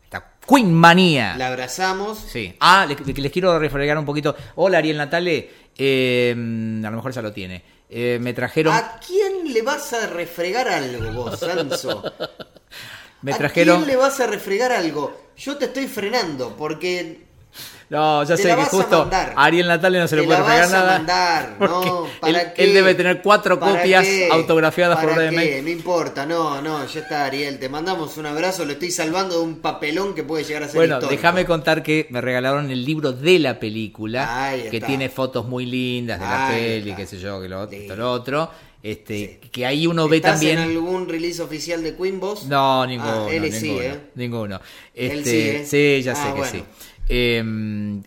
Speaker 2: esta Queen Manía.
Speaker 3: la abrazamos.
Speaker 2: Ah. Sí. Ah, les, les quiero refregar un poquito. Hola, Ariel Natale. eh, a lo mejor ya lo tiene. Eh, me trajeron,
Speaker 3: ¿A quién le vas a refregar algo vos, Sanso?
Speaker 2: me
Speaker 3: ¿A
Speaker 2: trajeron.
Speaker 3: quién le vas a refregar algo? Yo te estoy frenando porque
Speaker 2: No, ya
Speaker 3: Te
Speaker 2: sé
Speaker 3: la
Speaker 2: que
Speaker 3: vas a
Speaker 2: justo
Speaker 3: mandar.
Speaker 2: a Ariel Natale no se le
Speaker 3: Te
Speaker 2: puede
Speaker 3: la
Speaker 2: regalar
Speaker 3: vas a
Speaker 2: nada.
Speaker 3: mandar,
Speaker 2: porque
Speaker 3: no, ¿para
Speaker 2: él,
Speaker 3: qué?
Speaker 2: él debe tener cuatro
Speaker 3: ¿Para
Speaker 2: copias
Speaker 3: qué?
Speaker 2: autografiadas por
Speaker 3: ¿Para
Speaker 2: Brian
Speaker 3: qué?
Speaker 2: May.
Speaker 3: No importa, no, no, ya está Ariel, te mandamos un abrazo, lo estoy salvando de un papelón que puede llegar a ser
Speaker 2: Bueno,
Speaker 3: histórico.
Speaker 2: déjame contar que me regalaron el libro de la película,
Speaker 3: Ahí
Speaker 2: que
Speaker 3: está.
Speaker 2: tiene fotos muy lindas de la
Speaker 3: Ahí
Speaker 2: peli,
Speaker 3: está.
Speaker 2: qué sé yo, que lo otro,
Speaker 3: Lindo.
Speaker 2: esto, lo otro. Este, que ahí uno ve
Speaker 3: ¿Estás
Speaker 2: también.
Speaker 3: en algún release oficial de Queen vos?
Speaker 2: No, ninguno.
Speaker 3: Ah, él
Speaker 2: ninguno,
Speaker 3: sí, ¿eh?
Speaker 2: ninguno.
Speaker 3: Él
Speaker 2: Este,
Speaker 3: sí, ¿eh?
Speaker 2: sí, ya sé
Speaker 3: Ah,
Speaker 2: que
Speaker 3: bueno.
Speaker 2: sí. Eh,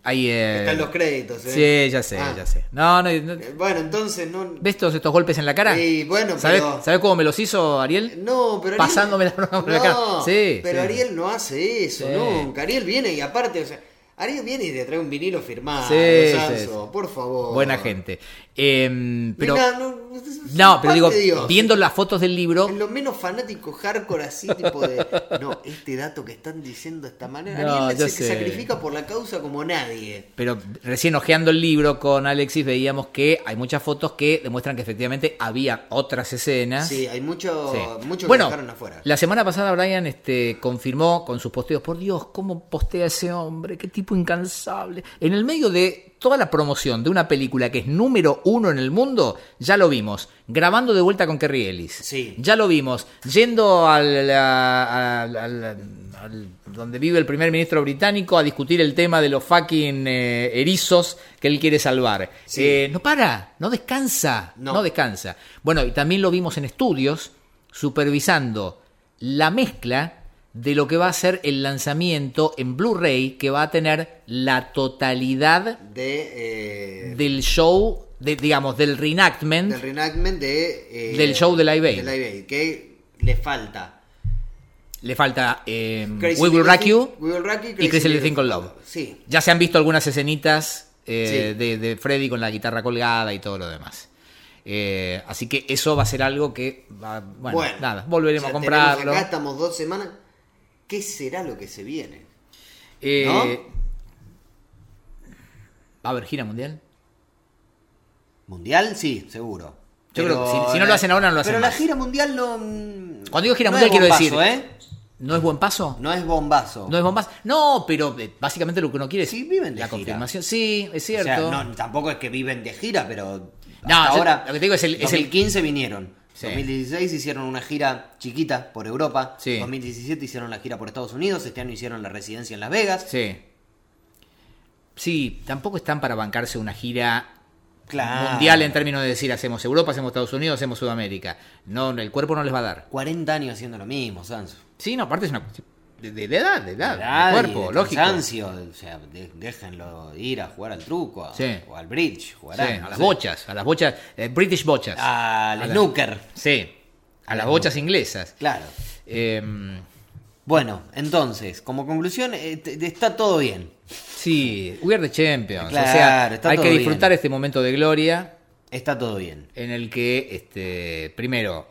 Speaker 2: ahí, eh,
Speaker 3: Están los créditos, ¿eh?
Speaker 2: Sí, ya sé,
Speaker 3: Ah.
Speaker 2: ya sé. No, no, no,
Speaker 3: Eh, Bueno, entonces no...
Speaker 2: ¿Ves todos estos golpes en la cara?
Speaker 3: Sí, bueno,
Speaker 2: ¿Sabes,
Speaker 3: pero-
Speaker 2: ¿sabes cómo me los hizo Ariel?
Speaker 3: No, pero Ariel-
Speaker 2: Pasándome la broma por la cara.
Speaker 3: No,
Speaker 2: Sí,
Speaker 3: pero
Speaker 2: sí.
Speaker 3: Ariel no hace eso,
Speaker 2: Sí.
Speaker 3: nunca. Ariel viene y aparte, o sea, Ariel viene y te trae un vinilo firmado,
Speaker 2: Sí,
Speaker 3: Sanso, por favor.
Speaker 2: Buena gente. Eh, pero,
Speaker 3: Mirá, no,
Speaker 2: no, pero
Speaker 3: parte
Speaker 2: digo,
Speaker 3: de Dios.
Speaker 2: viendo las fotos del libro,
Speaker 3: Es lo menos fanático hardcore así, tipo de. No, este dato que están diciendo de esta manera.
Speaker 2: No,
Speaker 3: Ariel
Speaker 2: yo
Speaker 3: se
Speaker 2: sé.
Speaker 3: sacrifica por la causa como nadie.
Speaker 2: pero recién hojeando el libro con Alexis veíamos que hay muchas fotos que demuestran que efectivamente había otras escenas.
Speaker 3: Sí, hay mucho,
Speaker 2: Ah. Sí.
Speaker 3: mucho que
Speaker 2: bueno,
Speaker 3: dejaron afuera.
Speaker 2: la semana pasada Brian este, confirmó con sus posteos, por Dios, cómo postea ese hombre, qué tipo incansable. En el medio de toda la promoción de una película que es número uno en el mundo, ya lo vimos, grabando de vuelta con Kerry Ellis.
Speaker 3: Sí.
Speaker 2: Ya lo vimos, yendo al, a- al- al- al- donde vive el primer ministro británico a discutir el tema de los fucking eh, erizos que él quiere salvar.
Speaker 3: Sí.
Speaker 2: Eh, no para, no descansa,
Speaker 3: No.
Speaker 2: no descansa descansa. Bueno, y también lo vimos en estudios supervisando la mezcla de lo que va a ser el lanzamiento en Blu-ray que va a tener la totalidad
Speaker 3: De, eh,
Speaker 2: del show, de, digamos, del reenactment.
Speaker 3: del reenactment de. eh,
Speaker 2: Del show de Live Aid.
Speaker 3: de Live Aid, que le falta.
Speaker 2: Le falta eh,
Speaker 3: Crazy
Speaker 2: We Will
Speaker 3: Little
Speaker 2: Rock
Speaker 3: Thing-
Speaker 2: You
Speaker 3: We Will Rock You
Speaker 2: y Crazy Little Thing Called Love.
Speaker 3: Sí.
Speaker 2: Ya se han visto algunas escenitas eh,
Speaker 3: Sí.
Speaker 2: de, de Freddy con la guitarra colgada y todo lo demás. Eh, así que eso va a ser algo que, va- bueno, nada, volveremos
Speaker 3: ya
Speaker 2: a
Speaker 3: tenemos
Speaker 2: comprarlo.
Speaker 3: Acá estamos dos semanas. ¿Qué será lo que se viene?
Speaker 2: Eh,
Speaker 3: ¿No?
Speaker 2: ¿Va a haber gira mundial?
Speaker 3: Mundial, sí, seguro.
Speaker 2: Yo creo que si- si no lo hacen ahora, no lo hacen
Speaker 3: Pero la
Speaker 2: más.
Speaker 3: gira mundial no. mm,
Speaker 2: Cuando digo gira
Speaker 3: no
Speaker 2: mundial,
Speaker 3: es
Speaker 2: quiero
Speaker 3: bombazo,
Speaker 2: decir- ¿No es buen paso?
Speaker 3: ¿eh? No es bombazo.
Speaker 2: No es buen paso. No, pero eh, básicamente lo que uno quiere es
Speaker 3: Sí, viven de
Speaker 2: la
Speaker 3: gira.
Speaker 2: confirmación. Sí, es
Speaker 3: O sea,
Speaker 2: cierto.
Speaker 3: no, tampoco es que viven de gira, pero.
Speaker 2: No,
Speaker 3: hasta
Speaker 2: yo-
Speaker 3: ahora.
Speaker 2: lo que te digo es el- es el-
Speaker 3: 2015 vinieron.
Speaker 2: Sí.
Speaker 3: 2016 hicieron una gira chiquita por Europa.
Speaker 2: Sí.
Speaker 3: 2017 hicieron la gira por Estados Unidos. Este año hicieron la residencia en Las Vegas.
Speaker 2: Sí. Sí, tampoco están para bancarse una gira
Speaker 3: Claro.
Speaker 2: mundial en términos de decir hacemos Europa, hacemos Estados Unidos, hacemos Sudamérica. No, el cuerpo no les va a dar.
Speaker 3: 40 años haciendo lo mismo, Sanso.
Speaker 2: Sí, no, aparte es una cuestión de, de- de edad, de edad, de
Speaker 3: Edad y
Speaker 2: cuerpo,
Speaker 3: de
Speaker 2: lógico.
Speaker 3: cansancio, o sea, de- déjenlo ir a jugar al truco a-
Speaker 2: Sí.
Speaker 3: o al bridge,
Speaker 2: Sí,
Speaker 3: jugarán,
Speaker 2: a
Speaker 3: no
Speaker 2: las
Speaker 3: sé. Ah.
Speaker 2: bochas, a las bochas, eh, British bochas.
Speaker 3: Al
Speaker 2: A las-
Speaker 3: snooker,
Speaker 2: Sí, a las bochas inglesas.
Speaker 3: claro.
Speaker 2: Eh,
Speaker 3: Bueno, entonces, como conclusión, eh, te- está todo bien.
Speaker 2: sí, we are the champions. o
Speaker 3: Claro,
Speaker 2: sea,
Speaker 3: está
Speaker 2: hay
Speaker 3: todo
Speaker 2: que disfrutar
Speaker 3: bien.
Speaker 2: este momento de gloria.
Speaker 3: Está todo bien.
Speaker 2: en el que, este, primero,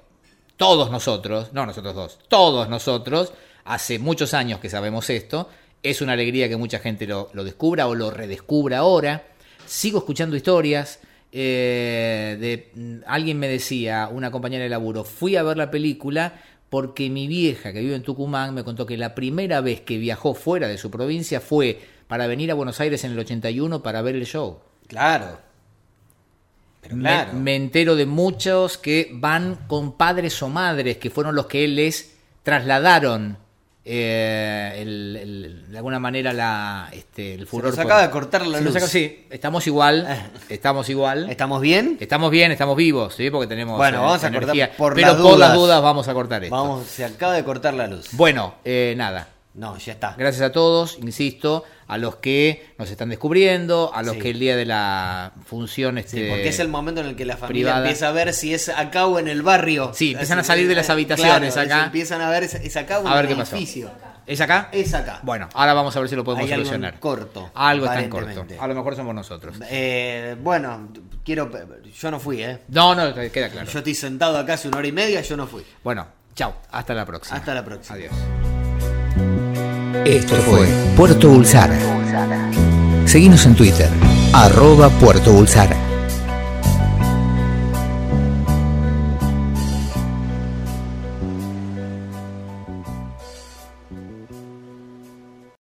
Speaker 2: todos nosotros, no nosotros dos, todos nosotros, hace muchos años que sabemos esto, es una alegría que mucha gente lo, lo descubra o lo redescubra ahora. Sigo escuchando historias. eh, de mm, alguien me decía, una compañera de laburo, fui a ver la película porque mi vieja que vive en Tucumán me contó que la primera vez que viajó fuera de su provincia fue para venir a Buenos Aires en el 81 para ver el show.
Speaker 3: Claro. Pero
Speaker 2: Me-
Speaker 3: claro.
Speaker 2: Me, entero de muchos que van con padres o madres que fueron los que les trasladaron eh, el- el- de alguna manera la, este, el furor.
Speaker 3: nos acaba de cortar la
Speaker 2: Se nos
Speaker 3: luz.
Speaker 2: sí, estamos igual, estamos igual.
Speaker 3: ¿Estamos bien?
Speaker 2: Estamos bien, estamos vivos, ¿sí? porque tenemos
Speaker 3: Bueno,
Speaker 2: eh,
Speaker 3: vamos a cortar por
Speaker 2: pero
Speaker 3: las
Speaker 2: por las
Speaker 3: dudas.
Speaker 2: dudas vamos a cortar esto.
Speaker 3: Vamos, se acaba de cortar la luz.
Speaker 2: Bueno, eh, nada.
Speaker 3: No, ya está.
Speaker 2: Gracias a todos, insisto, a los que nos están descubriendo, a los
Speaker 3: Sí.
Speaker 2: que el día de la función...
Speaker 3: Sí,
Speaker 2: Este,
Speaker 3: porque es el momento en el que la familia
Speaker 2: privada.
Speaker 3: empieza a ver si es acá o en el barrio.
Speaker 2: Sí, empiezan a
Speaker 3: Así,
Speaker 2: salir de las habitaciones
Speaker 3: claro,
Speaker 2: acá.
Speaker 3: Empiezan a ver, es, es acá o en
Speaker 2: A ver
Speaker 3: el
Speaker 2: qué pasó.
Speaker 3: edificio.
Speaker 2: ¿Es acá?
Speaker 3: Es acá.
Speaker 2: Bueno, ahora vamos a ver si lo podemos
Speaker 3: Hay algo en
Speaker 2: solucionar.
Speaker 3: corto,
Speaker 2: Algo está en corto.
Speaker 3: aparentemente.
Speaker 2: A lo mejor somos nosotros.
Speaker 3: Eh, bueno, quiero. Yo no fui, ¿eh?
Speaker 2: No, no, queda claro.
Speaker 3: Yo estoy sentado acá hace una hora y media, yo no fui.
Speaker 2: Bueno, chao. Hasta la próxima.
Speaker 3: Hasta la próxima.
Speaker 2: Adiós.
Speaker 1: Esto fue Puerto Bulsara. Seguimos en Twitter, arroba Puerto Bulsara.